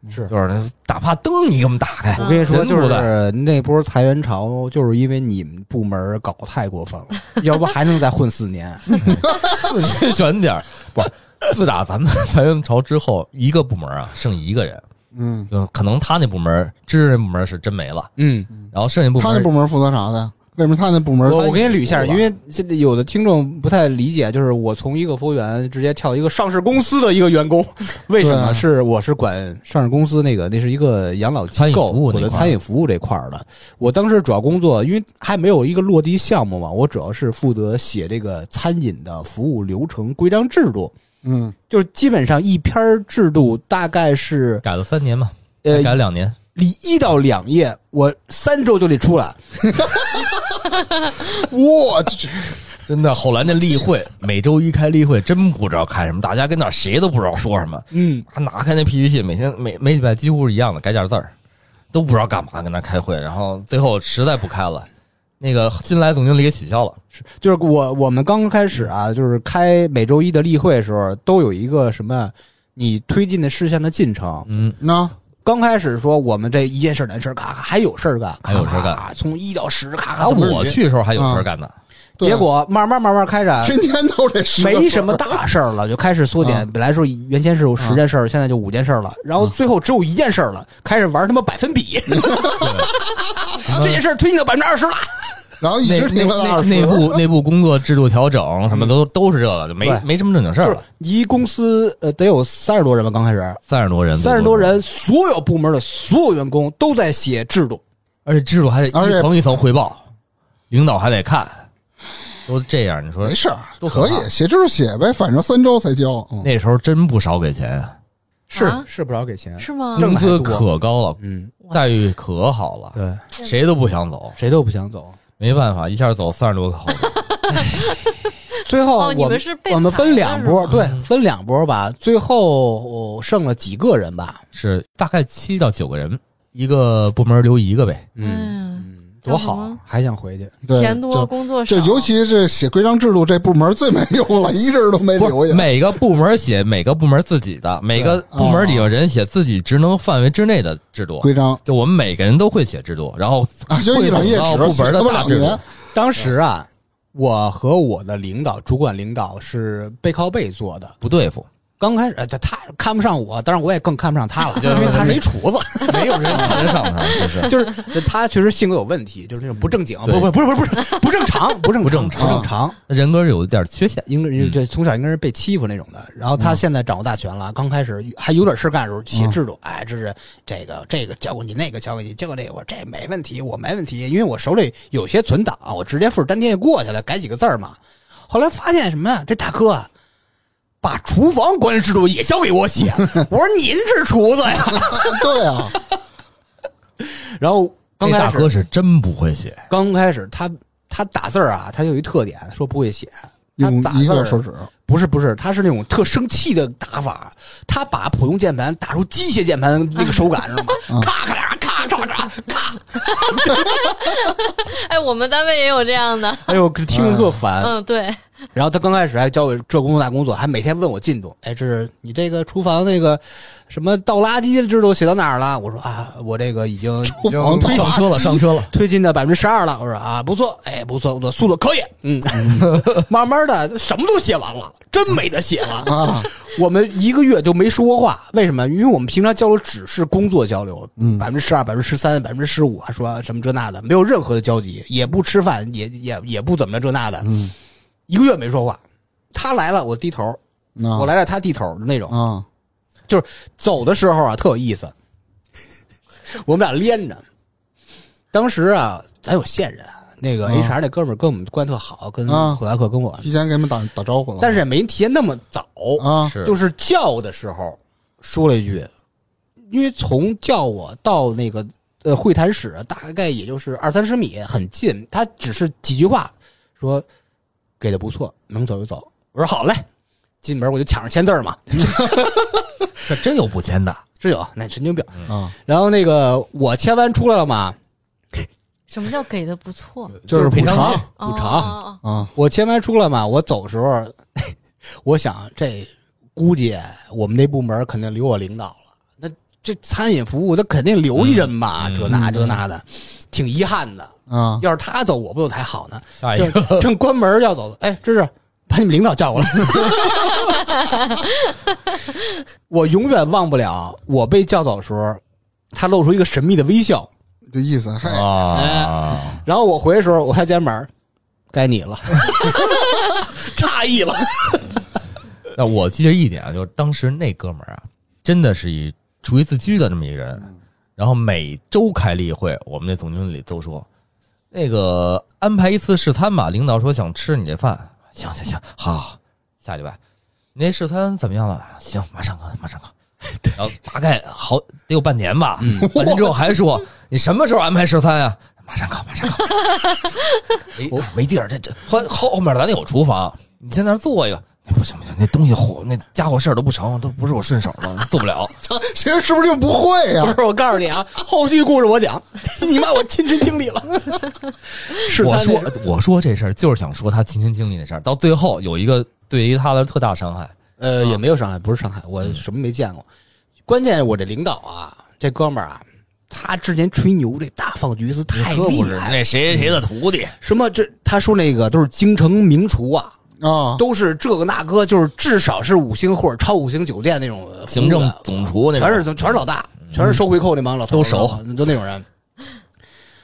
Speaker 2: 是。
Speaker 4: 就是那哪怕灯你给我们打 开，
Speaker 2: 哎我跟你说，
Speaker 4: 人
Speaker 2: 就
Speaker 4: 不
Speaker 2: 是
Speaker 4: 在
Speaker 2: 那波裁员潮，就是因为你们部门搞太过分了， 要不还能再混四 年。
Speaker 4: 自己选点儿不是，自打咱们裁员潮之后，一个部门啊剩一个人，
Speaker 1: 嗯，
Speaker 4: 嗯，可能他那部门知识那部门是真没了，
Speaker 2: 嗯，
Speaker 4: 然后剩下部
Speaker 1: 他那
Speaker 4: 门
Speaker 1: 部门负责啥的呀？为什么他那部门？
Speaker 2: 我我给你捋一下，
Speaker 4: 我
Speaker 2: 因为现在有的听众不太理解，就是我从一个服务员直接跳一个上市公司的一个员工， 为什
Speaker 1: 对啊
Speaker 2: 么是我是管上市公司那个那是一个养老机
Speaker 4: 餐饮
Speaker 2: 构，
Speaker 4: 服务
Speaker 2: 我
Speaker 4: 那
Speaker 2: 的
Speaker 4: 块儿
Speaker 2: 餐饮服务这块儿的。我当时主要工作，因为还没有一个落地项目嘛，我主要是负责写这个餐饮的服务流程规章制度，
Speaker 1: 嗯，
Speaker 2: 就是基本上一篇儿制度大概是
Speaker 4: 改了三年嘛，
Speaker 2: 呃
Speaker 4: 改了两年，
Speaker 2: 里一到两页，我三周就得出来。
Speaker 1: 我去，
Speaker 4: 真的。后来那例会，每周一开例会，真不知道开什么，大家跟那儿谁都不知道说什么。
Speaker 2: 嗯，
Speaker 4: 他拿开那 PPT，每天每每礼拜几乎是一样的，改点字儿，都不知道干嘛，跟那开会。然后最后实在不开了，那个新来总经理给取消了。
Speaker 2: 就是我我们刚开始啊，就是开每周一的例会的时候，都有一个什么你推进的事项的进程。
Speaker 4: 嗯，
Speaker 1: 那
Speaker 2: 刚开开始说我们这一件事儿难事儿，咔咔还有事儿干，咔
Speaker 4: 还有事儿干
Speaker 2: 咔，从一到十，咔咔
Speaker 4: 然后
Speaker 2: 啊怎么
Speaker 4: 我
Speaker 2: 捋
Speaker 4: 去啊的时候还有事儿干呢，
Speaker 1: 对
Speaker 2: 结果慢慢慢慢开
Speaker 4: 嗯
Speaker 2: 展，
Speaker 1: 天天都这事儿
Speaker 2: 没什么大事儿了，就开始缩
Speaker 1: 啊
Speaker 2: 减。本来说原先是有十件事儿，现在就五件事儿了，然后最后只有一件事儿了，开始玩他妈百分 比，这件事儿推进到百分之二十了。
Speaker 1: 然 后一
Speaker 4: 内
Speaker 1: 直
Speaker 4: 内
Speaker 1: 停了
Speaker 4: 内
Speaker 1: 二十。
Speaker 4: 内部内部工作制度调整什么都都是这个，就没
Speaker 2: 嗯对
Speaker 4: 没什么正经事
Speaker 2: 就
Speaker 4: 儿
Speaker 2: 是
Speaker 4: 了。
Speaker 2: 一公司呃得有三十多人吧，刚开始
Speaker 4: 三十多人，
Speaker 2: 三十多，人，所有部门的所有员工都在写制度，
Speaker 4: 而且制度还得
Speaker 1: 而且
Speaker 4: 一层一层汇报，领导还得看，都这样。你说
Speaker 1: 没事儿，
Speaker 4: 多可
Speaker 1: 可
Speaker 4: 怕
Speaker 1: 以写就是写呗，反正三周才交。嗯
Speaker 4: 那时候真不少给钱，
Speaker 2: 是
Speaker 3: 啊
Speaker 2: 是不少给钱，
Speaker 3: 是吗？
Speaker 2: 挣
Speaker 4: 工
Speaker 2: 得还
Speaker 4: 资
Speaker 2: 多
Speaker 4: 可高了，
Speaker 2: 嗯，
Speaker 3: 哇
Speaker 4: 待遇可好了，
Speaker 2: 对，
Speaker 4: 谁都不想走。
Speaker 2: 谁都不想走。
Speaker 4: 没办法，一下走三十多口子，
Speaker 2: 最后
Speaker 3: 哦，你
Speaker 2: 我
Speaker 3: 们是被
Speaker 2: 我们分两波，
Speaker 3: 裁了
Speaker 2: 对，分两波吧。最后、哦剩了几个人吧，
Speaker 4: 是大概七到九个人，一个部门留一个呗。
Speaker 3: 是吗，嗯，
Speaker 2: 嗯，多
Speaker 3: 叫什
Speaker 2: 好
Speaker 3: 么，
Speaker 2: 还想回去。
Speaker 1: 对
Speaker 3: 钱多
Speaker 1: 就
Speaker 3: 工作少，
Speaker 1: 这尤其是写规章制度这部门最没用了，一人都
Speaker 2: 哎
Speaker 1: 没
Speaker 4: 不
Speaker 1: 留
Speaker 4: 是
Speaker 1: 下。
Speaker 4: 每个部门写每个部门自己的，每个部
Speaker 2: 啊
Speaker 4: 门里有人写自己职能范围之内的制度。
Speaker 1: 规章
Speaker 4: 就我们每个人都会写制度，然后
Speaker 1: 啊，就一两页
Speaker 4: 汇总
Speaker 1: 纸，
Speaker 4: 到部
Speaker 1: 写
Speaker 4: 门的
Speaker 1: 他妈
Speaker 4: 大
Speaker 1: 两
Speaker 4: 制
Speaker 1: 年
Speaker 4: 度。
Speaker 2: 当时啊，我和我的领导、主管领导是背靠背坐的。
Speaker 4: 不对付，
Speaker 2: 刚开始，呃他他看不上我，当然我也更看不上他了，
Speaker 4: 对
Speaker 2: 因为他是一厨 子。
Speaker 4: 没有人看得上 他，就是
Speaker 2: 就是他确实性格有问题，就是那种不正经，
Speaker 4: 对
Speaker 2: 不不不是不是不是不正常，不正
Speaker 4: 不
Speaker 2: 正
Speaker 4: 正
Speaker 2: 不
Speaker 1: 常
Speaker 2: 正常。
Speaker 4: 人格是有一点缺陷。
Speaker 2: 应该
Speaker 4: 嗯
Speaker 2: 这从小应该是被欺负那种的，然后他现在掌握大权了，刚开始还有点事儿干的时候
Speaker 4: 嗯
Speaker 2: 写制度，哎，这是这个这个交给你，那个交给你，交给这个，我这没问题，我没问题，因为我手里有些存档，我直接复制粘贴就过去了，改几个字儿嘛。后来发现什么呀？这大哥啊，把厨房管理制度也交给我写， 我说您是厨子呀，
Speaker 1: 对啊，
Speaker 2: 然后刚
Speaker 4: 那
Speaker 2: 开
Speaker 4: 大
Speaker 2: 始
Speaker 4: 哥是真不会写，
Speaker 2: 刚开始他他打字儿啊，他有一特点，说不会写，他
Speaker 1: 用
Speaker 2: 打
Speaker 1: 一
Speaker 2: 字
Speaker 1: 个
Speaker 2: 儿
Speaker 1: 手指，啊
Speaker 2: 不是不是，他是那种特生气的打法，他把普通键盘打出机械键盘那个手感，知道吗？咔咔嚓咔嚓嚓咔，
Speaker 3: 哎，我们单位也有这样的，
Speaker 2: 哎呦，听着特烦。
Speaker 3: 嗯，对，
Speaker 2: 然后他刚开始还教我这工作那工作，还每天问我进度。哎，这是你这个厨房那个什么倒垃圾的制度写到哪儿了？我说啊，我这个已经
Speaker 1: 不妨推
Speaker 4: 上车了，上车了。
Speaker 2: 推进到百分之十二了。我说啊，不错，哎，不错，不错，速度可以。 嗯，慢慢的什么都写完了，真没得写了。
Speaker 1: 啊，
Speaker 2: 我们一个月都没说过话，为什么？因为我们平常交流只是工作交流，
Speaker 1: 嗯
Speaker 2: 百分之十二、百分之十三、百分之十五，啊说什么这那的，没有任何的交集，也不吃饭，也也也不怎么着这那的，
Speaker 1: 嗯，
Speaker 2: 一个月没说话。他来了，我低头；
Speaker 1: 那
Speaker 2: 我来了，他低头的那种。
Speaker 1: 啊，
Speaker 2: 走的时候啊，特有意思， 我们俩连着。当时啊，咱有线人，那个
Speaker 1: 啊
Speaker 2: HR 那哥们儿跟我们关系特好，跟
Speaker 1: 啊
Speaker 2: 克莱克跟我，
Speaker 1: 提前给他们打打招呼了。
Speaker 2: 但是也没提前那么早
Speaker 1: 啊，
Speaker 4: 是
Speaker 2: 就是叫的时候说了一句，因为从叫我到那个呃会谈室大概也就是二三十米，很近。他只是几句话说给的不错，能走就走。我说好嘞，进门我就抢着签字儿嘛，
Speaker 4: 这真有不签的，
Speaker 2: 这有那神经病。
Speaker 1: 啊，
Speaker 2: 然后那个我签完出来了嘛，
Speaker 3: 什么叫给的不错？
Speaker 1: 就是补
Speaker 2: 赔偿
Speaker 1: 偿
Speaker 2: 金
Speaker 3: 哦
Speaker 2: 补偿
Speaker 3: 哦哦
Speaker 1: 啊，
Speaker 2: 我签完出来嘛，我走时候， 我想这估计我们那部门肯定留我领导了。那这餐饮服务，他肯定留一人吧，
Speaker 4: 嗯
Speaker 2: 这那
Speaker 1: 嗯
Speaker 2: 这那的，挺遗憾的。
Speaker 1: 啊，
Speaker 2: 要是他走，我不就才好呢？
Speaker 4: 下一
Speaker 2: 正
Speaker 4: 个
Speaker 2: 正关门要走了，哎，芝芝，把你们领导叫过来。我永远忘不了我被叫走的时候，他露出一个神秘的微笑，
Speaker 1: 这意思，嘿，
Speaker 4: 啊，
Speaker 2: 然后我回的时候，我拍肩膀，该你了， 诧异了。
Speaker 4: 那我记得一点啊，就是当时那哥们儿啊，真的是以厨艺自居的这么一个人，然后每周开例会，我们那总经理都说，那个安排一次试餐吧，领导说想吃你这饭，行行行，好好，下礼拜，你那试餐怎么样了？行，马上干，马上干。然后大概好得有半年吧，半年之后还说你什么时候安排试餐啊？马上搞，马上搞。没哎
Speaker 2: 哦
Speaker 4: 没地儿，这这后后后面咱有厨房，你先在那儿做一个。不行不行，那东西火，那家伙事儿都不成，都不是我顺手的，做 不了。
Speaker 1: 操， 其实是不是就不会呀、
Speaker 2: 不是，我告诉你啊，后续故事我讲， 你妈我亲身经历 了。是
Speaker 4: 我
Speaker 2: 他那
Speaker 4: 说
Speaker 2: 时候
Speaker 4: 我说这事儿就是想说他亲身经历的事儿，到最后有一个对于他的特大伤害。
Speaker 2: 呃，也没有上海，不是上海，我什么没见过。关键我这领导啊，这哥们儿啊，他之前吹牛这大放厥词太
Speaker 4: 可
Speaker 2: 厉
Speaker 4: 不是
Speaker 2: 害了。
Speaker 4: 那谁谁谁的徒弟，
Speaker 2: 什么这他说那个都是京城名厨啊，
Speaker 1: 啊？
Speaker 2: 都是这个那个，就是至少是五星或者超五星酒店那种呃
Speaker 4: 行政
Speaker 2: 服务的
Speaker 4: 总厨那
Speaker 2: 全是
Speaker 4: 种，嗯
Speaker 2: 全是老大，全是收回扣那帮老头
Speaker 4: 都
Speaker 2: 儿
Speaker 4: 熟，
Speaker 2: 就那种人。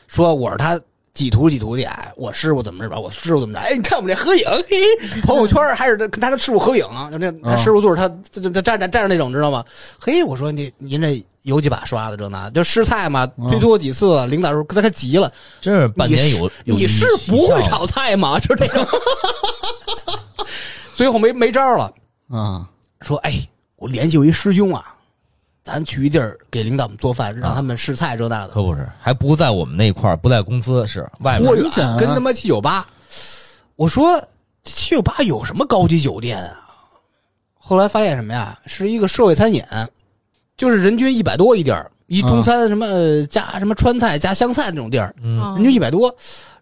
Speaker 2: 说我是他几徒几徒弟，哎我师傅怎么着吧，我师傅怎么着？哎，你看我们这合影，嘿，朋友圈儿还是他跟他跟师傅合影，啊就那
Speaker 4: 嗯
Speaker 2: 他师傅座儿他他他站着站着那种，知道吗？嘿，我说你您这有几把刷子这那，就失菜嘛，推脱几次了，领导说他他急了，
Speaker 4: 真是嗯半年有有
Speaker 2: 你是
Speaker 4: 一
Speaker 2: 不会
Speaker 4: 上
Speaker 2: 炒菜吗？ 就这 个，最后没没招儿了。
Speaker 1: 啊，
Speaker 2: 说：“哎，我联系我一师兄啊，咱去一地儿给领导们做
Speaker 1: 啊
Speaker 2: 饭，让他们试菜这那的。
Speaker 4: 可不是，还不在我们那块儿，不在公司，是外面
Speaker 2: 我
Speaker 1: 明显啊
Speaker 2: 跟他妈七九八，我说七九八有什么高级酒店啊？后来发现什么呀？是一个社会餐饮，就是人均一百多一地儿，一中餐什么、呃加什么川菜加湘菜那种地儿，
Speaker 3: 嗯
Speaker 2: 人均一百多。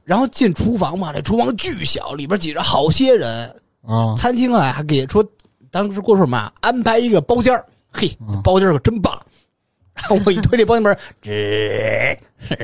Speaker 2: 然后进厨房嘛，那厨房巨小，里边挤着好些人，
Speaker 1: 啊，
Speaker 2: 餐厅啊，还给说当时跟我说什么啊安排一个包间儿嘿，包间儿可真棒。 然后我一推这包间门儿， 吱吱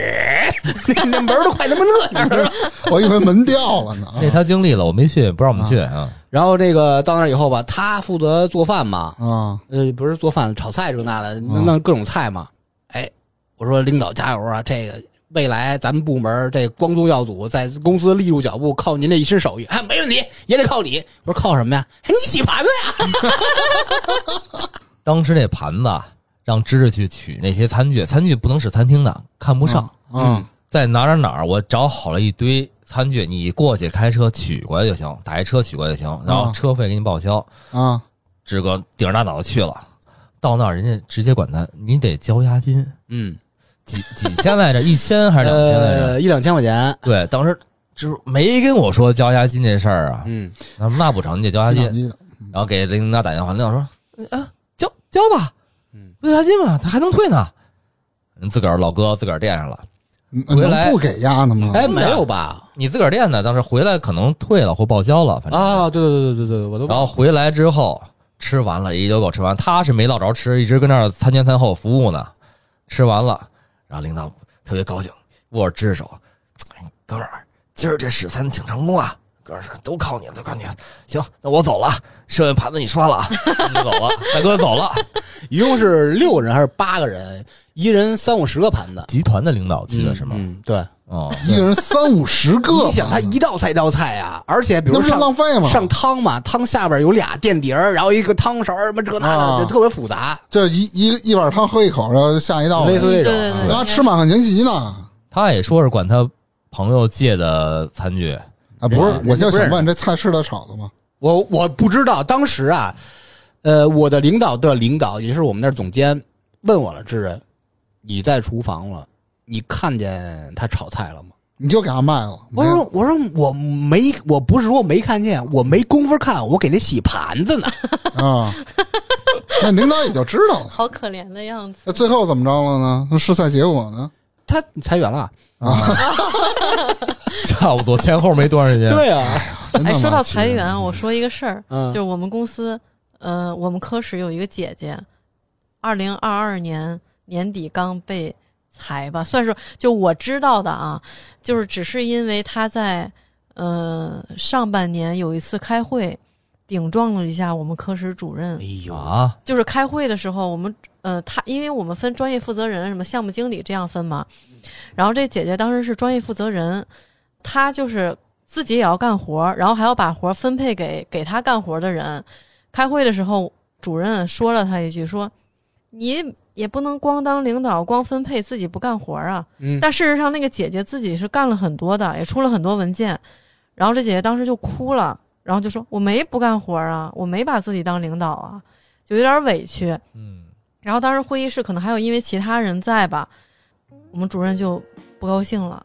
Speaker 2: 那那门儿都快他妈那样了。
Speaker 1: 我以为门掉了呢。
Speaker 4: 那他经历了，我没去，不让我们去啊。
Speaker 2: 然后这个到那儿以后吧，他负责做饭嘛，
Speaker 1: 啊，
Speaker 2: 呃，不是做饭炒菜这那的，弄弄各种菜嘛。哎，我说领导加油啊，这个未来咱们部门儿这光宗耀祖，在公司立住脚步，靠您这一身手艺，哎，没问题，也得靠你。我说靠什么呀？哎你洗盘子呀？
Speaker 4: 当时那盘子啊让芝芝去取那些餐具，餐具不能是餐厅的，看不上。
Speaker 1: 嗯，
Speaker 4: 在哪儿哪儿哪儿，我找好了一堆餐具，你过去开车取过来就行，打一车取过来就行，然后
Speaker 1: 嗯
Speaker 4: 车费给你报销。
Speaker 1: 啊，
Speaker 4: 志哥顶着大脑去了，到那儿人家直接管他，你得交押金，
Speaker 2: 嗯，
Speaker 4: 几几千来着，一千还是两千来 着？
Speaker 2: 呃，一两千块钱。
Speaker 4: 对，当时就是没跟我说交押金这事儿啊。
Speaker 2: 嗯，
Speaker 4: 那那不成，你得交押
Speaker 1: 挺
Speaker 4: 金
Speaker 1: 傻。逼的
Speaker 4: 然后给领导打电话，领导说：“啊，交交吧，不押金吧，他还能退呢。”人自个儿老哥自个儿垫上了，
Speaker 1: 嗯
Speaker 4: 回来
Speaker 1: 能不给压呢吗？
Speaker 2: 哎，没有吧？
Speaker 4: 你自个儿垫的，当时回来可能退了或报销了，反正。
Speaker 2: 啊，对对对对对对，我都
Speaker 4: 然后回来之后吃完了，一溜狗吃完，他是没落着吃，一直跟那儿餐前餐后服务呢。吃完了，然后领导特别高兴，握着只手，哎哥们儿，今儿这试餐挺成功啊。哥们儿说都靠你了，都靠你了。行，那我走了，剩下盘子你刷了啊，你走了，大哥走了。
Speaker 2: 一共是六个人还是八个人？一人三五十个盘子，
Speaker 4: 集团的领导去的是吗？
Speaker 2: 嗯，对。
Speaker 4: 哦，
Speaker 1: 一个人三五十个吧，
Speaker 2: 你想，他一道菜一道菜啊，而且比
Speaker 1: 那不
Speaker 2: 如
Speaker 1: 是
Speaker 2: 上
Speaker 1: 浪费吗？
Speaker 2: 上汤嘛，汤下边有俩垫碟儿，然后一个汤勺儿什么这那
Speaker 1: 啊
Speaker 2: 的，就特别复杂。
Speaker 1: 就一一一碗汤喝一口，然后下一道呗，
Speaker 2: 类似
Speaker 3: 对
Speaker 2: 这种
Speaker 3: 对对，
Speaker 1: 然后
Speaker 3: 对
Speaker 1: 吃满汉全席呢？啊，
Speaker 4: 他也说是管他朋友借的餐具，
Speaker 1: 啊不是
Speaker 2: 人，家
Speaker 1: 我就
Speaker 2: 不认
Speaker 1: 想
Speaker 2: 识
Speaker 1: 问，这菜是他炒的吗？
Speaker 2: 我我不知道当时啊，呃，我的领导的领导，也就是我们那儿总监，问我了，智人，你在厨房了，你看见他炒菜了吗？
Speaker 1: 你就给他卖了？
Speaker 2: 我
Speaker 1: 没有
Speaker 2: 说我说我没我不是说没看见，我没工夫看，我给那洗盘子呢。
Speaker 1: 啊，那领导也就知道了。
Speaker 3: 好可怜的样子。
Speaker 1: 那最后怎么着了呢？那试菜结果呢？啊
Speaker 2: 他裁员了，啊
Speaker 4: 差不多前后没多长时间。，
Speaker 2: 啊，
Speaker 1: 真
Speaker 3: 哎，
Speaker 1: 的
Speaker 3: 说
Speaker 1: 吗
Speaker 3: 到裁员，我说一个事儿，
Speaker 2: 嗯
Speaker 3: 就是我们公司，呃，我们科室有一个姐姐，二零二二年年底刚被裁吧，算是就我知道的啊，就是只是因为她在呃，上半年有一次开会，顶撞了一下我们科室主任
Speaker 2: 哎。呦，
Speaker 4: 啊，
Speaker 3: 就是开会的时候，我们呃，他因为我们分专业负责人、什么项目经理这样分嘛，然后这姐姐当时是专业负责人，她就是自己也要干活，然后还要把活分配给给她干活的人。开会的时候，主任说了她一句，说你也不能光当领导，光分配自己不干活啊。
Speaker 2: 嗯，
Speaker 3: 但事实上，那个姐姐自己是干了很多的，也出了很多文件。然后这姐姐当时就哭了，然后就说：“我没不干活啊，我没把自己当领导啊，就有点委屈。
Speaker 4: 嗯，”
Speaker 3: 然后当时会议室可能还有因为其他人在吧，我们主任就不高兴了，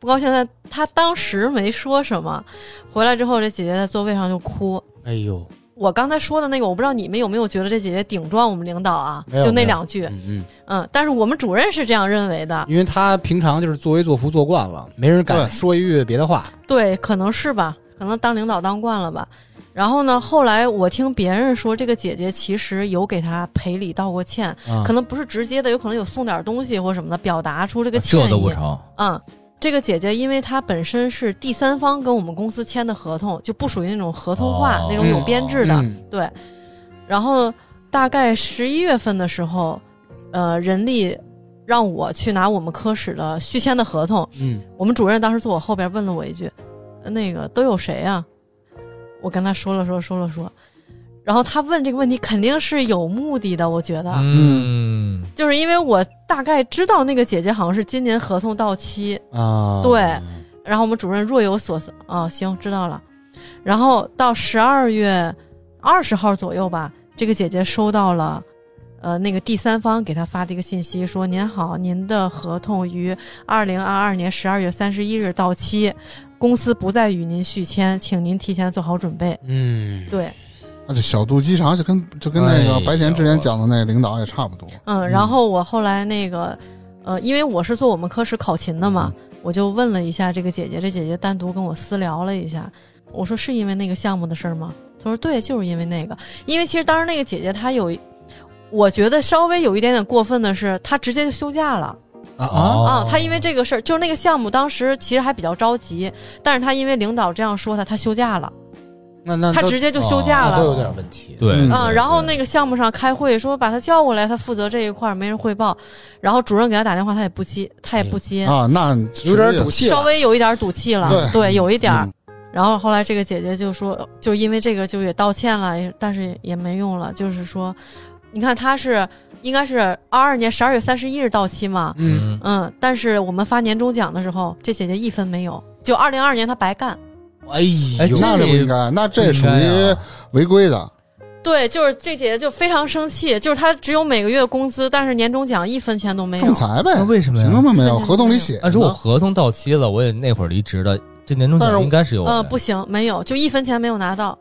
Speaker 3: 不高兴在他当时没说什么，回来之后这姐姐在座位上就哭。
Speaker 2: 哎呦，
Speaker 3: 我刚才说的那个，我不知道你们有没有觉得这姐姐顶撞我们领导啊？
Speaker 2: 没有
Speaker 3: 就
Speaker 2: 没
Speaker 3: 那
Speaker 2: 有
Speaker 3: 两句，
Speaker 2: 嗯嗯，
Speaker 3: 嗯，但是我们主任是这样认为的，
Speaker 2: 因为他平常就是作威作福做惯了，没人敢
Speaker 1: 对
Speaker 2: 说一句别的话。
Speaker 3: 对，可能是吧，可能当领导当惯了吧。然后呢，后来我听别人说，这个姐姐其实有给他赔礼道过歉，
Speaker 2: 啊
Speaker 3: 可能不是直接的，有可能有送点东西或什么的，表达出这个歉
Speaker 4: 啊这都不
Speaker 3: 意。
Speaker 4: 成，
Speaker 3: 嗯，这个姐姐因为她本身是第三方跟我们公司签的合同，就不属于那种合同化、
Speaker 4: 哦
Speaker 3: 那种有编制的，
Speaker 2: 嗯
Speaker 3: 对。然后大概十一月份的时候，呃，人力让我去拿我们科室的续签的合同，
Speaker 2: 嗯，
Speaker 3: 我们主任当时坐我后边问了我一句：“呃那个都有谁啊？”我跟他说了说说了说，然后他问这个问题肯定是有目的的，我觉得，
Speaker 4: 嗯，
Speaker 3: 就是因为我大概知道那个姐姐好像是今年合同到期，
Speaker 2: 啊，
Speaker 3: 嗯对然后我们主任若有所思啊、行，知道了。然后到十二月二十号左右吧，这个姐姐收到了。呃，那个第三方给她发的一个信息说：“您好，您的合同于二零二二年十二月三十一日到期，公司不再与您续签，请您提前做好准备。
Speaker 2: 嗯”，
Speaker 3: 对，
Speaker 1: 那这小肚鸡肠就跟就跟那
Speaker 4: 哎
Speaker 1: 个
Speaker 4: 呦
Speaker 1: 白田之前讲的那领导也差不多。
Speaker 3: 嗯，然后我后来那个，呃，因为我是做我们科室考勤的嘛，我就问了一下这个姐姐，这姐姐单独跟我私聊了一下，我说是因为那个项目的事儿吗？她说对，就是因为那个，因为其实当时那个姐姐她有一，我觉得稍微有一点点过分的是，她直接就休假了。
Speaker 1: 啊
Speaker 4: 哦
Speaker 3: 啊，他因为这个事儿，就是那个项目当时其实还比较着急，但是他因为领导这样说他，他休假了，
Speaker 2: 那那
Speaker 3: 他
Speaker 2: 嗯都
Speaker 3: 直接就休假
Speaker 2: 那
Speaker 3: 了。
Speaker 2: 都有点问题。
Speaker 4: 对，
Speaker 1: 嗯
Speaker 3: 嗯，
Speaker 4: 对
Speaker 3: 然后
Speaker 4: 对
Speaker 3: 那个项目上开会说把他叫过来，他负责这一块儿，没人汇报。然后主任给他打电话，他也不接，他也不接，
Speaker 1: 啊，那
Speaker 2: 有点赌气了，
Speaker 3: 稍微有一点赌气了，
Speaker 1: 对
Speaker 3: 有一点儿。
Speaker 1: 嗯
Speaker 3: 然后后来这个姐姐就说，就因为这个就也道歉了，也但是也没用了。就是说，你看他是应该是二二年十二月三十一日到期嘛，
Speaker 2: 嗯，
Speaker 3: 嗯，但是我们发年终奖的时候，这姐姐一分没有，就二零二年她白干。
Speaker 2: 哎呦，
Speaker 4: 哎这
Speaker 1: 那这不应该，那这属
Speaker 4: 啊
Speaker 2: 啊
Speaker 1: 于违规的。
Speaker 3: 对，就是这姐姐就非常生气，就是她只有每个月工资，但是年终奖一分钱都没有
Speaker 1: 仲。裁呗
Speaker 2: 啊
Speaker 4: 那，为什么呀
Speaker 1: 凭？什哎么没有？
Speaker 3: 对
Speaker 1: 合同里写的。
Speaker 4: 但是我合同到期了，我也那会儿离职了，这年终
Speaker 1: 但是
Speaker 4: 奖
Speaker 1: 我
Speaker 4: 应该是有的。
Speaker 3: 嗯，不行，没有，就一分钱没有拿到。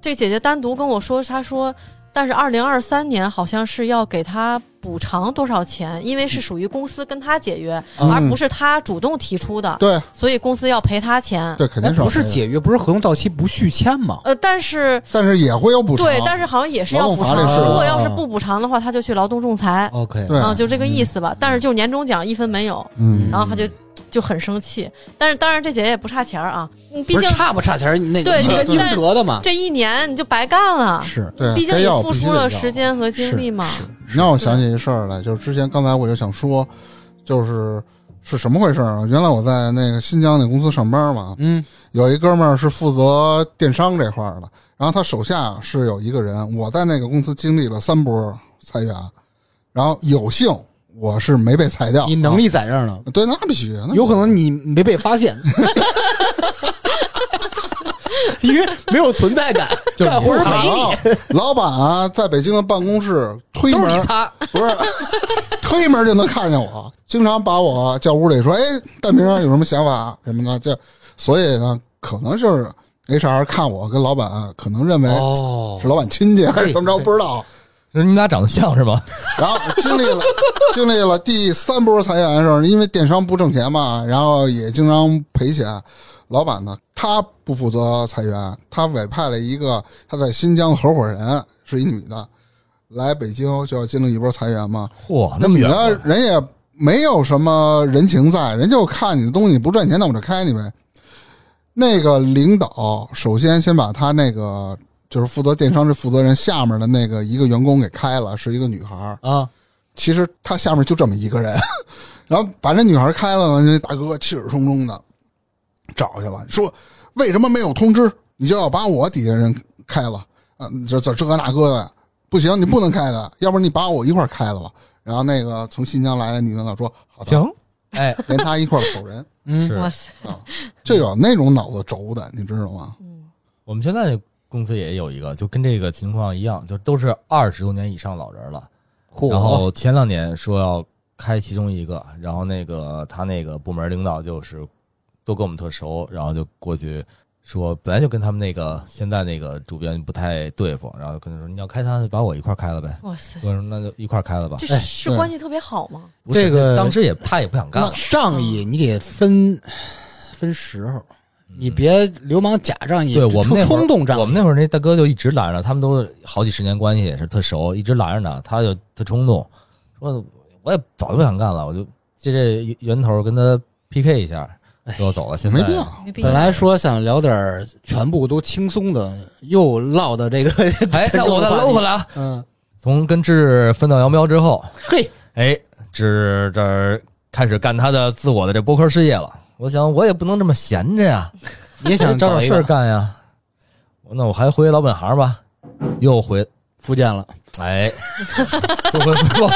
Speaker 3: 这姐姐单独跟我说，她说，但是二零二三年好像是要给她补偿多少钱，因为是属于公司跟她解约，
Speaker 1: 嗯
Speaker 3: 而不是她主动提出的，
Speaker 1: 对
Speaker 3: 所以公司要赔她钱。
Speaker 1: 对，肯
Speaker 2: 那
Speaker 1: 定是
Speaker 2: 哎不是
Speaker 1: 要赔的，
Speaker 2: 解约，不是合同到期不续签吗？
Speaker 3: 呃，但是
Speaker 1: 但是也会有补偿。
Speaker 3: 对，但是好像也是
Speaker 1: 劳
Speaker 3: 要
Speaker 1: 动
Speaker 3: 补
Speaker 1: 法
Speaker 3: 偿
Speaker 1: 律
Speaker 2: 是。
Speaker 3: 如果
Speaker 1: 的
Speaker 3: 要是
Speaker 1: 啊
Speaker 3: 不补偿的话，她就去劳动仲裁。
Speaker 2: OK，
Speaker 1: 对
Speaker 3: 啊，就这个意思吧。但是就年终奖一分没有，
Speaker 1: 嗯，
Speaker 3: 然后她就就很生气。但是当然这姐姐也不差钱儿啊，你毕
Speaker 2: 不
Speaker 3: 竟
Speaker 2: 是差不差钱儿，那
Speaker 3: 对这个
Speaker 2: 应应得的嘛。
Speaker 3: 这一年你就白干了，
Speaker 2: 是
Speaker 4: 嗯
Speaker 1: 对，
Speaker 3: 毕竟
Speaker 1: 该
Speaker 3: 你
Speaker 1: 要
Speaker 3: 付
Speaker 1: 必须
Speaker 3: 出
Speaker 1: 得
Speaker 3: 了
Speaker 1: 要
Speaker 3: 时间和精力嘛。
Speaker 1: 你让我想起一事儿来，就是之前刚才我就想说，就是是什么回事儿啊？原来我在那个新疆那公司上班嘛，
Speaker 2: 嗯，
Speaker 1: 有一哥们儿是负责电商这块儿的，然后他手下是有一个人，我在那个公司经历了三波裁员，然后有幸我是没被裁掉，
Speaker 2: 你能力在这儿呢，
Speaker 1: 啊对，那必须，那
Speaker 2: 有可能你没被发现， 因为没有存在感，
Speaker 4: 就是
Speaker 2: 干活儿没
Speaker 1: 老
Speaker 2: 你，
Speaker 1: 老板啊，在北京的办公室推
Speaker 2: 都是
Speaker 1: 门
Speaker 2: 你，擦。
Speaker 1: 不是推门就能看见我，经常把我叫屋里说：“哎，大明儿有什么想法啊什么的？”这，所以呢，可能就是 HR 看我跟老板啊，可能认为
Speaker 2: 哦
Speaker 4: 啊
Speaker 1: 是老板亲戚还是怎么着，不知道。
Speaker 4: 就是你们俩长得像是吧？
Speaker 1: 然后经历了经历了第三波裁员的时候，因为电商不挣钱嘛，然后也经常赔钱。老板呢，他不负责裁员，他委派了一个他在新疆的合伙人，是一女的，来北京就要经历一波裁员嘛。
Speaker 4: 嚯，
Speaker 1: 那
Speaker 4: 那么
Speaker 1: 女
Speaker 4: 远
Speaker 1: 的
Speaker 4: 吗，
Speaker 1: 人也没有什么人情在，人就看你的东西不赚钱，那我就开你呗。那个领导首先先把他那个就是负责电商这负责人下面的那个一个员工给开了，是一个女孩儿。
Speaker 2: 啊，
Speaker 1: 其实他下面就这么一个人， 然后把这女孩开了呢，那大哥气势汹汹的找去了，说为什么没有通知你就要把我底下人开了？啊，这这这个那个的，不行，你不能开的，要不然你把我一块儿开了吧。然后那个从新疆来的女领导说：“好的，
Speaker 4: 行， 哎，
Speaker 1: 连他一块儿走人。
Speaker 2: 嗯，
Speaker 4: 是
Speaker 3: 哇塞，”
Speaker 1: 就有那种脑子轴的，你知道吗？
Speaker 3: 嗯，
Speaker 4: 我们现在公司也有一个，就跟这个情况一样，就都是二十多年以上老人了。
Speaker 2: 哦
Speaker 4: 然后前两年说要开其中一个，然后那个他那个部门领导就是都跟我们特熟，然后就过去说，本来就跟他们那个现在那个主编不太对付，然后跟他说你要开他就把我一块儿开了呗。
Speaker 3: 哇塞，
Speaker 4: 我说那就一块儿开了吧
Speaker 3: 这。
Speaker 2: 哎
Speaker 3: 是
Speaker 1: 对
Speaker 4: 嗯
Speaker 3: 关系特别好吗？
Speaker 4: 不是
Speaker 2: 这个
Speaker 4: 当时也他也不想干了，
Speaker 2: 仗义你得分分时候，你别流氓假仗义，
Speaker 4: 嗯对我们那会儿
Speaker 2: 冲动仗义，
Speaker 4: 我 们那会儿那大哥就一直拦着，他们都好几十年关系也是特熟，一直拦着呢。他就特冲动，说我也早就不想干了，我就借这源头跟他 PK 一下，
Speaker 2: 哎
Speaker 4: 就要走了。现在
Speaker 1: 没必要，
Speaker 3: 没必要
Speaker 2: 本。来说想聊点儿全部都轻松的，又落到这个
Speaker 4: 哎，那我再搂回来啊。
Speaker 2: 嗯，
Speaker 4: 从跟志分道扬镳之后，
Speaker 2: 嘿，
Speaker 4: 哎，志这儿开始干他的自我的这播客事业了。我想我也不能这么闲着呀，
Speaker 2: 你也
Speaker 4: 得
Speaker 2: 想
Speaker 4: 找
Speaker 2: 找
Speaker 4: 点
Speaker 2: 一
Speaker 4: 事儿
Speaker 2: 个
Speaker 4: 干呀。那我还回老本行吧，又回
Speaker 2: 福建了，
Speaker 4: 哎， 又回福报，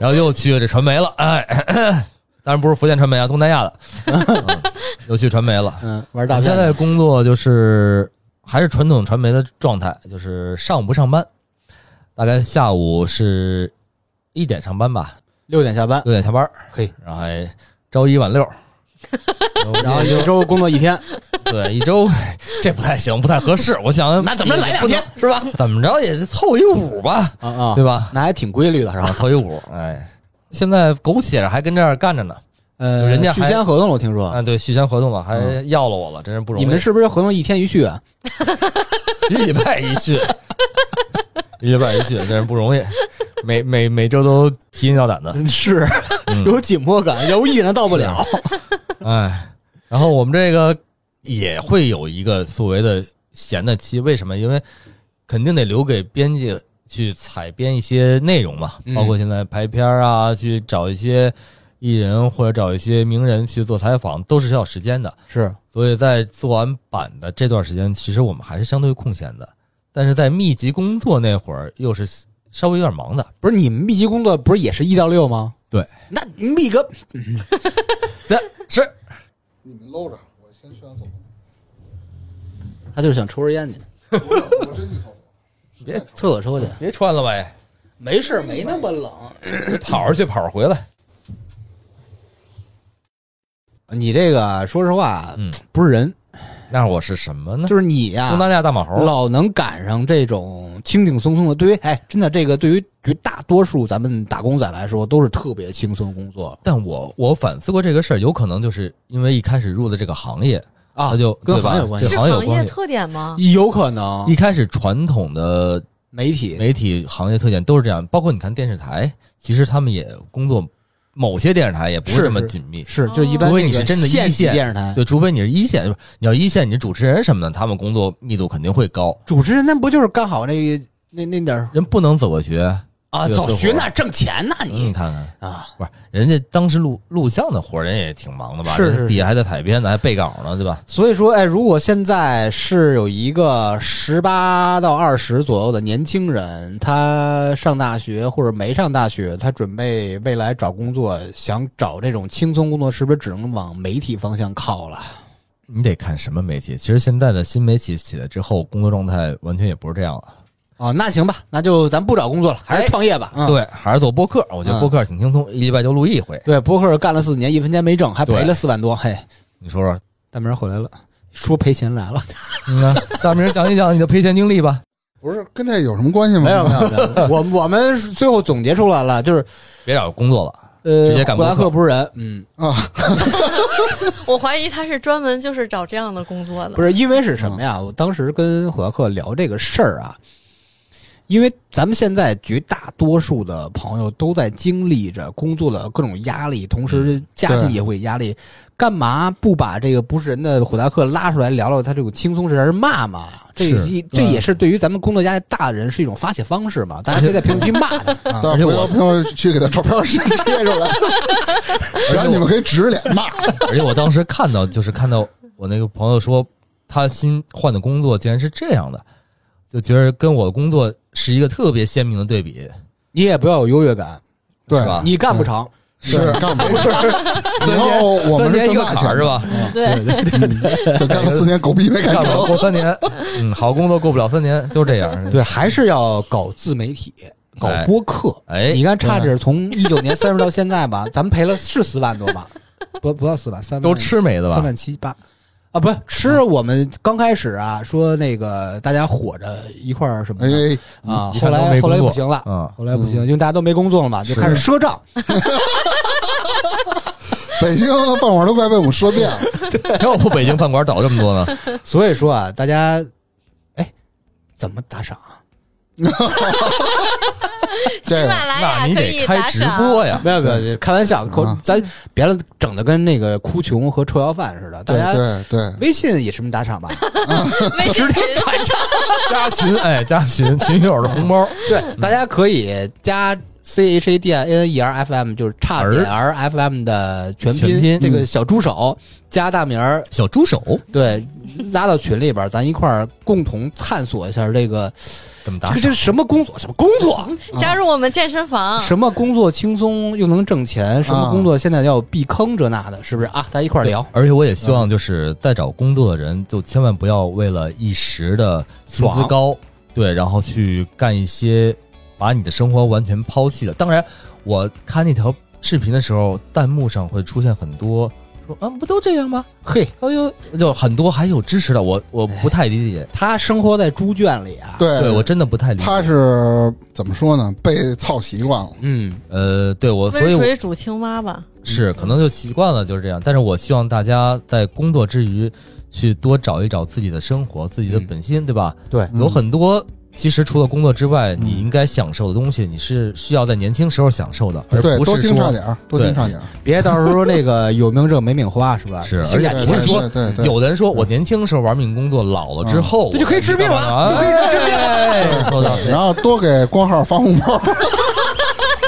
Speaker 4: 然后又去这传媒了，哎， 当然不是福建传媒啊，东南亚的， 嗯又去传媒了。
Speaker 2: 嗯，玩大
Speaker 4: 现
Speaker 2: 片
Speaker 4: 在工作就是还是传统传媒的状态，就是上午不上班，大概下午是一点上班吧，
Speaker 2: 六点下班，
Speaker 4: 六点下班，
Speaker 2: 嘿，
Speaker 4: 然后还朝一晚六，
Speaker 2: 然后
Speaker 4: 也
Speaker 2: 一周工作一 天，
Speaker 4: 对一周这不太行，不太合适。我想
Speaker 2: 那怎么着来两天
Speaker 4: 是吧？怎么着也凑一五吧，
Speaker 2: 啊啊，
Speaker 4: 对吧？
Speaker 2: 那还挺规律的，是
Speaker 4: 然后
Speaker 2: 吧？
Speaker 4: 啊头一五，哎，现在苟且着还跟这儿干着呢。
Speaker 2: 呃，
Speaker 4: 人家还
Speaker 2: 续签合同了，我听说
Speaker 4: 啊，对，续签合同了，还要了我了，真是不容易。
Speaker 2: 你们是不是合同一天一续啊？
Speaker 4: 一礼拜一续， 一礼拜一续，真是不容易。每每每周都提心吊胆的，
Speaker 2: 是
Speaker 4: 嗯
Speaker 2: 有紧迫感，有毅然到不了。
Speaker 4: 哎。然后我们这个也会有一个所谓的闲的期，为什么？因为肯定得留给编辑去采编一些内容嘛，
Speaker 2: 嗯
Speaker 4: 包括现在排片儿啊，去找一些艺人或者找一些名人去做采访，都是需要时间的。
Speaker 2: 是，
Speaker 4: 所以在做完版的这段时间，其实我们还是相对空闲的，但是在密集工作那会儿，又是稍微有点忙的。
Speaker 2: 不是你们密集工作不是也是一到六吗？
Speaker 4: 对，
Speaker 2: 那你密个
Speaker 4: 对，是
Speaker 1: 你们搂着，我先去完厕所，
Speaker 2: 他就是想抽根 烟去，
Speaker 1: 我先去厕所。
Speaker 4: 别
Speaker 2: 厕所抽去，
Speaker 4: 别穿了呗，
Speaker 2: 没事，没那么冷。
Speaker 4: 跑着去，跑着回来。
Speaker 2: 你这个说实话，
Speaker 4: 嗯，
Speaker 2: 不是人，
Speaker 4: 那我是什么呢？
Speaker 2: 就是你呀、
Speaker 4: 东南亚大马猴。
Speaker 2: 老能赶上这种轻轻松松的。对于哎，真的这个对于绝大多数咱们打工仔来说，都是特别轻松的工作
Speaker 4: 但我我反思过这个事儿，有可能就是因为一开始入的这个行业，
Speaker 2: 啊
Speaker 4: 那，就
Speaker 2: 跟
Speaker 4: 对吧
Speaker 2: 行业有关系
Speaker 4: 这
Speaker 3: 是
Speaker 4: 行业有
Speaker 3: 行业
Speaker 4: 关系
Speaker 3: 特点吗？
Speaker 2: 有可能
Speaker 4: 一开始传统的
Speaker 2: 媒体
Speaker 4: 媒体行业特点都是这样，包括你看电视台，其实他们也工作，某些电视台也不是
Speaker 2: 是
Speaker 4: 这么
Speaker 2: 是
Speaker 4: 紧密，
Speaker 2: 是
Speaker 3: 哦
Speaker 2: 就一般
Speaker 4: 除非
Speaker 2: 那
Speaker 4: 你
Speaker 2: 个
Speaker 4: 是真的一
Speaker 2: 县级
Speaker 4: 线
Speaker 2: 电视台。
Speaker 4: 对，除非你是一线，你要一线，你这主持人什么的，他们工作密度肯定会高。
Speaker 2: 主持人那不就是干好那个那那点儿
Speaker 4: 人不能走个学，
Speaker 2: 啊，
Speaker 4: 这个
Speaker 2: 早
Speaker 4: 私活
Speaker 2: 学那挣钱呢
Speaker 4: 你
Speaker 2: 你
Speaker 4: 看看，
Speaker 2: 啊，
Speaker 4: 不是人家当时录录像的活儿，人家也挺忙的吧？
Speaker 2: 是是
Speaker 4: 人底下还在采编呢，还背稿呢，对吧？
Speaker 2: 所以说哎，如果现在是有一个十八到二十左右的年轻人，他上大学或者没上大学，他准备未来找工作，想找这种轻松工作，是不是只能往媒体方向靠了？
Speaker 4: 你得看什么媒体。其实现在的新媒体起来之后，工作状态完全也不是这样了。
Speaker 2: 哦，那行吧，那就咱不找工作了，还
Speaker 4: 哎
Speaker 2: 是创业吧。嗯，
Speaker 4: 对，还是做播客，我觉
Speaker 2: 嗯
Speaker 4: 得播客挺轻松，一礼拜就录一回。
Speaker 2: 对，博客干了四年，一分钱没挣，还赔
Speaker 4: 对
Speaker 2: 了四万多。嘿，
Speaker 4: 你说说，
Speaker 2: 大明儿回来了，说赔钱来了。
Speaker 4: 你看，大明讲一讲你的赔钱经历吧。
Speaker 1: 不是跟这有什么关系吗？
Speaker 2: 没 有没有，没有，我我们最后总结出来了，就是
Speaker 4: 别找工作了，
Speaker 2: 呃，
Speaker 4: 直接赶
Speaker 2: 布拉
Speaker 4: 博客
Speaker 2: 克不是人，嗯，
Speaker 1: 啊，
Speaker 3: 我怀疑他是专门就是找这样的工作
Speaker 2: 嗯
Speaker 3: 的。
Speaker 2: 不是因为是什么呀？我当时跟布拉克聊这个事儿啊，因为咱们现在绝大多数的朋友都在经历着工作的各种压力，同时家
Speaker 1: 对
Speaker 2: 庭也会有压力，干嘛不把这个不是人的火达克拉出来聊聊他这种轻松事儿骂骂呀？这
Speaker 4: 是
Speaker 2: 一这
Speaker 1: 对
Speaker 2: 也是对嗯于咱们工作压力大的人是一种发泄方式嘛？大家可以在评论区骂他。啊
Speaker 1: 但回
Speaker 4: 而且
Speaker 1: 头
Speaker 4: 我
Speaker 1: 评论区给他照片儿贴出来，
Speaker 4: 而
Speaker 1: 然
Speaker 4: 且
Speaker 1: 后你们
Speaker 4: 我
Speaker 1: 可以指着脸骂。
Speaker 4: 而且我当时看到，就是看到我那个朋友说，他新换的工作竟然是这样的，就觉得跟我的工作是一个特别鲜明的对比，
Speaker 2: 你也不要有优越感，
Speaker 1: 对，
Speaker 4: 是吧
Speaker 2: 你干不长。
Speaker 1: 是干不了。 以 后我们是
Speaker 4: 三年
Speaker 1: 挣
Speaker 4: 一个
Speaker 1: 大
Speaker 4: 坎
Speaker 1: 钱
Speaker 4: 儿是吧？？
Speaker 3: 对
Speaker 1: 嗯就干了四年狗逼没干
Speaker 4: 干不
Speaker 1: 成，
Speaker 4: 了过三年，嗯，好工作过不了三年，都是这样。
Speaker 2: 对，还是要搞自媒体，搞
Speaker 4: 嗯哎
Speaker 2: 播客。
Speaker 4: 哎
Speaker 2: 你看差点从一九年三十到现在吧， 咱们赔了是四万多吧？不不到四万，三万
Speaker 4: 都吃没的吧
Speaker 2: 三万七八。啊，不是吃，我们刚开始啊，说那个大家伙着一块儿什么的
Speaker 1: 哎，
Speaker 2: 啊，
Speaker 4: 你
Speaker 2: 后
Speaker 4: 看都没
Speaker 2: 来后来
Speaker 4: 工
Speaker 2: 不
Speaker 4: 作
Speaker 2: 行了，
Speaker 4: 嗯
Speaker 2: 后来不行，因为大家都没工作了嘛，就是开始赊账。
Speaker 1: 北京的饭馆都快被我们说 遍了。
Speaker 4: 要不北京饭馆倒这么多呢？
Speaker 2: 所以说啊，大家，哎，怎么打赏啊？
Speaker 3: 喜
Speaker 1: 这个
Speaker 3: 马拉
Speaker 4: 那
Speaker 3: 雅
Speaker 4: 你
Speaker 3: 哎可
Speaker 4: 得
Speaker 3: 以
Speaker 4: 开
Speaker 3: 打
Speaker 4: 直
Speaker 3: 赏。
Speaker 4: 播呀！
Speaker 2: 没有没有，开玩笑，口
Speaker 4: 嗯
Speaker 1: 啊
Speaker 2: 咱别了整的跟那个哭穷和臭要饭似的，大
Speaker 1: 对
Speaker 2: 家。
Speaker 1: 对对，
Speaker 2: 微信也是这么打赏 吧？
Speaker 3: 微信群
Speaker 4: 加群，哎，加群，群友的红包，
Speaker 2: 对，大家可以加 C H A D I N N E R F M，就是差点 R F M 的全拼，
Speaker 4: 全拼嗯
Speaker 2: 这个小助手加大名儿，
Speaker 4: 小猪手
Speaker 2: 对，拉到群里边儿，咱一块儿共同探索一下这个
Speaker 4: 怎么
Speaker 2: 这
Speaker 4: 打
Speaker 2: 个
Speaker 4: 赏？
Speaker 2: 这是什么工作？什么工作？
Speaker 3: 加入我们健身
Speaker 4: 嗯
Speaker 3: 房，
Speaker 2: 什么工作轻松又能挣钱？什么
Speaker 1: 啊
Speaker 2: 工作现在要避坑这那的，是不是啊？咱一块儿聊。
Speaker 4: 而且我也希望，就是在找工作的人，就千万不要为了一时的薪资
Speaker 2: 爽
Speaker 4: 高，对，然后去干一些把你的生活完全抛弃了。当然，我看那条视频的时候，弹幕上会出现很多说啊，不都这样吗？
Speaker 2: 嘿，
Speaker 4: 还有就很多还有支持的，我我不太理解，
Speaker 2: 他生活在猪圈里啊。，
Speaker 1: 对
Speaker 4: 对我真的不太理解。
Speaker 1: 他是怎么说呢？被操习惯了。
Speaker 2: 嗯，
Speaker 4: 呃，对我，所以
Speaker 3: 温
Speaker 4: 我啊
Speaker 3: 水煮青蛙吧。
Speaker 4: 是可能就习惯了就是这样。但是我希望大家在工作之余，去多找一找自己的生活、自己的
Speaker 2: 嗯
Speaker 4: 本心，对吧？
Speaker 2: 对，
Speaker 1: 嗯
Speaker 4: 有很多其实除了工作之外，
Speaker 1: 嗯
Speaker 4: 你应该享受的东西，你是需要在年轻时候享受的，而
Speaker 1: 对，
Speaker 4: 不
Speaker 1: 多
Speaker 4: 是
Speaker 1: 听差
Speaker 4: 说
Speaker 1: 点儿，多听
Speaker 4: 对
Speaker 1: 差点儿。
Speaker 2: 别到时候那个有名挣没命花，是吧？
Speaker 4: 是
Speaker 2: 性价
Speaker 4: 而且
Speaker 1: 对
Speaker 2: 比
Speaker 4: 不
Speaker 2: 太
Speaker 1: 对
Speaker 4: 是
Speaker 2: 低
Speaker 4: 说
Speaker 1: 对对对，
Speaker 4: 有的人说我年轻的时候玩命工作，老了之后
Speaker 2: 这就可以治病了就可以
Speaker 4: 治病了。说到
Speaker 1: 然后多给光号发红包。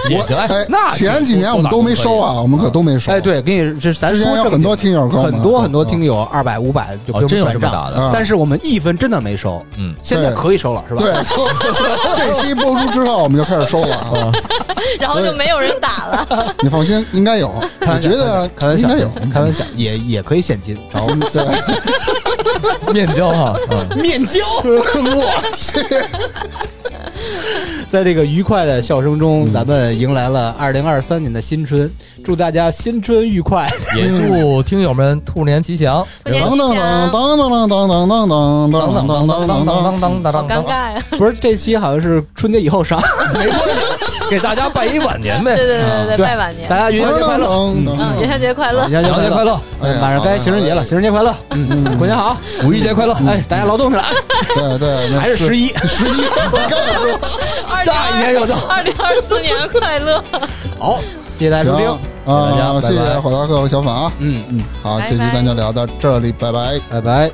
Speaker 4: 也行，
Speaker 1: 哎
Speaker 4: 哎，那
Speaker 1: 前几年我们都没收啊，我们可都没收。
Speaker 2: 哎，，对，给你这咱
Speaker 1: 之
Speaker 2: 说
Speaker 1: 前有
Speaker 2: 正
Speaker 1: 很多听
Speaker 2: 经的
Speaker 1: 友跟我们
Speaker 2: 很多很多
Speaker 1: 嗯
Speaker 2: 听友二百五百就给我
Speaker 4: 哦，
Speaker 2: 们
Speaker 4: 真有这
Speaker 2: 转
Speaker 4: 么
Speaker 2: 账，嗯
Speaker 4: 打的，
Speaker 1: 啊
Speaker 2: 但是我们一分真的没收，
Speaker 4: 嗯，
Speaker 2: 现在可以收了是吧？
Speaker 1: 对，就这期播出之后，我们就开始收了啊！
Speaker 3: 然后就没有人打 了。
Speaker 1: 你放心，应该有，
Speaker 2: 开
Speaker 1: 我
Speaker 2: 玩笑，
Speaker 1: 觉得
Speaker 2: 开玩
Speaker 1: 应
Speaker 2: 笑，
Speaker 1: 该
Speaker 2: 开
Speaker 1: 有
Speaker 2: 玩。笑开玩笑，也也可以现金，
Speaker 1: 找我们对，
Speaker 4: 面交哈，嗯
Speaker 2: 面交。
Speaker 1: 我去，
Speaker 2: 在这个愉快的笑声中，咱们迎来了二零二三年的新春，祝大家新春愉快。
Speaker 4: 也祝听友们兔年吉祥。
Speaker 3: 兔年
Speaker 1: 当
Speaker 3: 吉
Speaker 1: 当当当当当
Speaker 3: 祥
Speaker 1: 当当当当当
Speaker 4: 当当当
Speaker 1: 当当当。
Speaker 4: 当当当当当
Speaker 3: 好
Speaker 4: 当
Speaker 3: 尴
Speaker 4: 当，
Speaker 3: 尬呀！
Speaker 2: 不是这期好像是春节以后上，
Speaker 4: 给大家拜一晚年呗
Speaker 3: 对。对
Speaker 4: 啊
Speaker 3: 对对对，拜晚年
Speaker 2: 大，家元宵节快乐，
Speaker 3: 嗯，元宵节快乐
Speaker 2: 元，宵
Speaker 4: 元宵
Speaker 2: 节
Speaker 4: 节
Speaker 2: 快
Speaker 4: 快
Speaker 2: 乐。
Speaker 4: 乐，
Speaker 1: 哎呀
Speaker 2: 马上该情人节了，情人节快乐，嗯，过年好，
Speaker 4: 五一节快乐，
Speaker 2: 哎，大家劳动起来，
Speaker 1: 对对，那
Speaker 2: 还是十一，
Speaker 1: 十一，我刚说
Speaker 3: 二零
Speaker 4: 下一年
Speaker 3: 二
Speaker 4: 又到。
Speaker 3: 二零二四年快乐，
Speaker 2: 好，谢谢大家收听
Speaker 1: 行，啊，
Speaker 4: 谢谢大
Speaker 1: 谢
Speaker 4: 家拜
Speaker 1: 谢
Speaker 4: 拜
Speaker 1: 火大哥和小粉啊，
Speaker 2: 嗯，
Speaker 1: 嗯，好，这期
Speaker 3: 拜拜
Speaker 1: 咱就聊到这里，拜拜。
Speaker 2: 拜拜。